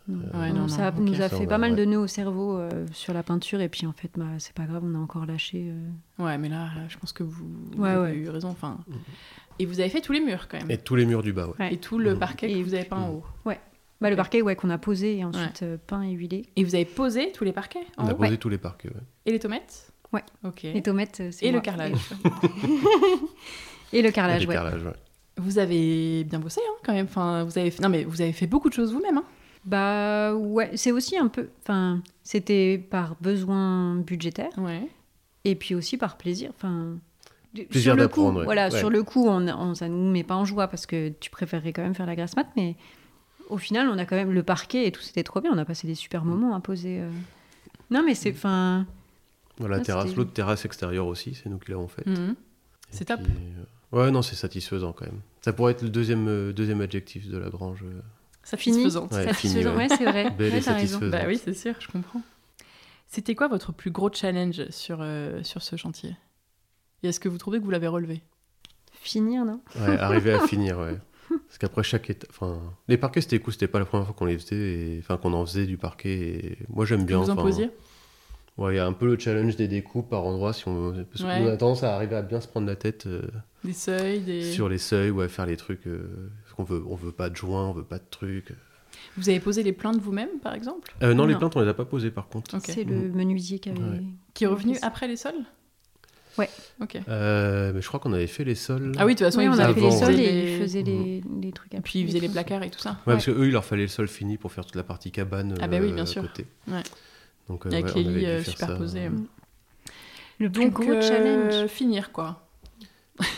non.
Ouais,
Non,
non,
ça
non,
nous
ok.
Ça,
a fait
on
pas
a-
mal
ouais.
de nœuds au cerveau euh, sur la peinture et puis en fait bah, c'est pas grave on a encore lâché euh.
Ouais, mais là, euh, je pense que vous, vous
Ouais,
avez
ouais.
eu raison. Enfin, et vous avez fait tous les murs quand même.
Mm-hmm. Et
Et,
tous les murs du bas, ouais.
Ouais.
tout le
Mm.
parquet
Et-
que vous avez peint en haut.
bah, le
Ok.
parquet ouais qu'on a posé et ensuite euh, peint et huilé
Et vous avez posé tous les parquets en
On a
haut
posé tous les parcs. ouais.
Et les tomates
Ouais.
Ok.
les tomates euh, c'est
Et le
moi.
carrelage.
[laughs] et le
Et
carrelage
les
ouais
carrelages, ouais.
Vous avez bien bossé hein, quand même. Enfin, vous avez fait... Non, mais vous avez fait beaucoup de choses vous-même. Hein.
bah ouais c'est aussi un peu enfin c'était par besoin budgétaire
Ouais.
et puis aussi par plaisir. Enfin, du-
Plaisir
sur le coup,
d'apprendre, ouais.
voilà,
Ouais.
sur le coup, on, on- ça nous met pas en joie parce que tu préférerais quand même faire la grasse mat, mais au final, on a quand même le parquet et tout, c'était trop bien. On a passé des
Mm.
super moments à poser. euh. Non, mais c'est, enfin,
Voilà,
Ah,
la terrasse,
c'était- Mm.
l'autre terrasse extérieure aussi, c'est nous qui l'avons faite.
Mhm.
Et
C'est top.
puis, euh, Ouais, non, c'est satisfaisant quand même. Ça pourrait être le deuxième, euh, deuxième adjectif de la grange. euh,
Satisfaisante.
Ouais,
satisfaisant.
fini, ouais.
ouais, c'est vrai.
[laughs] Belle
Ah, Ouais,
et
t'as raison.
satisfaisante.
Bah oui, c'est sûr, je comprends. C'était quoi votre plus gros challenge sur, euh, sur ce chantier Et est-ce que vous trouvez que vous l'avez relevé
Finir, non
Ouais, arriver à finir, ouais. Parce qu'après chaque étape. Enfin, les parquets, c'était cool, c'était pas la première fois qu'on les faisait, et- enfin, qu'on en faisait du parquet. et Moi, j'aime
Que
bien.
vous en
enfin,
posiez
Ouais, il y a un peu le challenge des découpes par endroit. Si on... Parce qu'on
Ouais.
a tendance à arriver à bien se prendre la tête euh,
Des seuils, des...
sur les seuils, ouais, faire les trucs. euh, Parce qu'on veut, on veut pas de joints, on veut pas de trucs.
Vous avez posé les plaintes vous-même, par exemple
Euh, non, les
Non.
plaintes, on les a pas posées par contre.
Ok.
C'est le menuisier qui avait.
Mm. Ouais.
Qui est revenu après les sols
Ouais.
Ok.
Euh, mais je crois qu'on avait fait les sols.
Ah oui, de toute façon,
Oui,
ils
on
faisaient
a fait les
avant, ouais.
sols
Mm.
et il faisait les, les trucs.
Et puis ils faisaient les placards et tout ça.
Ouais, parce qu'eux, il leur fallait le sol fini pour faire toute la partie cabane.
Ah bah oui,
euh,
bien sûr.
Côté.
Ouais.
Donc, euh,
Avec
ouais, on
les
avait
lits
dû
euh,
faire ça.
superposés.
Le plus
Donc,
Mmh. gros
euh,
challenge.
finir quoi.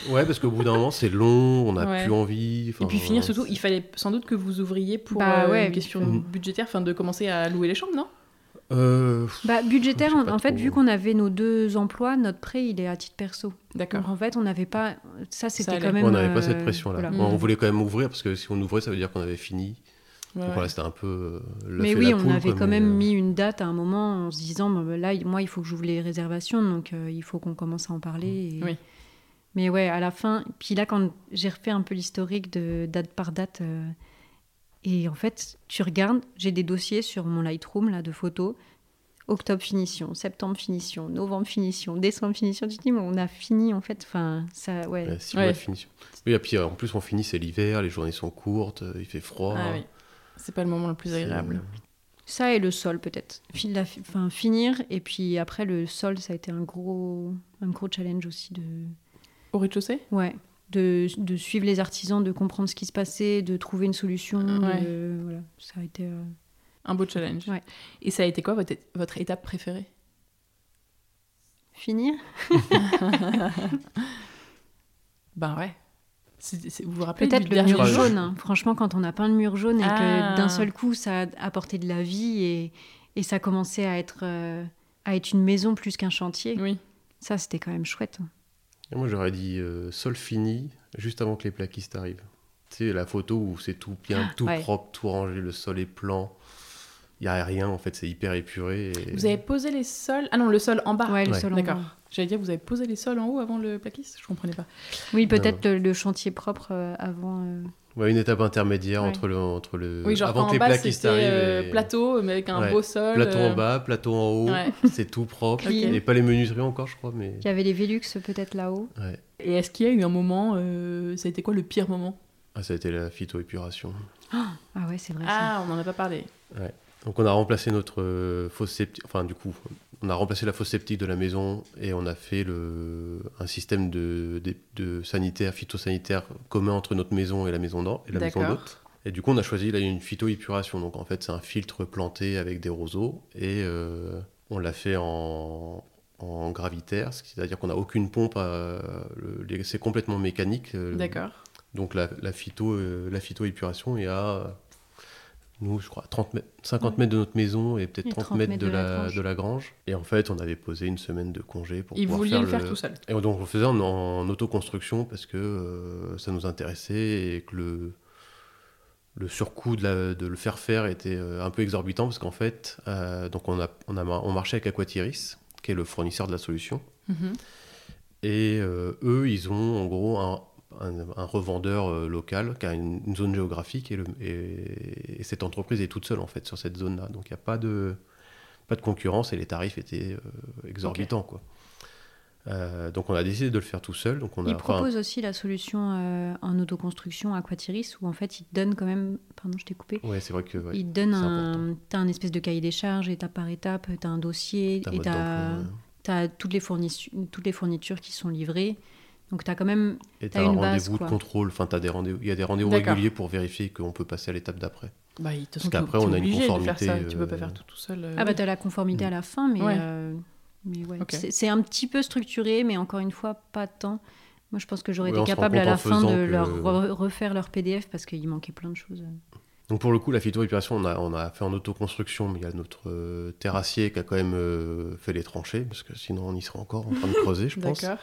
Ouais, parce qu'au bout d'un moment, c'est long, on n'a
Ouais.
plus envie. enfin,
Et puis finir
voilà,
surtout, il fallait sans doute que vous ouvriez pour
Bah
euh,
ouais,
une question
oui.
budgétaire, enfin de commencer à louer les chambres, non
c'est- Euh,
Bah, budgétaire,
Je sais
en,
pas
en fait,
trop.
vu qu'on avait nos deux emplois, notre prêt, il est à titre perso. Donc,
D'accord.
en fait, on n'avait pas. Ça, c'était
allait.
quand même.
on n'avait
euh,
pas cette pression-là.
voilà.
Ouais, On
Mm.
voulait quand même ouvrir, parce que si on ouvrait, ça veut dire qu'on avait fini.
Ouais,
Donc
Mmh. ouais.
voilà, c'était un peu euh, l'œuf
Mais
et
oui,
la
on
poule,
avait
quoi,
quand
mais,
même
euh,
mis une date à un moment en se disant bon, ben là, il- moi, il faut que j'ouvre les réservations, donc euh, il faut qu'on commence à en
Mm.
parler. et-
Oui.
Mais ouais, à la fin, puis là, quand j'ai refait un peu l'historique de date par date, euh, et en fait, tu regardes, j'ai des dossiers sur mon Lightroom là, de photos. Octobre finition, septembre finition, novembre finition, décembre finition. Tu te dis, mais on a fini en fait. Enfin, ça, ouais.
ouais, six
Ouais.
mois de finition. Oui, et puis euh, en plus, on finit, c'est l'hiver, les journées sont courtes, euh, il fait froid.
Ah oui. C'est pas le moment le plus
c'est- euh,
agréable.
Ça et le sol peut-être. Fin- la- Enfin, finir et puis après le sol, ça a été un gros, un gros challenge aussi de,
euh,
Au rez-de-chaussée
ouais, de, de suivre les artisans, de comprendre ce qui se passait, de trouver une solution.
Euh, Ouais.
de- voilà, ça a été. euh,
Un beau challenge.
Ouais.
Et ça a été quoi votre, votre étape préférée
Finir
Ben ouais. C'est- c'est- vous vous rappelez
Bah Peut-être
du
le
dernier
mur
Ah,
jour
jaune. hein. Franchement, quand on a peint le mur jaune et
Ah.
que d'un seul coup, ça a apporté de la vie et, et ça commençait à être, euh, à être une maison plus qu'un chantier.
Oui.
Ça, c'était quand même chouette. hein.
Et moi, j'aurais dit euh, sol fini, juste avant que les plaquistes arrivent. Tu sais, la photo où c'est tout bien, tout
ouais.
propre, tout rangé, le sol est plan. Il n'y a rien, en fait, c'est hyper épuré. et-
Vous avez posé les sols. Ah non, le sol en bas.
ouais, le
ouais.
sol en bois.
D'accord. J'allais dire, vous avez posé les sols en haut avant le plaquiste Je comprenais pas.
Oui, peut-être le, le chantier propre euh, avant. euh,
Ouais, une étape intermédiaire
Ouais.
entre le. Entre le...
Oui, genre
Euh, avant
quand
que
en
les
bas,
plaquistes
c'était
arrivent.
euh,
et-
plateau, mais avec un
Ouais.
beau sol.
Plateau
euh,
en bas, plateau en haut,
ouais.
[laughs] c'est tout propre.
Ok.
Il n'y a pas les menuiseries encore, je crois, mais.
Il y avait les Velux peut-être là-haut.
Ouais.
Et est-ce qu'il y a eu un moment, euh, ça a été quoi le pire moment
Ah, ça a été la phytoépuration.
Ah ouais, c'est vrai. ça.
Ah, on en a pas parlé.
Donc on a remplacé notre euh, fosse septique, enfin du coup, on a remplacé la fosse septique de la maison et on a fait le, un système de, de, de sanitaire, phytosanitaire commun entre notre maison et la maison d'en- et la maison
D'accord.
d'hôte. Et du coup, on a choisi là, une phytoépuration. Donc en fait, c'est un filtre planté avec des roseaux et euh, on l'a fait en, en gravitaire, c'est-à-dire qu'on n'a aucune pompe, à- le- les- c'est complètement mécanique. euh,
D'accord.
donc la, la phyto, euh, la phytoépuration est à, euh, nous, je crois, 30 mètres, 50 mètres de notre maison et peut-être
Et
30 mètres de, la,
grange.
de la grange. Et en fait, on avait posé une semaine de congé pour
Et vous
pouvoir
vouliez le
faire
faire tout seul.
Et donc on le faisait en, en autoconstruction parce que euh, ça nous intéressait et que le, le surcoût de, la- de le faire faire était euh, un peu exorbitant parce qu'en fait, euh, donc on, a, on, a, mar- on marchait avec Aquatiris, qui est le fournisseur de la solution.
Mhm.
Et euh, eux, ils ont en gros un, un- un revendeur euh, local qui a une, une zone géographique et, le- et- et cette entreprise est toute seule en fait sur cette zone-là. Donc il n'y a pas de, pas de concurrence et les tarifs étaient euh, exorbitants. Quoi. Euh, donc on a décidé de le faire tout seul. Donc on a,
Ils
Bah, enfin,
proposent aussi la solution euh, en autoconstruction Aquatiris où en fait ils te donnent quand même. Pardon, je t'ai coupé.
ouais, c'est vrai que ouais,
ils te donnent
c'est
un. T'as un espèce de cahier des charges, étape par étape, t'as un dossier,
t'as un
et
mode
t'as
d'emploi,
as toutes, les fournitu- toutes les fournitures qui sont livrées. Donc t'as quand même. ah
et
t'as
t'as un
une base,
rendez-vous de
quoi.
contrôle. Enfin, t'as des rendez-vous. Il y a des rendez-vous
D'accord.
réguliers pour vérifier qu'on peut passer à l'étape d'après.
Bah, de toute façon, t'es-
qu'après,
t'es
on a une
obligé de faire
conformité,
ça, Tu peux pas
euh,
faire tout tout seul. euh,
Ah bah t'as la conformité à la fin, mais.
Ouais.
euh, mais ouais.
Ok.
C'est- C'est un petit peu structuré, mais encore une fois, pas tant. Moi, je pense que j'aurais
Ouais,
été
on se rend
capable à
compte en
la fin
faisant
de
que-
leur re- refaire leur PDF parce qu'il manquait plein de choses. euh,
Donc pour le coup, la phytoépuration, on a, on a fait en autoconstruction, mais il y a notre euh, terrassier qui a quand même euh, fait les tranchées, parce que sinon on y serait encore en train de creuser,
[laughs]
je pense.
D'accord.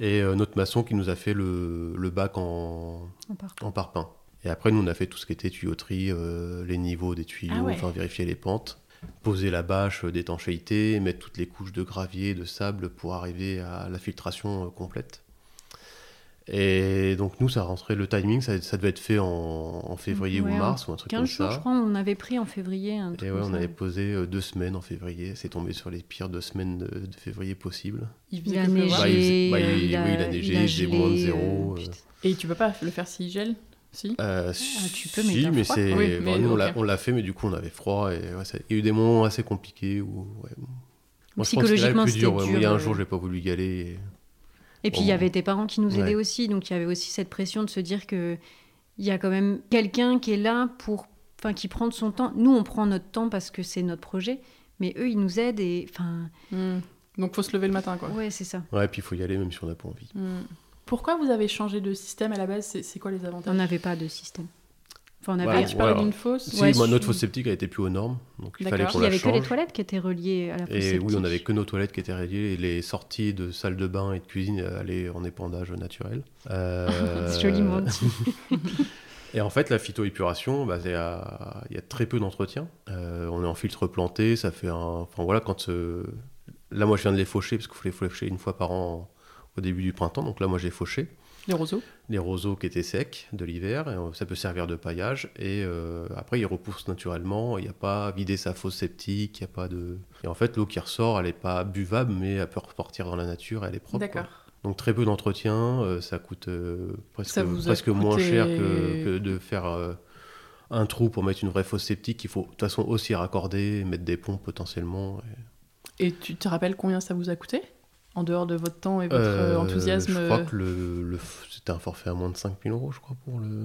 Et euh, notre maçon qui nous a fait le, le bac en,
On part.
en parpaing. Et après, nous, on a fait tout ce qui était tuyauterie, euh, les niveaux des tuyaux,
Ah ouais.
enfin vérifier les pentes, poser la bâche euh, d'étanchéité, mettre toutes les couches de gravier, de sable pour arriver à la filtration euh, complète. Et donc nous, ça rentrait le timing, ça, ça devait être fait en, en février
Ouais,
ou
en
mars ou un truc
15
comme
jours,
ça.
je crois, on avait pris en février. Un truc
Et ouais,
comme
on
ça.
avait posé euh, deux semaines en février. C'est tombé sur les pires deux semaines de, de février possible.
Il
Il
faisait
a
que pleuvoir.
Bah, il faisait-
neigé.
bah, il-
euh,
oui, il a neigé, il faisait moins de
gelé,
zéro,
euh,
euh,
putain.
Et tu peux pas le faire s'il gèle Si
Euh,
Ah, tu peux, mais t'as
mais
froid.
c'est.
Oui,
enfin,
mais
nous, on l'a-
ok.
on l'a fait, mais du coup, on avait froid. Et ouais, ça- il y a eu des moments assez compliqués où. ouais, bon. Moi, je pense que c'est là le
Psychologiquement,
plus dur.
c'était
ouais. Moi, il y a
dur,
un jour,
euh.
j'ai pas voulu y aller.
Et puis il y
Bon.
avait tes parents qui nous
Ouais.
aidaient aussi, donc il y avait aussi cette pression de se dire que il y a quand même quelqu'un qui est là pour, enfin qui prend de son temps. Nous on prend notre temps parce que c'est notre projet, mais eux ils nous aident et enfin
Hmm. Donc, faut se lever le matin, quoi.
ouais c'est ça.
Ouais, puis il faut y aller, même si on n'a pas envie.
Hmm. Pourquoi vous avez changé de système à la base C'est- C'est quoi les avantages
On n'avait pas de système. Enfin, on avait.
Ah,
Ouais,
tu parles
voilà.
d'une fosse
Si,
Ouais,
moi,
je-
notre fosse sceptique a été plus aux normes, donc il fallait
D'accord.
qu'on
Il n'y
la
avait que les
change.
toilettes qui étaient reliées à la fosse
Et oui, on
septique.
n'avait que nos toilettes qui étaient rayées et les sorties de salle de bain et de cuisine euh, allaient en épandage naturel. Euh,
[laughs] C'est joliment dit.
Et en fait, la phytoépuration, bah, c'est à- il y a très peu d'entretien. Euh, on est en filtre planté, ça fait un. Enfin voilà, quand. euh, Là, moi, je viens de les faucher parce qu'il faut les faucher une fois par an au début du printemps. Donc là, moi, j'ai fauché
Les roseaux
les roseaux qui étaient secs de l'hiver. et, euh, Ça peut servir de paillage. Et euh, après, ils repoussent naturellement. Il n'y a pas à vider sa fosse septique. Il n'y a pas de. Et en fait, l'eau qui ressort, elle n'est pas buvable, mais elle peut repartir dans la nature. Elle est propre. quoi.
D'accord.
Donc très peu d'entretien, euh, ça coûte euh, presque,
Ça vous a
presque moins
coûté-
cher que, que de faire euh, un trou pour mettre une vraie fosse septique. Il faut de toute façon aussi raccorder, mettre des pompes potentiellement.
Et tu te rappelles combien ça vous a coûté En dehors de votre temps et votre
Euh,
euh, enthousiasme
Je crois que le, le f- c'était un forfait à moins de 5000 euros, je crois, pour le...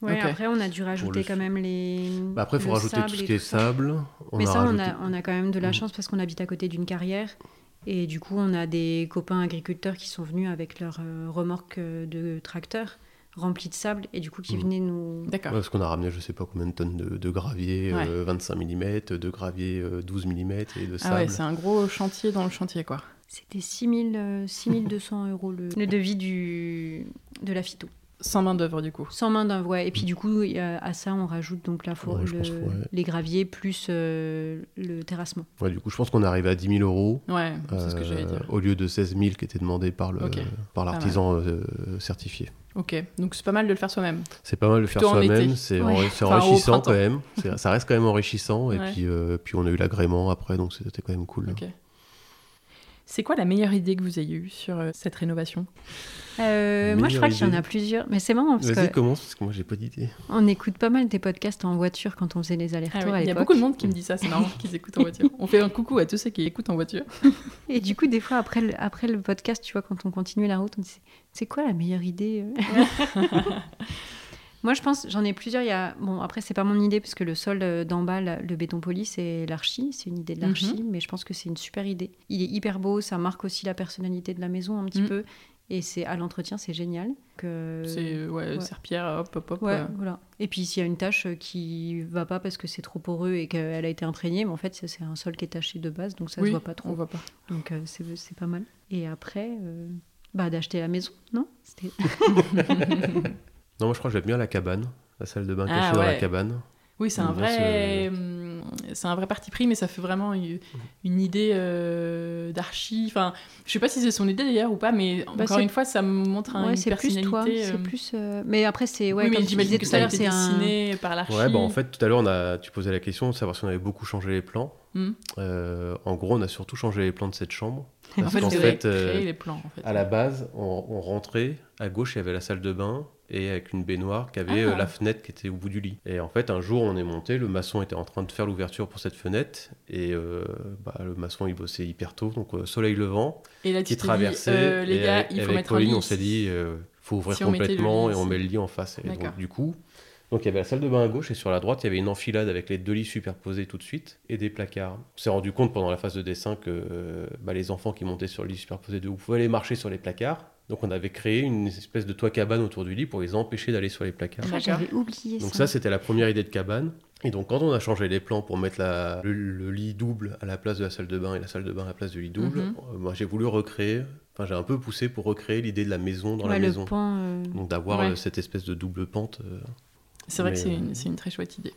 Ouais,
[laughs]
Ok.
Après, on a dû rajouter
le-
quand même les.
Bah, après, il faut
le
rajouter
sable
tout ce
et
qui est
ça.
sable.
Mais ça, on,
rajouté-
a, on a quand même de la
Mhm.
chance parce qu'on habite à côté d'une carrière. Et du coup, on a des copains agriculteurs qui sont venus avec leurs euh, remorques euh, de tracteurs remplies de sable et du coup qui
Mhm.
venaient nous.
D'accord.
Ouais, parce qu'on a ramené je sais pas combien de tonnes de, de gravier,
Ouais.
euh, 25 mm, de gravier euh, 12 mm et de
Ah
sable.
ouais, c'est un gros chantier dans le chantier, quoi.
C'était euh, 6200 euros le, le devis du, de la phyto.
Sans main d'œuvre, du coup.
Sans main d'un ouais. Et puis du coup, il y a- à ça, on rajoute donc la four-
Ouais, je
le-
pense, ouais.
les graviers plus euh, le terrassement.
Ouais, du coup, je pense qu'on est arrivé à 10 000 euros.
Ouais, c'est ce que j'allais
Euh,
dire.
Au lieu de 16 000 qui était demandé par le-
Ok.
par l'artisan euh, certifié.
Ok, donc c'est pas mal de le faire soi-même.
C'est pas mal de faire
Plutôt en
soi-même,
été.
c'est
Ouais.
enri- c'est
Enfin, au
enrichissant
printemps.
quand même. C'est- Ça reste quand même enrichissant. Et
Ouais.
puis, euh, puis on a eu l'agrément après, donc c'était quand même cool.
Ok. C'est quoi la meilleure idée que vous ayez eue sur euh, cette rénovation
Euh, moi, je
Meilleure
crois qu'il y en
idée.
a plusieurs. Mais c'est marrant parce
Vas-y,
qu'on
commence, parce que moi j'ai pas d'idée.
écoute pas mal des podcasts en voiture quand on faisait les allers-retours Ah à
Ah Il y a
l'époque.
beaucoup de monde qui me dit ça, c'est marrant [laughs] qu'ils écoutent en voiture. On fait un coucou à tous ceux qui écoutent en voiture.
Et du coup, des fois, après le, après le podcast, tu vois, quand on continue la route, on dit c'est quoi la meilleure idée euh [laughs] Moi, je pense, j'en ai plusieurs. Il y a... Bon, après, c'est pas mon idée, parce que le sol euh, d'en bas, la- le béton poli, c'est l'archi. C'est une idée de l'archi,
Mhm.
mais je pense que c'est une super idée. Il est hyper beau, ça marque aussi la personnalité de la maison un petit
Mhm.
peu. Et c'est à l'entretien, c'est génial. Que...
C'est euh, ouais,
ouais.
serpillère, hop, hop, hop.
Ouais,
euh.
voilà. Et puis s'il y a une tache euh, qui va pas parce que c'est trop poreux et qu'elle a été imprégnée, mais en fait ça, c'est un sol qui est taché de base, donc ça
Oui,
se voit pas trop.
On voit pas.
Donc euh, c'est c'est pas mal. Et après, euh, bah, d'acheter la maison, non C'était-
Non, moi je crois que j'aime bien la cabane, la salle de bain
Ah,
cachée dans la
ouais.
cabane.
Oui, c'est un
J'aime bien
vrai, hum, c'est un vrai parti pris, mais ça fait vraiment une, une idée euh, d'archi. Enfin, je sais pas si c'est son idée d'ailleurs ou pas, mais encore
Bah, c'est-
une fois, ça me montre un-
Ouais,
Ah, une
c'est plus
personnalité.
toi,
euh,
c'est plus. euh, Mais après c'est ouais,
oui,
comme
mais
tu disais
j'imagine que
tout
ça
à
a
l'heure,
été
c'est un-
dessiné par l'archi.
Ouais, bah en fait, tout à l'heure, on a, tu posais la question de savoir si on avait beaucoup changé les plans.
Hum.
Euh, en gros, on a surtout changé les plans de cette chambre.
[laughs] En
Parce
fait,
qu'en
c'est
fait, euh,
créer les plans. En fait. hein.
À la base, on, on rentrait, à gauche il y avait la salle de bain et avec une baignoire qui avait
Ah.
euh, la fenêtre qui était au bout du lit. Et en fait, un jour on est monté, le maçon était en train de faire l'ouverture pour cette fenêtre et euh, bah, le maçon il bossait hyper tôt, donc euh, soleil levant
Et là, tu
qui
t'es dit,
traversait.
euh, les
et
gars,
avec,
il faut
avec
mettre
Pauline,
un lit.
on s'est dit, euh, faut ouvrir
Si on mettait le
complètement
lit
et on
ici.
met le lit en face. Et donc,
D'accord.
du coup, donc il y avait la salle de bain à gauche et sur la droite il y avait une enfilade avec les deux lits superposés tout de suite et des placards. On s'est rendu compte pendant la phase de dessin que euh, bah, les enfants qui montaient sur le lit superposé de haut pouvaient aller marcher sur les placards. Donc on avait créé une espèce de toit cabane autour du lit pour les empêcher d'aller sur les placards.
Ah, J'avais oublié
Donc ça,
ça.
c'était la première idée de cabane. Et donc quand on a changé les plans pour mettre la- le, le lit double à la place de la salle de bain et la salle de bain à la place du lit double,
Mhm.
euh, moi j'ai voulu recréer, enfin j'ai un peu poussé pour recréer l'idée de la maison dans
Ouais,
la
le
maison.
pan, euh,
Donc d'avoir
Ouais.
euh, cette espèce de double pente. euh.
C'est vrai que
Mais,
c'est
euh,
une, c'est une très chouette idée.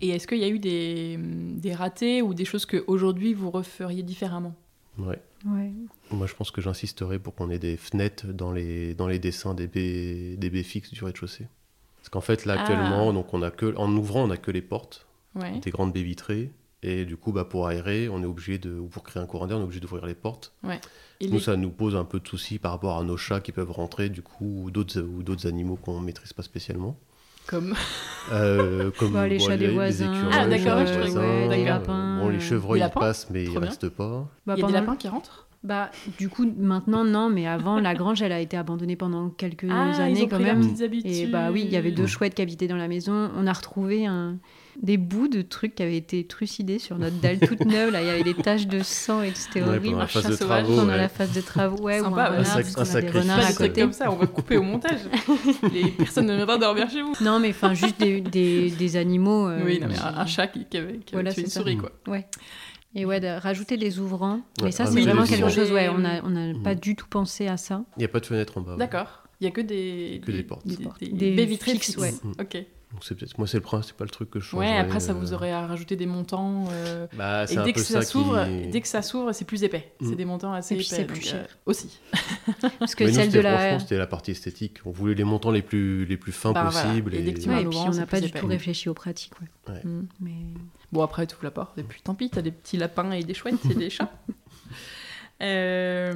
Et est-ce qu'il y a eu des, des ratés ou des choses que aujourd'hui vous referiez différemment
ouais.
ouais.
Moi je pense que j'insisterai pour qu'on ait des fenêtres dans les, dans les dessins des baies, des baies fixes du rez-de-chaussée. Parce qu'en fait là
Ah.
actuellement, donc on a que, en ouvrant on a que les portes.
Ouais.
des grandes baies vitrées. Et du coup, bah, pour aérer, on est obligé de, ou pour créer un courant d'air, on est obligé d'ouvrir les portes.
Et
Nous,
les-
ça nous pose un peu de soucis par rapport à nos chats qui peuvent rentrer, du coup, ou d'autres ou d'autres animaux qu'on maîtrise pas spécialement.
Comme...
Euh,
[laughs]
comme
Bah, les
bon,
chats des voisins.
écureuils,
Ah,
les
d'accord,
chats
ouais,
des
je
voisins,
trouvais- ouais, des
euh,
lapins,
bon,
euh,
les
des
chevreuils ils
lapins.
passent, mais
Trop
ils
bien.
restent pas.
Bah,
Il y a des
pendant-
lapins qui rentrent
Bah, du coup, maintenant, non, mais avant, la grange, elle a été abandonnée pendant quelques
Ah,
années
ils ont
quand
pris leurs
même.
petites habitudes.
Et bah oui, il y avait deux
Mm.
chouettes qui habitaient dans la maison. On a retrouvé un- des bouts de trucs qui avaient été trucidés sur notre dalle toute neuve. Là, il y avait des taches de sang et tout, c'était
Ouais,
horrible.
pendant la
un
phase
chat
de
sauvage,
travaux.
Pendant
ouais.
la phase de travaux, ouais, ou un
Sympa, ouais.
renard,
Un
sac-
parce
un
qu'on a des
sacrifice.
renards
Pas
à
des trucs
côté.
comme ça, on va couper au
[laughs]
montage. Les personnes ne viendra dormir chez vous.
Non, mais enfin, juste des, des, des animaux. euh,
oui, non, mais
qui-
un, un chat qui, qui avait, qui avait
Voilà,
tué
c'est
une
ça.
souris, quoi.
Et ouais, de rajouter des ouvrants.
Ouais,
mais ça, c'est
rajouter
vraiment
des
quelque
ouvrants.
chose, ouais, on n'a on n'a
Mm.
pas du tout pensé à ça.
Il n'y a pas de fenêtre en bas. ouais.
D'accord. Il n'y a que des,
Ah Que des portes.
Des,
portes.
des-
Des
baies vitrées
fixes,
fixes.
ouais.
Mm.
Ok.
Donc c'est peut-être moi c'est le principal truc que je change.
Ouais, après, ça vous aurait à rajouter des montants. euh,
Bah,
Et
euh, c'est un
dès
peu
que, ça
ça
s'ouvre,
qui-
dès que ça s'ouvre, c'est plus épais.
Mm.
C'est des montants assez
Et puis
épais.
c'est plus
donc,
cher.
euh, aussi.
Parce que
Mais nous,
celle de
c'était-
la.
franchement, c'était la partie esthétique. On voulait les montants les plus les plus fins
Bah, voilà.
possibles.
Et dès que tu
Ouais,
vas-
et puis
Laurent,
on
c'est
n'a pas
plus
du
épais.
tout réfléchi aux pratiques. ouais.
Mm.
Mais
Bon, après, tout la porte. Et puis, tant pis, t'as des petits lapins et des chouettes et des chats. [laughs] Euh...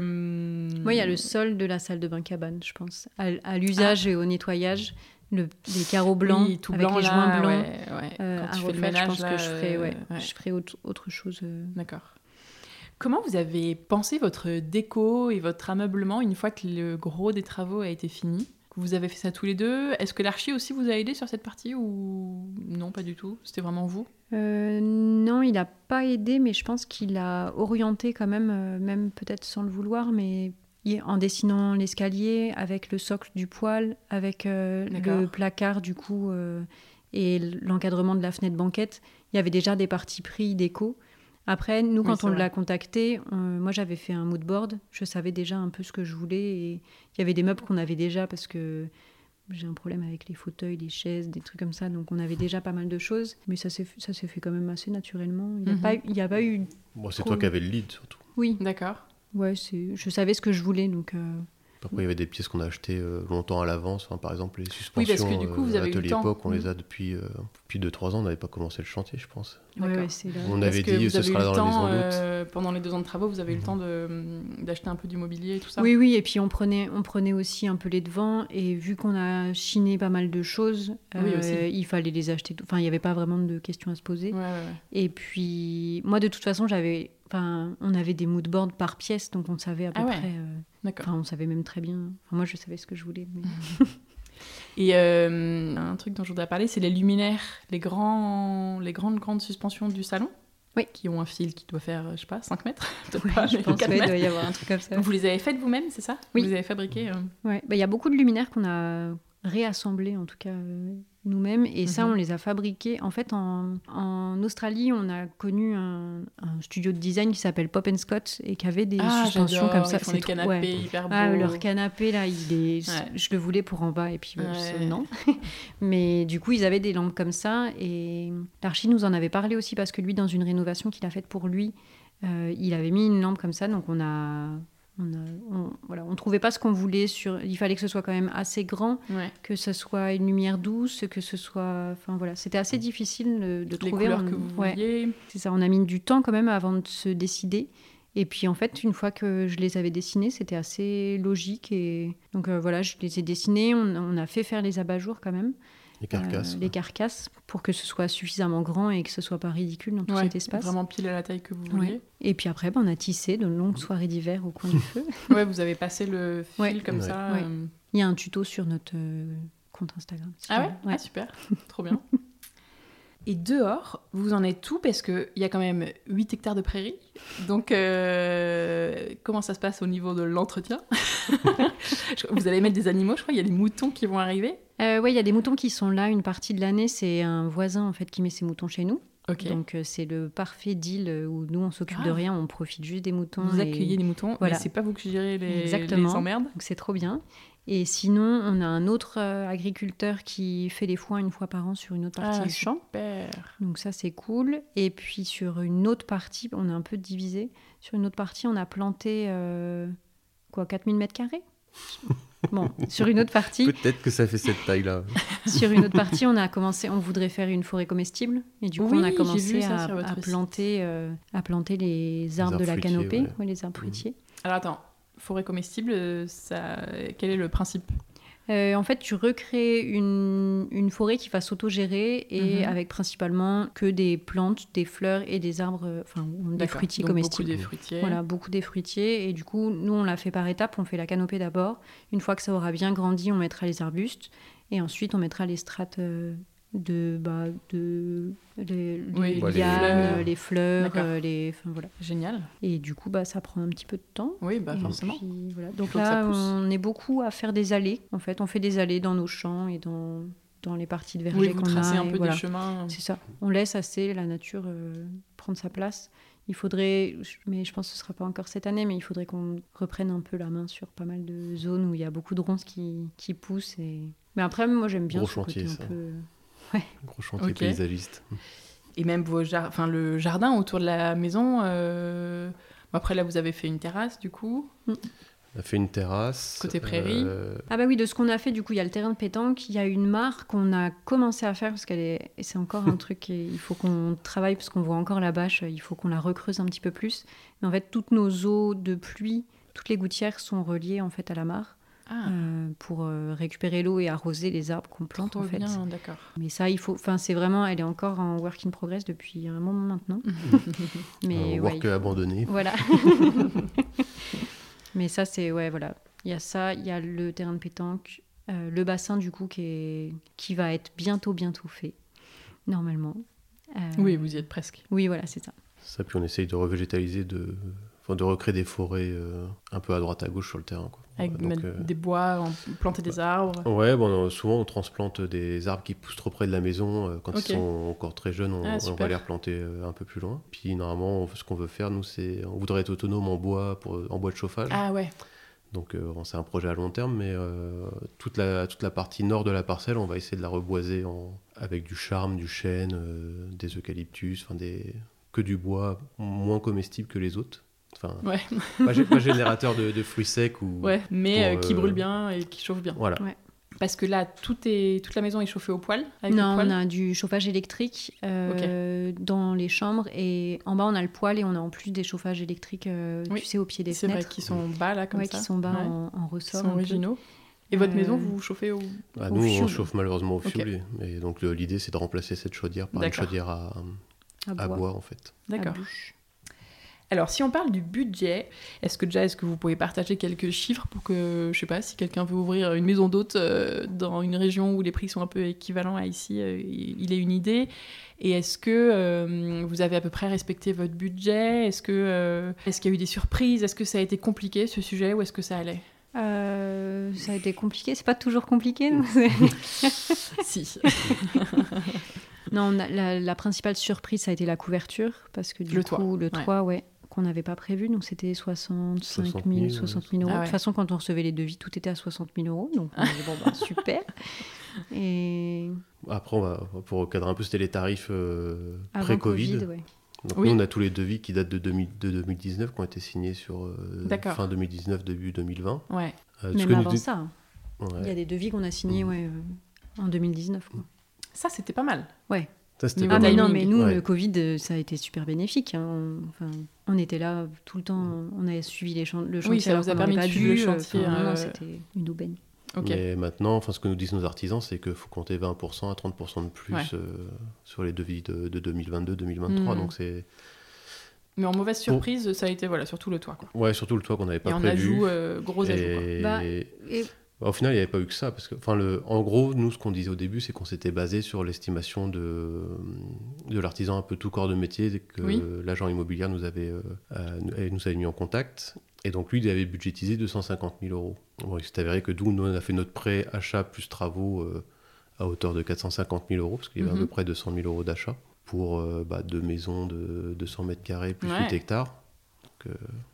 Moi, il y a le sol de la salle de bain cabane, je pense. À, à l'usage et au nettoyage, le, les carreaux blancs,
Oui, tout
avec
blanc,
les
là,
joints blancs.
ouais, ouais.
euh,
Quand tu
à
fais le
refaire,
ménage,
je pense
là,
que je ferais, ouais,
euh, ouais.
Je ferais autre, autre chose. euh.
D'accord. Comment vous avez pensé votre déco et votre ameublement une fois que le gros des travaux a été fini Vous avez fait ça tous les deux. Est-ce que l'archi aussi vous a aidé sur cette partie ou non, pas du tout C'était vraiment vous
Euh, non, il n'a pas aidé, mais je pense qu'il a orienté quand même, euh, même peut-être sans le vouloir, mais il- en dessinant l'escalier avec le socle du poêle, avec euh, le
D'accord.
placard du coup euh, et l'encadrement de la fenêtre banquette, il y avait déjà des parties pris déco. Après, nous,
Oui,
quand
c'est
on
vrai.
l'a contacté, on- moi j'avais fait un mood board, je savais déjà un peu ce que je voulais et il y avait des meubles qu'on avait déjà parce que j'ai un problème avec les fauteuils, les chaises, des trucs comme ça. Donc on avait déjà pas mal de choses, mais ça s'est ça s'est fait quand même assez naturellement. Il n'y a,
Mhm.
pas eu- il y a pas eu.
Bon, bah, c'est
Trop-
toi qui avais le lead surtout.
Oui,
D'accord.
ouais, c'est- je savais ce que je voulais, donc euh,
Après, il y avait des pièces qu'on a achetées euh, longtemps à l'avance. Enfin, par exemple, les
Oui, parce que,
suspensions
du coup, vous
euh,
avez eu le
Atelier
temps.
Époque, on
Mhm.
les a depuis, euh, depuis 2-3 ans. On n'avait pas commencé le chantier, je pense.
ouais,
D'accord.
ouais, c'est là.
On
Euh, Parce
avait
que
dit
vous
ça
avez eu
sera
le
dans la
temps,
maison Mhm. d'août.
euh, pendant les deux ans de travaux, vous avez eu le temps de- hum, d'acheter un peu du mobilier et tout ça
Oui, oui, et puis on prenait, on prenait aussi un peu les devants, et vu qu'on a chiné pas mal de choses, euh,
Oui, aussi.
il fallait les acheter. tout- Enfin, il n'y avait pas vraiment de questions à se poser.
Ouais, ouais, ouais.
Et puis, moi, de toute façon, j'avais, enfin, on avait des mood boards par pièce, donc on savait à peu
Ah ouais.
près. euh,
D'accord.
Enfin, on savait même très bien. Enfin, moi, je savais ce que je voulais. mais-
Et euh, un truc dont je voudrais parler, c'est les luminaires, les, grands, les grandes, grandes suspensions du salon.
Oui.
Qui ont un fil qui doit faire, je sais pas, 5 mètres. [laughs] peut-être
Ouais,
pas,
je
mais
pense
quatre
qu'il
mètres.
doit y avoir un truc comme ça.
Donc, Vous les avez faites vous-même, c'est ça
Oui.
Vous les avez fabriquées euh,
Ouais. Bah, Il y a beaucoup de luminaires qu'on a réassemblés, en tout cas euh, nous-mêmes, et ça,
Mhm.
on les a fabriqués. En fait, en, en Australie, on a connu un, un studio de design qui s'appelle Pop and Scott et qui avait des suspensions
j'adore,
comme
Ah,
ça.
Ils font
C'est
des
trop-
canapés
ouais.
hyper beaux.
Ah, leur canapé là, il est...
Ouais.
je le voulais pour en bas et puis euh, ça,
Ouais.
non. [laughs] Mais du coup, ils avaient des lampes comme ça et l'archi nous en avait parlé aussi parce que lui, dans une rénovation qu'il a faite pour lui, euh, il avait mis une lampe comme ça. Donc on a, on a- on- voilà, on trouvait pas ce qu'on voulait sur. Il fallait que ce soit quand même assez grand,
euh, Ouais.
que ce soit une lumière douce, que ce soit, enfin voilà, c'était assez difficile euh, de
Les
trouver.
couleurs
On-
que vous
ouais.
vouliez.
C'est ça, on a mis du temps quand même avant de se décider. Et puis en fait, une fois que je les avais dessinés, c'était assez logique. Et donc euh, voilà, je les ai dessinés, on, on a fait faire les abat-jours quand même,
Les
euh,
carcasses.
les carcasses, pour que ce soit suffisamment grand et que ce soit pas ridicule dans tout
Ouais,
cet espace.
Vraiment pile à la taille que vous [laughs]
Ouais.
vouliez.
Et puis après, ben, on a tissé de longues soirées d'hiver au coin du feu.
Ouais. vous avez passé le fil
Ouais.
comme
Ouais.
ça.
Ouais.
euh,
Il y a un tuto sur notre euh, compte Instagram. si
Ah
tu
ouais,
veux.
Ah, [laughs] super, trop bien. Et dehors, vous en êtes tout parce qu'il y a quand même 8 hectares de prairies. Donc, euh, comment ça se passe au niveau de l'entretien [laughs] Je- Vous allez mettre des animaux, je crois. Il y a des moutons qui vont arriver.
Euh, ouais, il y a des moutons qui sont là une partie de l'année. C'est un voisin en fait qui met ses moutons chez nous.
Ok.
Donc euh, c'est le parfait deal euh, où nous on s'occupe
Grave.
de rien, on profite juste des moutons.
vous
et-
accueillez des moutons,
voilà.
mais c'est pas vous qui gérez les, les
Exactement.
emmerdes.
Donc c'est trop bien. Et sinon, on a un autre euh, agriculteur qui fait les foins une fois par an sur une autre partie
Ah,
du champ.
Super.
Donc ça c'est cool. Et puis sur une autre partie, on a un peu divisé. Sur une autre partie, on a planté euh, quoi 4000
[laughs]
mètres carrés. Bon, sur une autre partie,
Peut-être que ça fait cette
[laughs]
taille-là.
sur une autre partie, on a commencé, on voudrait faire une forêt comestible, et du coup,
Oui,
on a
j'ai vu
commencé
ça
à,
sur votre
à
site.
planter, euh, à planter les arbres
arbres
de la
fruitiers,
canopée,
ouais.
ouais, les arbres
Mhm.
fruitiers.
Alors attends, forêt comestible, euh, ça... quel est le principe
Euh, en fait, tu recrées une, une forêt qui va s'autogérer et
Mhm.
avec principalement que des plantes, des fleurs et des arbres, euh, enfin des
D'accord.
fruitiers
Donc
comestibles.
Beaucoup des fruitiers.
Voilà, beaucoup des fruitiers. Et du coup, nous, on la fait par étapes. On fait la canopée d'abord. Une fois que ça aura bien grandi, on mettra les arbustes. Et ensuite, on mettra les strates euh, de, bah, de les, les
Oui,
bah, les
lianes,
fleurs.
euh, les fleurs,
D'accord.
euh, les, enfin, voilà.
Génial.
Et du coup, bah, ça prend un petit peu de temps.
Oui, bah
Et
forcément.
puis, voilà.
Faut
Donc
que ça
là,
pousse.
on est beaucoup à faire des allées. En fait, on fait des allées dans nos champs et dans, dans les parties de verger
Oui, vous
qu'on a.
tracez un
et
peu
voilà.
des chemins.
C'est ça. On laisse assez la nature euh, prendre sa place. Il faudrait, je- mais je pense que ce ne sera pas encore cette année, mais il faudrait qu'on reprenne un peu la main sur pas mal de zones où il y a beaucoup de ronces qui, qui poussent. Et... Mais après, moi, j'aime bien
Gros
ce
chantier,
côté un
ça.
peu-
Gros chantier
Ok.
paysagiste.
Et même vos jar- enfin, le jardin autour de la maison. euh, Après, là, vous avez fait une terrasse, du coup.
On a fait une terrasse.
Côté prairie.
euh,
Ah bah oui, de ce qu'on a fait, du coup, il y a le terrain de pétanque, il y a une mare qu'on a commencé à faire parce qu'elle est, et c'est encore
[laughs]
un truc et il faut qu'on travaille parce qu'on voit encore la bâche, il faut qu'on la recreuse un petit peu plus. Mais en fait, toutes nos eaux de pluie, toutes les gouttières sont reliées en fait à la mare.
Ah,
euh, pour euh, récupérer l'eau et arroser les arbres qu'on plante
trop
en fait. Euh,
bien, Ah, d'accord.
Mais ça, il faut. Enfin, c'est vraiment. Elle est encore en work in progress depuis un moment
[laughs]
maintenant. [laughs] Mais
un
ouais,
Euh, work
il-
abandonné.
voilà. [laughs] Mais ça, c'est ouais, voilà. Il y a ça, il y a le terrain de pétanque, euh, le bassin du coup qui est qui va être bientôt bientôt fait normalement. Euh,
Oui, vous y êtes presque.
Oui, voilà, c'est ça.
Ça, puis on essaye de revégétaliser, de, enfin, de recréer des forêts euh, un peu à droite à gauche sur le terrain. Quoi.
Avec
Donc,
mettre
euh, bah,
des bois, en- planter des arbres.
Ouais, bon, euh, souvent on transplante des arbres qui poussent trop près de la maison. euh, Quand
Ok.
ils sont encore très jeunes, on,
Ah,
on
super.
va les replanter euh, un peu plus loin. Puis normalement, on- ce qu'on veut faire, nous, c'est on voudrait être autonome en bois, pour, en bois de chauffage.
Ah ouais.
Donc euh, bon, c'est un projet à long terme, mais euh, toute, la, toute la partie nord de la parcelle, on va essayer de la reboiser en, avec du charme, du chêne, euh, des eucalyptus, enfin des, que du bois moins comestible que les autres. Enfin,
Ouais.
pas, gé- pas générateur de, de fruits secs ou.
Ouais, mais
Pour,
euh, qui
euh,
brûle bien et qui chauffe bien.
Voilà.
Parce que là, tout est, toute la maison est chauffée au poêle avec
non,
le
on
poêle.
a du chauffage électrique euh, dans les chambres et en bas on a le poêle et on a en plus des chauffages électriques, euh,
Oui,
tu sais, au pied des
C'est
fenêtres.
vrai qu'ils sont bas là comme
Ouais,
ça.
qui sont bas
Ouais,
en, en
qui
ressort.
sont
un peu.
originaux. Et votre
Euh,
maison, vous vous chauffez au.
Ah,
Au
nous, on
fioul.
chauffe malheureusement au
Ok.
fioul. Et donc, le- l'idée, c'est de remplacer cette chaudière par une
D'accord.
chaudière à,
À
à
bois.
bois, en fait.
D'accord.
bûche.
Alors, si on parle du budget, est-ce que déjà, est-ce que vous pouvez partager quelques chiffres pour que, je sais pas, si quelqu'un veut ouvrir une maison d'hôte euh, dans une région où les prix sont un peu équivalents à ici, euh, il ait une idée Et est-ce que euh, vous avez à peu près respecté votre budget Est-ce que euh, est-ce qu'il y a eu des surprises Est-ce que ça a été compliqué ce sujet ou est-ce que ça
[laughs]
allait
Euh, ça a été compliqué, c'est pas toujours compliqué.
[laughs]
non
Si.
non, on a- la, la principale surprise, ça a été la couverture, parce que du
Le
coup,
toit,
le
ouais.
toit, ouais, qu'on n'avait pas prévu, donc c'était 65 000,
60 000, ouais.
60 000 euros.
Ah
De
ouais.
toute façon, quand on recevait les devis, tout était à 60 000 euros, donc on dit, bon,
[laughs]
bah, super. Et
Après, on va, pour cadrer un peu, c'était les tarifs euh,
avant
pré-Covid.
Covid, ouais.
Donc,
Oui.
nous, on a tous les devis qui datent de, 2000 de 2019, qui ont été signés sur euh,
D'accord.
fin 2019, début 2020.
Ouais.
Euh, ce
Même
que nous
avant
dit-
ça, hein.
Ouais.
il y a des devis qu'on a signés
Mm.
ouais, euh, en 2019. quoi.
Ça, c'était pas mal.
Ça, c'était
Ah,
Ah
pas
mais
timing.
mal.
non, mais nous,
bah, Ouais.
le Covid, euh, ça a été super bénéfique. hein. On, enfin, on était là tout le temps, on a suivi les chan- le chantier.
ça
alors
vous a
qu'on n'aurait
permis
pas
de suivre le
dû, euh,
chantier,
enfin, vraiment,
euh,
C'était une aubaine.
Ok.
Mais maintenant, enfin, ce que nous disent nos artisans, c'est qu'il faut compter 20% à 30% de plus
Ouais.
euh, sur les devis de, de 2022, 2023.
Mm.
Donc, c'est
Mais en mauvaise surprise, ça a été voilà, surtout le toit. Quoi.
ouais, surtout le toit qu'on n'avait pas
Et on
prévu.
ajoute, euh, gros ajout. quoi.
Et-
Bah, et-
Bah, au final, il n'y avait pas eu que ça. Parce que, enfin, le... En gros, nous, ce qu'on disait au début, c'est qu'on s'était basé sur l'estimation de, de l'artisan un peu tout corps de métier que
Oui.
l'agent immobilier nous avait, euh, euh, nous- nous avait mis en contact. Et donc, lui, il avait budgétisé 250 000 euros. Bon, il s'est avéré que d'où nous, on a fait notre prêt achat plus travaux euh, à hauteur de 450 000 euros, parce qu'il y avait
Mhm.
à peu près 200 000 euros d'achat pour euh, bah, deux maisons de 200 mètres carrés plus
Ouais.
8 hectares,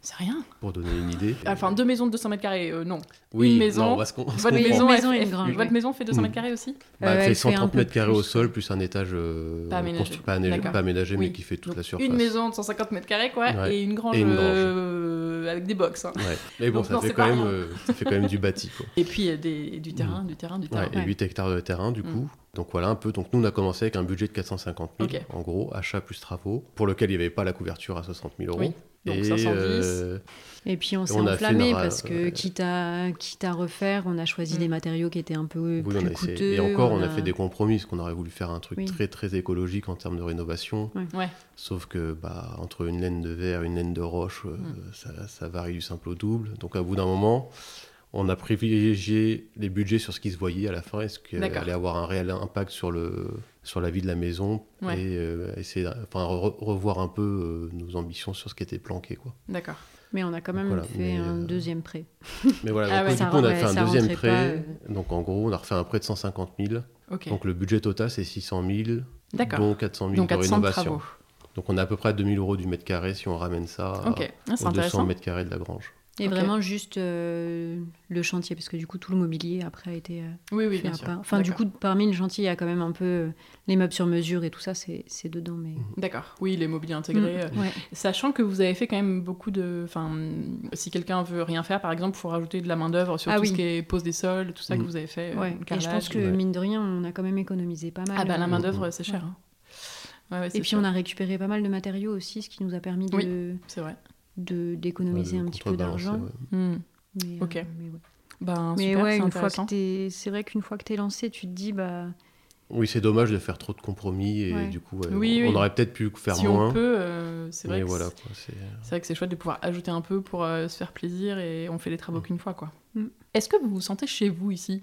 C'est rien.
pour donner une idée.
Enfin, deux maisons de 200 mètres carrés, euh, non.
oui,
une maison,
non, on va se con- on se
Votre
comprend.
maison,
Une maison
elle-
et une
elle-
grange,
votre
ouais.
maison fait 200
Mm.
mètres carrés aussi
Bah,
Euh,
elle
elle
fait
fait un
130
peu
mètres carrés
plus.
au sol, plus un étage euh,
Pas aménagé.
construit- pas aménagé,
D'accord.
pas aménagé, mais
Oui.
qui fait toute
Donc,
la surface.
Une maison de 150 mètres carrés, quoi,
Ouais.
et une grange,
Et une grange.
euh, avec des box. hein.
Ouais. Mais bon,
Donc,
ça,
non, c'est
fait
pas
quand même,
rien. [laughs]
euh, ça fait quand même du bâti. Quoi.
Et puis euh, des- du terrain, du terrain, du terrain.
Mmh. Ouais, Et 8 hectares de terrain, du
Ah, Mm.
coup. Donc voilà un peu. Donc nous, on a commencé avec un budget de 450 000,
Ok.
en gros, achat plus travaux, pour lequel il n'y avait pas la couverture à 60 000 euros.
Oui. Donc
Et,
510.
euh,
Et puis on s'est
on a fait
enflammé
une ra-
parce que
ouais.
quitte, à, quitte à refaire, on a choisi
Mm.
des matériaux qui étaient un peu
oui,
plus
on a essayé.
coûteux.
Et encore, on a... fait des compromis, parce qu'on aurait voulu faire un truc
Oui.
très très écologique en termes de rénovation.
Ouais.
Ouais.
Sauf que bah, entre une laine de verre et une laine de roche, euh,
Mm.
ça, ça varie du simple au double. Donc à bout d'un moment, on a privilégié les budgets sur ce qui se voyait à la fin et ce qui
D'accord.
allait avoir un réel impact sur, le, sur la vie de la maison
Ouais.
et euh, essayer d'a- enfin, re- revoir un peu euh, nos ambitions sur ce qui était planqué.
[laughs]
Quoi.
D'accord.
Mais on a quand même
Voilà,
fait
mais,
un
euh,
deuxième prêt.
Mais voilà,
Ah
donc,
ouais.
du
Ça
coup, on a
rentrait-
fait
ça
un deuxième
rentrait pas, euh.
prêt. Donc, en gros, on a refait un prêt de 150 000.
Ok.
Donc, le budget total, c'est 600 000,
D'accord.
dont 400 000
Donc
de
400
rénovation.
travaux.
Donc, on est à peu près à 2000 euros du mètre carré si on ramène ça à-
Ok. Ah, c'est
aux 200
intéressant.
mètres carrés de la grange.
Et
Ok.
vraiment juste euh, le chantier, parce que du coup tout le mobilier après a été euh,
Oui, oui,
fait
bien
à
sûr.
part. Enfin du
D'accord.
coup parmi le chantier il y a quand même un peu euh, les meubles sur mesure et tout ça, c'est c'est dedans. Mais...
D'accord. Oui, les mobiliers
Mmh.
intégrés. euh,
Mm. Ouais.
Sachant que vous avez fait quand même beaucoup de. Enfin, si quelqu'un veut rien faire, par exemple, il faut rajouter de la main-d'œuvre sur
Ah
tout
oui.
ce qui est pose des sols, tout ça que
Mm.
vous avez fait. euh,
Ouais. Et je
carrelage.
pense que
ouais.
mine de rien on a quand même économisé pas mal.
Ah, bah la
Euh,
main-d'œuvre, c'est cher. hein. Ouais, ouais, c'est
Et puis
sûr.
on a récupéré pas mal de matériaux aussi, ce qui nous a permis de
Oui. C'est vrai.
de-
Ouais,
d'économiser
de
un petit peu
contrebalancer,
d'argent.
ouais.
Mm.
Mais, euh,
Ok.
mais ouais.
Ben,
Mais
super,
ouais,
c'est
une fois
intéressant.
que t'es- c'est vrai qu'une fois que t'es lancé, tu te dis bah
Oui, c'est dommage de faire trop de compromis et
Ouais.
du coup, ouais,
Oui,
on,
oui.
on aurait peut-être pu faire
si
moins.
on peut, euh, c'est vrai,
mais
que
voilà,
c'est-
quoi, c'est-
c'est vrai que c'est chouette de pouvoir ajouter un peu pour euh, se faire plaisir et on fait les travaux
Mm.
qu'une fois, quoi.
Mm.
Est-ce que vous vous sentez chez vous ici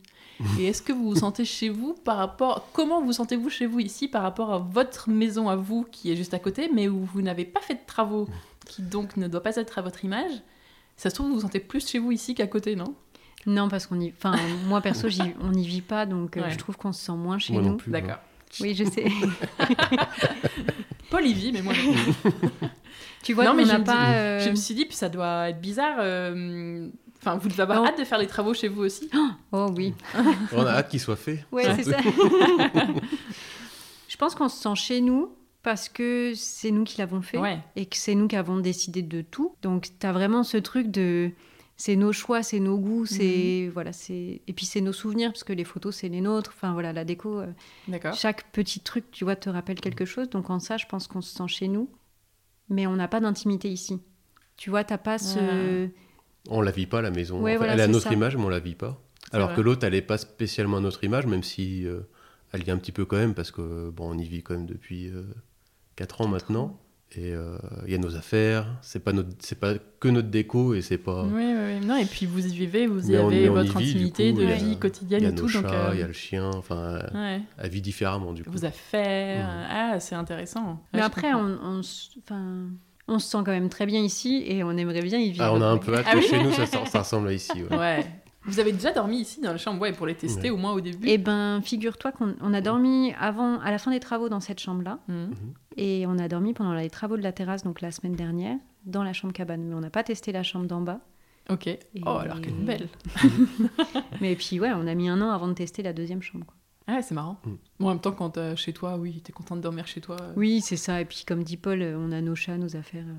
Et est-ce que vous vous sentez chez vous par rapport... Comment vous sentez-vous chez vous ici par rapport à votre maison à vous qui est juste à côté mais où vous n'avez pas fait de travaux qui donc ne doit pas être à votre image Ça se trouve, vous vous sentez plus chez vous ici qu'à côté, non
Non, parce qu'on y,
[laughs]
enfin moi perso, j'y- on n'y vit pas, donc euh,
Ouais.
je trouve qu'on se sent moins chez
moi
nous.
non plus.
D'accord.
hein.
Oui, je
[laughs]
sais.
Paul y vit, mais moi... non.
tu vois,
Non,
qu'on
mais je
n'a
me dis-
pas. euh,
Je me suis dit, puis ça doit être bizarre... euh, Enfin, vous devez avoir
Non.
hâte de faire les travaux chez vous aussi.
Oh oui.
[laughs]
On a hâte qu'il soit fait.
Ouais,
surtout.
c'est ça. [laughs] je pense qu'on se sent chez nous parce que c'est nous qui l'avons fait
Ouais.
et que c'est nous qui avons décidé de tout. Donc, tu as vraiment ce truc de. C'est nos choix, c'est nos
Mhm.
goûts, c'est. Voilà, c'est. Et puis, c'est nos souvenirs, parce que les photos, c'est les nôtres. Enfin, voilà, la déco. euh,
D'accord.
chaque petit truc, tu vois, te rappelle
Mhm.
quelque chose. Donc en ça, je pense qu'on se sent chez nous, mais on n'a pas d'intimité ici. Tu vois, t'as pas
Ah.
ce...
On la vit pas la maison.
Ouais,
En fait,
voilà,
elle a
c'est
notre
ça.
image, mais on la vit pas. Alors
vrai.
que l'autre, elle est pas spécialement à notre image, même si euh, elle y est un petit peu quand même, parce que bon, on y vit quand même depuis 4 ans maintenant. Et euh, il y a nos affaires. C'est pas notre, c'est pas que notre déco et c'est pas.
Oui, oui, oui. Non, et puis vous y vivez, vous y
Mais on-
avez
mais on y
votre
vit, du
intimité
coup,
de
il y a-
vie
Il
quotidienne
y a
et tout.
nos
donc, euh,
chats, il y a le chien. Enfin, elle-
ouais.
elle vit différemment du coup.
vos affaires.
Mm.
Ah, c'est intéressant. Ouais,
Mais
je
après,
comprends.
on, on, s- enfin, on se sent quand même très bien ici et on aimerait bien y vivre.
Ah, on a un peu hâte
Ah
que
oui.
chez nous ça, sor- ça ressemble à ici. ouais.
Ouais. Vous avez déjà dormi ici dans la chambre, ouais, pour les tester
Ouais.
au moins au début.
Eh ben, figure-toi qu'on on a dormi avant, à la fin des travaux dans cette chambre-là
Mm.
et on a dormi pendant les travaux de la terrasse, donc la semaine dernière, dans la chambre cabane. Mais on n'a pas testé la chambre d'en bas.
Ok. Oh, alors
Et-
qu'elle est belle.
[laughs] Mais puis, ouais, on a mis un an avant de tester la deuxième chambre. quoi.
Ah, c'est marrant.
Mm.
Bon, en même temps, quand t'es chez toi, oui, t'es content de dormir chez toi. euh.
Oui, c'est ça. Et puis, comme dit Paul, euh, on a nos chats, nos affaires. euh,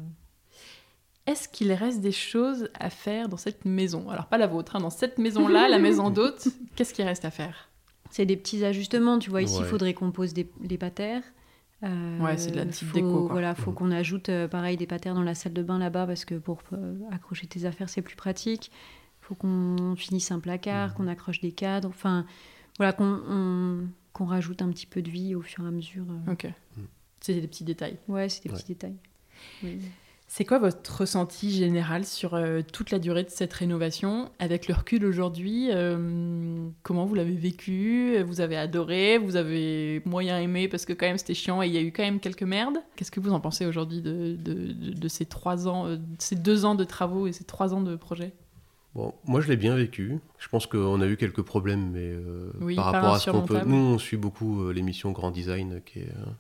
Est-ce qu'il reste des choses à faire dans cette maison Alors, pas la vôtre, hein, dans cette maison-là, la
[laughs]
maison d'hôte, qu'est-ce qu'il reste à faire
C'est des petits ajustements, tu vois. Ici, il
Ouais.
faudrait qu'on pose des, les patères. Euh,
Ouais, c'est de la petite
faut-
déco, quoi.
Voilà,
Mm.
faut qu'on ajoute euh, pareil des patères dans la salle de bain là-bas parce que pour euh, accrocher tes affaires, c'est plus pratique. Faut qu'on finisse un placard,
Mm.
qu'on accroche des cadres. Enfin, voilà, qu'on on- qu'on rajoute un petit peu de vie au fur et à mesure. euh.
Ok.
Hmm.
C'est des petits détails.
Ouais, c'est des
Ouais.
petits détails.
C'est quoi votre ressenti général sur euh, toute la durée de cette rénovation Avec le recul aujourd'hui, euh, comment vous l'avez vécu Vous avez adoré Vous avez moyen aimé parce que quand même c'était chiant et il y a eu quand même quelques merdes Qu'est-ce que vous en pensez aujourd'hui de, de- de- de ces trois ans, euh, de ces deux ans de travaux et ces trois ans de projet
Bon, moi je l'ai bien vécu. Je pense qu'on a eu quelques problèmes, mais euh,
Oui,
par
pas
rapport à ce qu'on peut.
insurmontable.
Nous, on suit beaucoup euh, l'émission Grand Design, euh, qui est euh,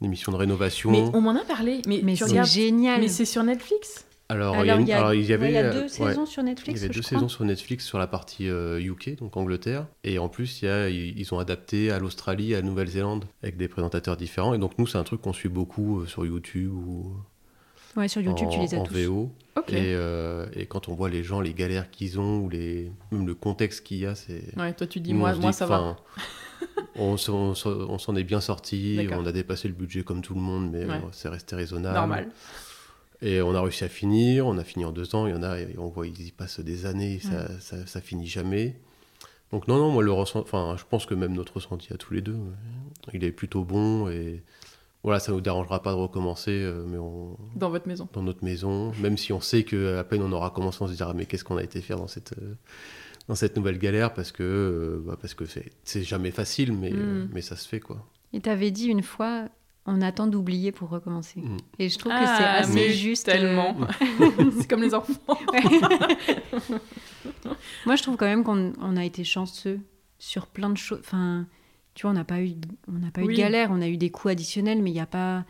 une émission de rénovation.
Mais on m'en a parlé, mais,
Mais
tu
c'est
regardes...
génial.
Mais c'est sur Netflix
Alors, il y, a
Alors,
une- alors, il y avait
ouais, il y a
euh,
deux
ouais,
saisons sur
il y
Netflix.
avait deux
je crois.
saisons sur Netflix sur la partie euh, UK, donc Angleterre. Et en plus, il y a- ils ils ont adapté à l'Australie, à la Nouvelle-Zélande, avec des présentateurs différents. Et donc, nous, c'est un truc qu'on suit beaucoup euh, sur YouTube ou
Ouais, sur YouTube,
en,
tu les as
en
tous.
VO.
Ok.
Et, euh, et quand on voit les gens, les galères qu'ils ont, ou les, même le contexte qu'il y a, c'est.
Ouais, toi tu dis,
Nous, on
moi,
se
moi
dit,
ça va.
enfin,
[laughs]
on s'en- on s'en on s'en est bien sorti,
D'accord.
on a dépassé le budget comme tout le monde, mais
Ouais.
euh, c'est resté raisonnable.
Normal.
Et on a réussi à finir, on a fini en deux ans, il y en a, et on voit, ils y passent des années, ça, ça, ça finit jamais. Donc non, non, moi, le ressenti, enfin, je pense que même notre ressenti à tous les deux, il est plutôt bon, et voilà, ça nous dérangera pas de recommencer, euh, mais on,
dans votre maison.
dans notre maison, même si on sait que à peine on aura commencé, on se dira mais qu'est-ce qu'on a été faire dans cette euh, dans cette nouvelle galère parce que euh, bah, parce que c'est- c'est jamais facile, mais euh,
Mm.
mais ça se fait quoi.
Et t'avais dit une fois, on attend d'oublier pour recommencer.
Mm.
Et je trouve
Ah,
que c'est assez
mais euh,
juste. euh,
Tellement. [laughs] c'est comme les enfants.
[laughs] Ouais. Moi, je trouve quand même qu'on on a été chanceux sur plein de choses. Enfin, tu vois, on n'a pas eu, de- on n'a pas eu
Oui.
de galère. On a eu des coûts additionnels, mais il n'y a pas,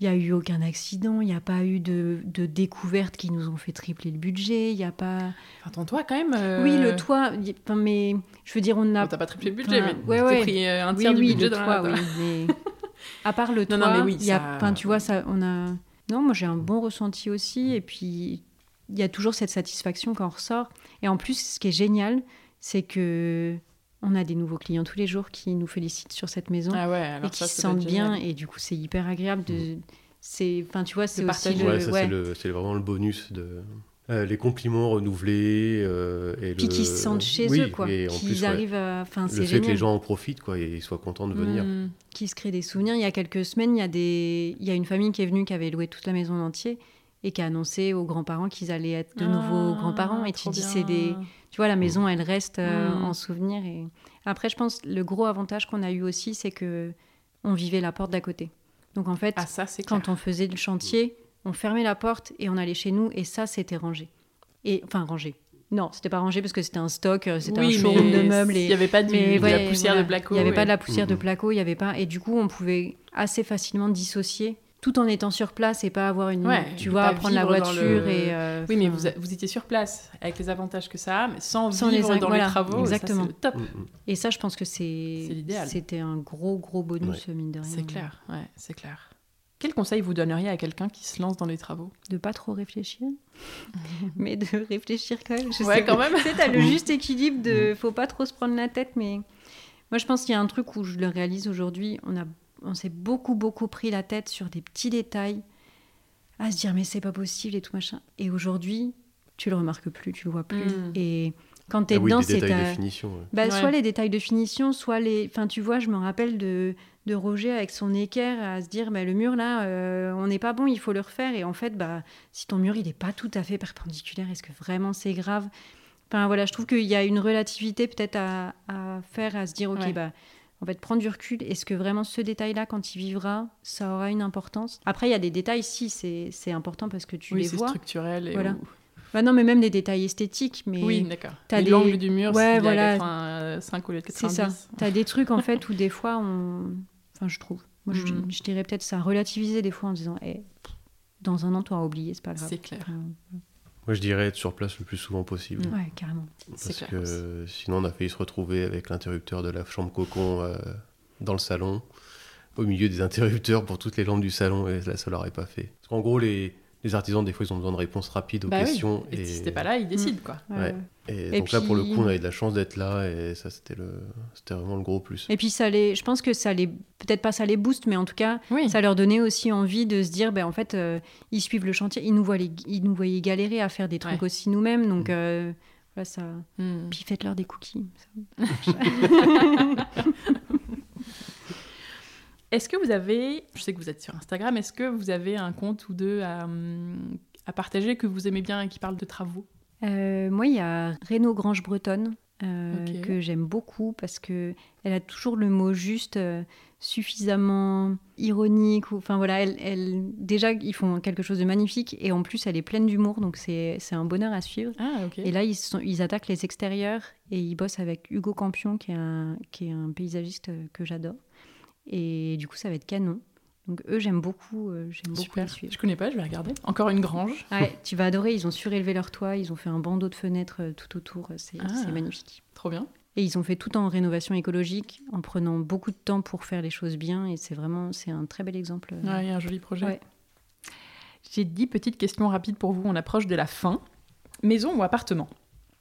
il y a eu aucun accident. Il n'y a pas eu de, de découvertes qui nous ont fait tripler le budget. Il n'y a pas.
Enfin, ton toit quand même. euh,
Oui, le toit. y- enfin, mais je veux dire, on
Bon,
n'a.
t'as pas triplé le budget,
Enfin,
mais
ouais,
t'as
ouais.
pris euh, un
Oui,
tiers du
oui,
budget
le
dans
toit,
la
oui, mais
[laughs]
à part le
Non,
toit,
non, mais oui,
il y a,
ça- euh,
enfin, tu vois, ça, on a. Non, moi j'ai un bon ressenti aussi, et puis il y a toujours cette satisfaction quand on ressort. Et en plus, ce qui est génial, c'est que on a des nouveaux clients tous les jours qui nous félicitent sur cette maison
Ah ouais,
et
alors
qui
ça,
se
ça doit
sentent
être
bien,
génial.
et du coup, c'est hyper agréable de. C'est, enfin, tu vois, c'est aussi
partager.
le.
Voilà, Mm. ça
ouais.
c'est le- c'est vraiment le bonus de euh, les compliments renouvelés euh, et
Puis
le-
qu'ils se sentent chez
Oui,
eux, quoi.
et en
Qu'ils
plus, ouais,
arrivent à. Enfin,
le
c'est
fait que les
génial.
gens en profitent quoi et ils soient contents de venir.
Mm.
qui se créent des souvenirs. Il y a quelques semaines, il y a, des... il y a une famille qui est venue qui avait loué toute la maison en entier et qui a annoncé aux grands-parents qu'ils allaient être de nouveau
Ah,
grands-parents. Et tu
trop
dis,
bien.
c'est des... Tu vois, la maison, elle reste euh,
Mm.
en souvenir. Et... Après, je pense le gros avantage qu'on a eu aussi, c'est que on vivait la porte d'à côté. Donc en fait,
Ah, ça, c'est clair.
quand on faisait le chantier, on fermait la porte et on allait chez nous et ça, c'était rangé. Et... Enfin, rangé. Non, c'était pas rangé parce que c'était un stock, euh, c'était
Oui,
un showroom
mais
de meubles.
Il
Et...
n'y avait pas du-
Mais
de
ouais,
la poussière
voilà.
de placo.
Il n'y avait pas de
et-
la poussière de
Mhm.
placo, il y avait pas. Et du coup, on pouvait assez facilement dissocier tout en étant sur place et pas avoir une.
Ouais,
tu
et
vois,
pas
prendre la
vivre dans
voiture
le-
et. euh,
Oui, mais
enfin,
vous, vous étiez sur place, avec les avantages que ça a, mais sans,
Sans les
vivre
inc-
dans
voilà,
les travaux. et ça,
exactement.
C'est le top.
Mm, mm.
Et ça, je pense que c'est.
C'est l'idéal.
C'était un gros, gros bonus, mine de rien.
C'est clair, ouais, c'est clair. Quel conseil vous donneriez à quelqu'un qui se lance dans les travaux
De pas
[laughs]
trop réfléchir, mais de réfléchir quand même. Je
Ouais,
sais
quand
pas.
même.
Tu sais, t'as le juste équilibre
Mm.
de. Faut pas trop se prendre la tête, mais. Moi, je pense qu'il y a un truc où je le réalise aujourd'hui. On, a, on s'est beaucoup, beaucoup pris la tête sur des petits détails, à se dire, mais c'est pas possible et tout machin. Et aujourd'hui, tu le remarques plus, tu le vois plus.
Mm.
Et quand t'es
Ah oui,
dedans,
des
c'est.
détails
ta-
de finition. ouais.
bah,
Ouais.
Soit les détails de finition, soit les. Enfin, tu vois, je me rappelle de, de Roger avec son équerre à se dire bah, le mur là, euh, on n'est pas bon, il faut le refaire. Et en fait, bah, si ton mur il n'est pas tout à fait perpendiculaire, est-ce que vraiment c'est grave Enfin voilà, je trouve qu'il y a une relativité peut-être à, à faire, à se dire ok,
Ouais.
bah. En fait, prendre du recul, est-ce que vraiment ce détail-là, quand il vivra, ça aura une importance Après, il y a des détails, si, c'est c'est important parce que tu
Oui,
les
c'est
vois.
structurel. Et
Voilà.
ou-
Bah non, mais même des détails esthétiques. Mais
Oui, d'accord.
t'as
Et
des-
L'angle du mur,
Ouais,
c'est
voilà.
85 au lieu de
C'est
90.
ça. T'as des trucs en fait où des fois on. Enfin, je trouve. Moi, je,
Mm.
je dirais peut-être ça, relativiser des fois en disant, Eh, dans un an, t'auras oublié, c'est pas grave.
C'est clair.
Enfin,
Moi je dirais être sur place le plus souvent possible.
Mm.
ouais, carrément.
C'est
Parce
clair.
que sinon, on a failli se retrouver avec l'interrupteur de la chambre cocon euh, dans le salon, au milieu des interrupteurs pour toutes les lampes du salon, et là, ça l'aurait pas fait. Parce qu'en gros, les, les artisans, des fois, ils ont besoin de réponses rapides aux
Bah oui.
questions.
Et si t'es pas là, il décide, quoi.
Ouais,
Ouais.
ouais.
et
Et
donc là, pour le
puis-
coup, on avait de la chance d'être là, et ça, c'était le... c'était vraiment le gros plus.
Et puis ça les, je pense que ça les, peut-être pas ça les booste, mais en tout cas,
Oui.
ça leur donnait aussi envie de se dire, ben en fait, euh, ils suivent le chantier, ils nous voient, les- ils nous voyaient galérer à faire des trucs
Ouais.
aussi nous-mêmes, donc
Mm.
euh, voilà ça.
Hmm.
Puis faites-leur des cookies.
Est-ce que vous avez, je sais que vous êtes sur Instagram, est-ce que vous avez un compte ou deux à, hum, à partager que vous aimez bien et qui parle de travaux
Euh, moi, il y a Renaud Grange Bretonne euh,
Ok.
que j'aime beaucoup parce que elle a toujours le mot juste, euh, suffisamment ironique. ou- Enfin voilà, elle, elle- déjà ils font quelque chose de magnifique et en plus elle est pleine d'humour, donc c'est c'est un bonheur à suivre.
Ah, ok.
Et là, ils, sont- ils attaquent les extérieurs et ils bossent avec Hugo Campion, qui est un, qui est un paysagiste euh, que j'adore. Et du coup, ça va être canon. Donc eux, j'aime beaucoup, euh, j'aime beaucoup les
Super.
suivre.
Je connais pas, je vais regarder. Encore une grange.
Ouais, tu vas adorer, ils ont surélevé leur toit, ils ont fait un bandeau de fenêtres euh, tout autour, euh, c'est
Ah.
c'est magnifique.
Trop bien.
Et ils ont fait tout en rénovation écologique, en prenant beaucoup de temps pour faire les choses bien, et c'est vraiment, c'est un très bel exemple. euh.
Mm. Ouais, il y a un joli projet.
Ouais.
J'ai dix petites questions rapides pour vous. On approche de la fin. Maison ou appartement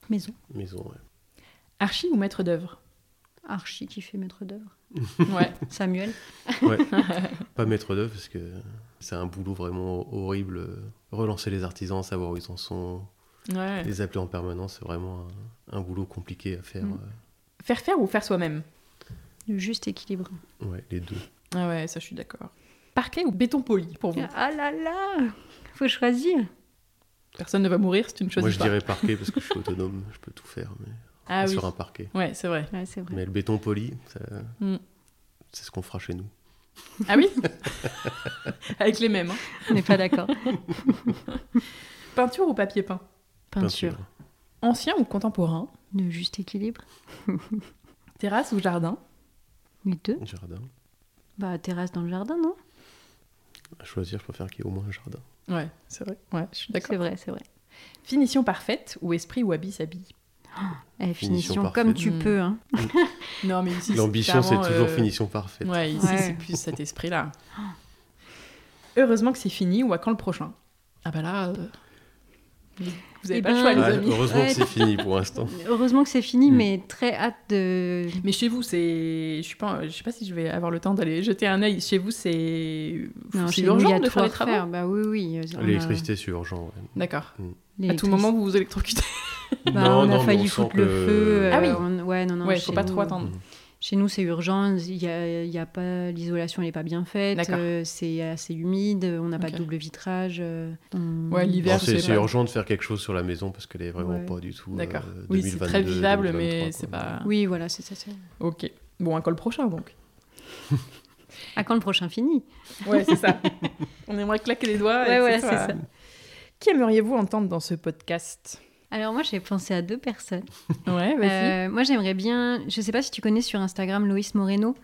Maison,
Maison, ouais.
Archi ou maître d'œuvre
Archie qui fait maître d'œuvre,
Ouais.
Samuel.
Pas maître d'œuvre, parce que C'est un boulot vraiment horrible. Relancer les artisans, savoir où ils en sont,
Ouais.
les appeler en permanence, c'est vraiment un, un boulot compliqué à faire. euh,
Mm.
Faire faire ou faire soi-même
Le juste équilibre.
euh, ouais, les deux.
Ah ouais, ça je suis d'accord. Parquet ou béton poli pour vous
Ah là là Faut choisir.
Personne ne va mourir si tu ne
Moi,
choisis
je
pas.
dirais parquet parce que je suis autonome, je peux tout faire mais
ah oui.
sur un parquet.
Ouais, c'est vrai.
Ouais, c'est vrai.
Mais le béton poli, ça-
Mm.
c'est ce qu'on fera chez nous.
Ah
[laughs]
oui Avec les mêmes. hein.
On n'est pas d'accord.
Peinture ou papier peint
[laughs] Peinture.
Ancien ou contemporain
Le juste équilibre.
Terrasse ou jardin
Les deux.
Jardin.
Bah, terrasse dans le jardin, non
À choisir, je préfère qu'il y ait au moins un jardin.
Ouais, c'est vrai. Ouais, je suis
C'est
d'accord.
vrai, c'est vrai.
Finition parfaite ou esprit ou habit s'habille
Eh, finition,
Finition
comme
parfaite.
tu
Mm.
peux. Hein.
Non, mais ici,
L'ambition, c'est
clairement,
toujours
euh,
finition parfaite.
Ouais, ici,
Ouais.
c'est plus cet esprit-là. Heureusement que c'est fini ou à quand le prochain Ah bah là, euh, vous avez
Eh
pas le
ben,
choix,
Ouais,
les amis.
heureusement
Ouais.
que c'est fini pour
[laughs]
l'instant.
Heureusement que c'est fini,
Mm.
mais très hâte de.
Mais chez vous, c'est, je suis pas, je sais pas si je vais avoir le temps d'aller jeter un œil. Chez vous, c'est, c'est
chez nous, il y
urgent
a
de
tout
faire
à
les travaux.
refaire. Bah oui, oui. euh, on a-
L'électricité, c'est urgent. ouais.
D'accord. À tout
l'électricité.
moment, vous vous électrocutez.
Bah, on a
mais
failli
sent
foutre
que-
le feu. euh,
Ah oui.
on- Ouais, non, non.
ouais, faut
chez
pas
nous,
trop attendre.
Chez nous, c'est urgent. Il y a, il y a pas l'isolation, n'est pas bien faite.
D'accord.
euh, c'est assez humide. On n'a pas de
Ok.
double vitrage. euh, on-
Ouais, l'hiver,
Non,
je sais
c'est c'est
pas.
urgent de faire quelque chose sur la maison parce qu'elle est vraiment
Ouais.
pas du tout.
D'accord.
euh,
oui, c'est très
2022,
vivable, mais
2023,
c'est
quoi.
pas.
Oui, voilà, c'est ça. c'est-
Ok. Bon, un col prochain
[laughs]
donc.
À quand le prochain fini
Ouais, c'est ça. [laughs] On aimerait claquer les doigts. et
Ouais,
que
voilà,
ce
c'est
soit-
ça.
Qui aimeriez-vous entendre dans ce podcast
Alors moi, j'ai pensé à deux personnes.
Ouais, vas-y.
Euh, moi, j'aimerais bien. Je sais pas si tu connais sur Instagram Loïs Moreno.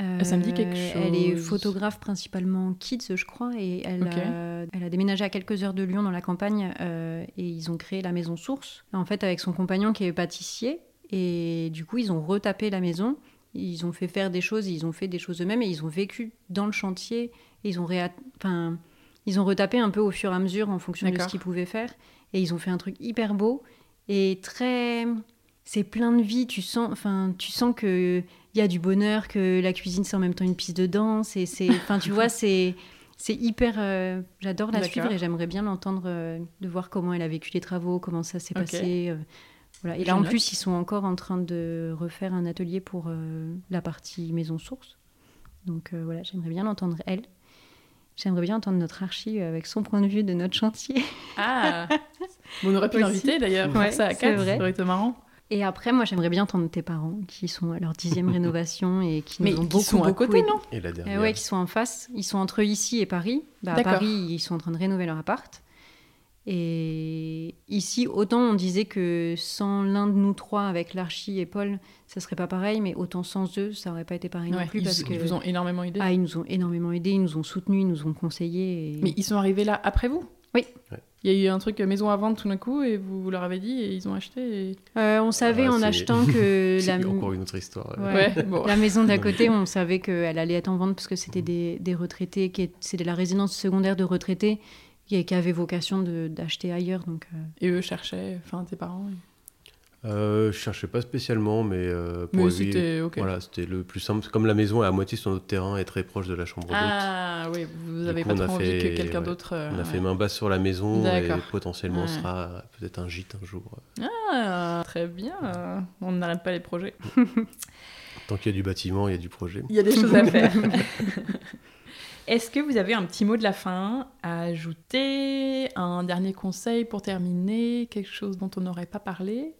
Euh,
Ça me dit quelque
Elle est
chose.
photographe principalement kids, je crois, et elle,
Ok.
a, elle a déménagé à quelques heures de Lyon dans la campagne euh, et ils ont créé la maison Source. En fait, avec son compagnon qui est pâtissier, et du coup, ils ont retapé la maison. Ils ont fait faire des choses, ils ont fait des choses eux-mêmes et ils ont vécu dans le chantier. Et ils ont réa- enfin, ils ont retapé un peu au fur et à mesure en fonction de ce
D'accord.
qu'ils pouvaient faire. Et ils ont fait un truc hyper beau et très. C'est plein de vie. Tu sens, enfin, tu sens que il y a du bonheur, que la cuisine c'est en même temps une piste de danse. Et c'est, enfin, tu vois, c'est c'est hyper. euh, J'adore la
D'accord.
suivre et j'aimerais bien l'entendre, euh, de voir comment elle a vécu les travaux, comment ça s'est
Ok.
passé. euh, voilà. Et
Je
là, en
note.
plus, ils sont encore en train de refaire un atelier pour euh, la partie maison source. Donc euh, voilà, j'aimerais bien l'entendre elle. J'aimerais bien entendre notre archi euh, avec son point de vue de notre chantier. [laughs]
Ah On aurait pu
Aussi.
l'inviter d'ailleurs,
Ouais,
faire ça à
c'est
quatre,
vrai.
ça aurait été marrant.
Et après, moi, j'aimerais bien entendre tes parents qui sont à leur
[laughs]
dixième rénovation et qui nous
Mais
ont
qui
beaucoup,
sont à
beaucoup
côté,
aidés.
non
Et la
Euh,
dernière.
ouais, qui sont en face. Ils sont entre ici et Paris. Bah, à
D'accord.
Paris, ils sont en train de rénover leur appart. Et ici, autant on disait que sans l'un de nous trois, avec l'archi et Paul, ça serait pas pareil, mais autant sans eux, ça aurait pas été pareil
Ouais,
non plus
ils,
parce
ils
que
vous ont énormément aidé.
ah, ils nous ont énormément aidés, ils nous ont soutenus, ils nous ont conseillés. et-
Mais ils sont arrivés là après vous
Oui.
Ouais.
Il y a eu un truc euh, maison à vendre tout d'un coup et vous, vous leur avez dit et ils ont acheté. et-
Euh, on savait
Ah,
en
c'est-
achetant que
[laughs] C'est
la,
encore une autre histoire. ouais.
Ouais.
Ouais, bon.
la maison d'à
[laughs] Non, mais-
côté, on savait qu'elle allait être en vente parce que c'était des, des retraités, qui est- c'était la résidence secondaire de retraités qui, qui avait vocation de- d'acheter ailleurs. Donc, euh,
Et eux cherchaient, enfin tes parents. et-
Euh, je cherchais pas spécialement, mais euh,
Mais
pour lui,
c'était ok.
voilà, c'était le plus simple. Comme la maison est à moitié sur notre terrain et très proche de la chambre d'hôte,
Ah oui, vous
Du
avez
coup,
pas
on a
trop envie que
fait-
quelqu'un
ouais.
d'autre. euh,
on a fait
ouais.
main basse sur la maison et
D'accord.
potentiellement
Ouais.
sera peut-être un gîte un jour.
Ah, très bien. euh, On n'arrête pas les projets.
Tant qu'il y a du bâtiment, il y a du projet.
Il y a des choses à faire. [laughs] Est-ce que vous avez un petit mot de la fin à ajouter Un dernier conseil pour terminer Quelque chose dont on n'aurait pas parlé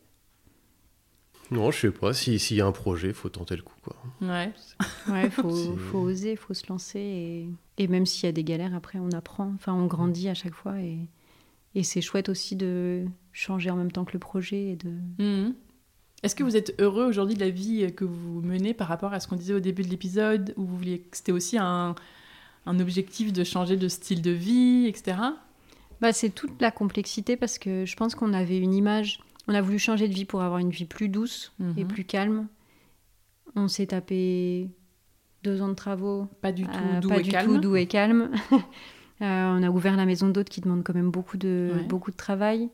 Non, je sais pas. Si- S'il y a un projet, faut tenter le coup. Quoi.
Ouais.
euh, Ouais, faut,
C'est-
faut oser, faut se lancer. Et, et même s'il y a des galères, après, on apprend. Enfin, on grandit à chaque fois. Et, et c'est chouette aussi de changer en même temps que le projet. Et de...
Mhm. Est-ce que vous êtes heureux aujourd'hui de la vie que vous menez par rapport à ce qu'on disait au début de l'épisode où vous vouliez que c'était aussi un, un objectif de changer de style de vie, etc.
Bah, c'est toute la complexité parce que je pense qu'on avait une image. On a voulu changer de vie pour avoir une vie plus douce et
Mhm.
plus calme. On s'est tapé deux ans de travaux
Pas du tout
Euh,
doux
pas
et
du
calme.
tout doux et calme. [laughs] Euh, on a ouvert la maison d'hôtes qui demande quand même beaucoup de,
Ouais.
beaucoup de travail.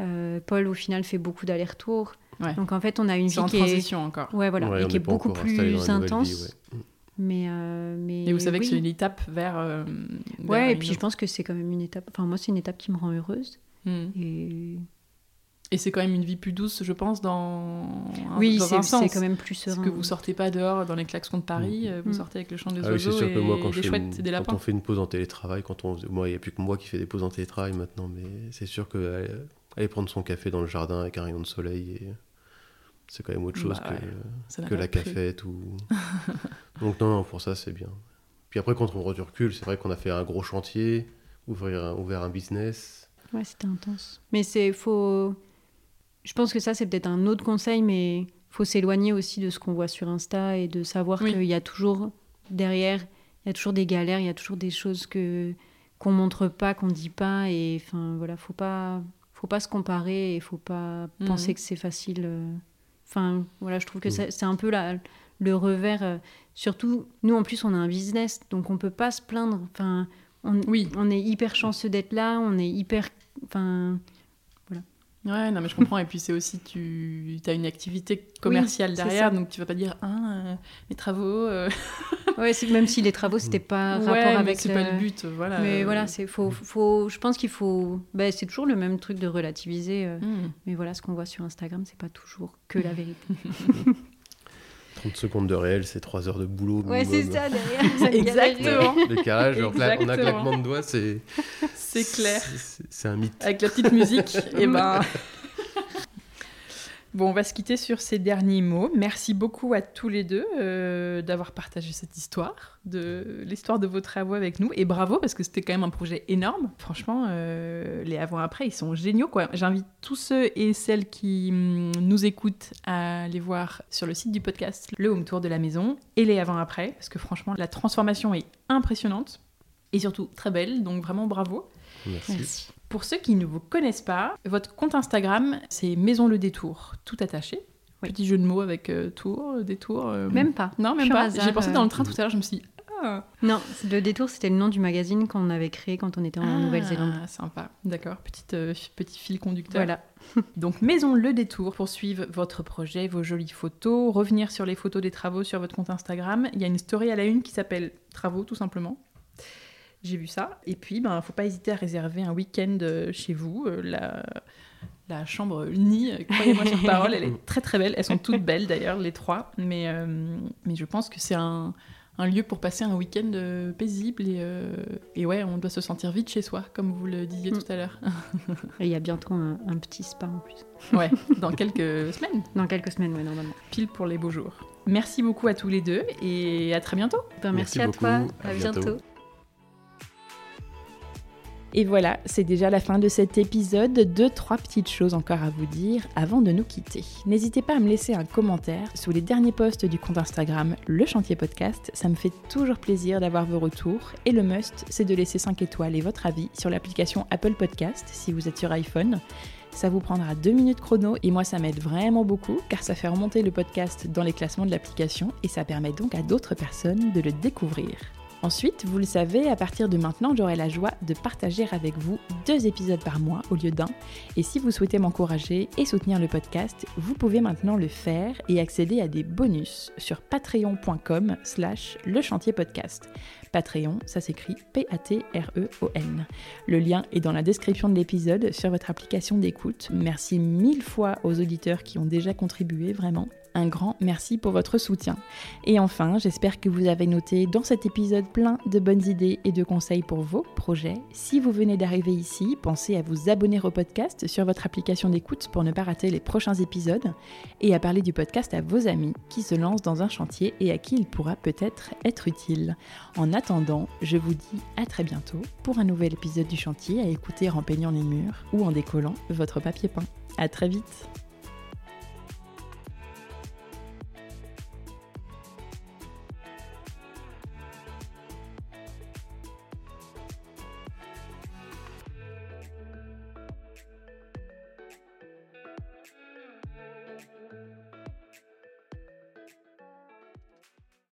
Euh, Paul, au final, fait beaucoup d'allers-retours.
Ouais.
Donc, en fait, on a une
C'est
vie
en
qui est,
transition encore.
ouais, voilà,
Ouais,
et
on
qui est
n'est pas
beaucoup
encore installé dans
plus
la nouvelle vie,
intense.
ouais. Ah
Mais, euh, mais
Et vous savez que
oui.
c'est l'étape vers. euh, vers
Ouais, et
une
puis je
autre-
pense que c'est quand même une étape. Enfin, moi, c'est une étape qui me rend heureuse.
Hmm.
Et...
Et c'est quand même une vie plus douce, je pense, dans. un-
Oui,
Ah, dans
c'est
un
c'est
sens.
quand même plus serein.
Parce que vous sortez pas dehors dans les klaxons de Paris, euh, vous
Mm.
sortez avec le chant des
Ah oui, c'est
oiseaux
sûr
et
que moi, quand, je
des
fais une-
chouettes et des
quand
lapins.
on fait une pause en télétravail, quand on, moi, il n'y a plus que moi qui fais des pauses en télétravail maintenant, mais c'est sûr que aller, aller prendre son café dans le jardin avec un rayon de soleil, et- c'est quand même autre chose
Bah ouais,
que,
Ça n'a
que
pas
la
de prix. [laughs]
cafette. Ou... Donc non, non, pour ça, c'est bien. Puis après, quand on recule, c'est vrai qu'on a fait un gros chantier, ouvrir un- ouvert un business.
Ouais, c'était intense. Mais c'est faut. Je pense que ça, c'est peut-être un autre conseil, mais faut s'éloigner aussi de ce qu'on voit sur Insta et de savoir
Oui.
qu'il y a toujours derrière, il y a toujours des galères, il y a toujours des choses que qu'on montre pas, qu'on dit pas, et enfin voilà, faut pas, faut pas se comparer et faut pas
Mhm.
penser que c'est facile. euh. Enfin voilà, je trouve que
Mhm.
ça- c'est un peu la, le revers. euh, Surtout, nous en plus, on a un business, donc on peut pas se plaindre. Enfin, on,
Oui.
on est hyper chanceux d'être là, on est hyper. Enfin,
Ouais, non, mais je comprends. Et puis c'est aussi, tu as une activité commerciale
Oui, c'est
derrière,
ça.
donc tu vas pas dire, ah, euh, mes travaux. euh,
ouais, c'est- même si les travaux, c'était pas
ouais,
rapport
mais
avec.
c'est
le- mm.
pas le but. Voilà.
Mais
euh,
voilà, c'est faut, faut, je pense qu'il faut. ben, c'est toujours le même truc de relativiser. euh,
hmm.
Mais voilà, ce qu'on voit sur Instagram, c'est pas toujours que la vérité.
30 secondes de réel, c'est 3 heures de boulot.
ouais, c'est
minimum.
ça derrière.
Exactement.
Le carrage, on cla- on a
Exactement.
claquement de doigts, c'est.
C'est clair.
c'est- C'est un mythe.
Avec la petite musique, et ben. Bon, on va se quitter sur ces derniers mots. Merci beaucoup à tous les deux euh, d'avoir partagé cette histoire, de l'histoire de vos travaux avec nous. Et bravo, parce que c'était quand même un projet énorme. Franchement, euh, les avant-après, ils sont géniaux. quoi. J'invite tous ceux et celles qui hum, nous écoutent à aller voir sur le site du podcast le home tour de la maison et les avant-après, parce que franchement, la transformation est impressionnante et surtout très belle. Donc vraiment, bravo.
Merci.
Merci.
Pour ceux qui ne vous connaissent pas, votre compte Instagram, c'est Maison le Détour, tout attaché.
Oui.
Petit jeu de mots avec euh, tour, euh, détour. euh,
Même pas.
Non, même
pur
pas.
hasard,
J'ai pensé
euh.
dans le train tout à l'heure, je me suis dit, ah,
Non, le détour, c'était le nom du magazine qu'on avait créé quand on était en
ah,
Nouvelle-Zélande.
Sympa, d'accord. Petite, euh, f- petit fil conducteur.
Voilà.
[laughs] Donc Maison Le Détour, poursuivre votre projet, vos jolies photos, revenir sur les photos des travaux sur votre compte Instagram. Il y a une story à la une qui s'appelle Travaux tout simplement. J'ai vu ça. Et puis, ben, faut pas hésiter à réserver un week-end euh, chez vous. Euh, La, la chambre nid, euh, croyez-moi sur parole, elle est très très belle. Elles sont toutes belles d'ailleurs, les trois. Mais, euh, mais je pense que c'est un, un lieu pour passer un week-end euh, paisible. Et, euh, et ouais, on doit se sentir vite chez soi, comme vous le disiez
Mm.
tout à l'heure. [laughs]
Et il y a bientôt un, un petit spa en plus.
ouais, dans quelques semaines.
Dans quelques semaines, ouais, normalement.
pile pour les beaux jours. Merci beaucoup à tous les deux et à très bientôt.
Ben, merci,
Merci
à
beaucoup,
toi.
à
À
bientôt.
bientôt.
Et voilà, c'est déjà la fin de cet épisode. Deux, trois petites choses encore à vous dire avant de nous quitter. N'hésitez pas à me laisser un commentaire sous les derniers posts du compte Instagram Le Chantier Podcast. Ça me fait toujours plaisir d'avoir vos retours. Et le must, c'est de laisser 5 étoiles et votre avis sur l'application Apple Podcast si vous êtes sur iPhone. Ça vous prendra 2 minutes chrono et moi ça m'aide vraiment beaucoup car ça fait remonter le podcast dans les classements de l'application et ça permet donc à d'autres personnes de le découvrir. Ensuite, vous le savez, à partir de maintenant, j'aurai la joie de partager avec vous deux épisodes par mois au lieu d'un. Et si vous souhaitez m'encourager et soutenir le podcast, vous pouvez maintenant le faire et accéder à des bonus sur patreon.com slash le chantier podcast. Patreon, ça s'écrit P-A-T-R-E-O-N. E Le lien est dans la description de l'épisode sur votre application d'écoute. Merci mille fois aux auditeurs qui ont déjà contribué, vraiment. Un grand merci pour votre soutien. Et enfin, j'espère que vous avez noté dans cet épisode plein de bonnes idées et de conseils pour vos projets. Si vous venez d'arriver ici, pensez à vous abonner au podcast sur votre application d'écoute pour ne pas rater les prochains épisodes et à parler du podcast à vos amis qui se lancent dans un chantier et à qui il pourra peut-être être utile. En attendant, je vous dis à très bientôt pour un nouvel épisode du chantier à écouter en peignant les murs ou en décollant votre papier peint. À très vite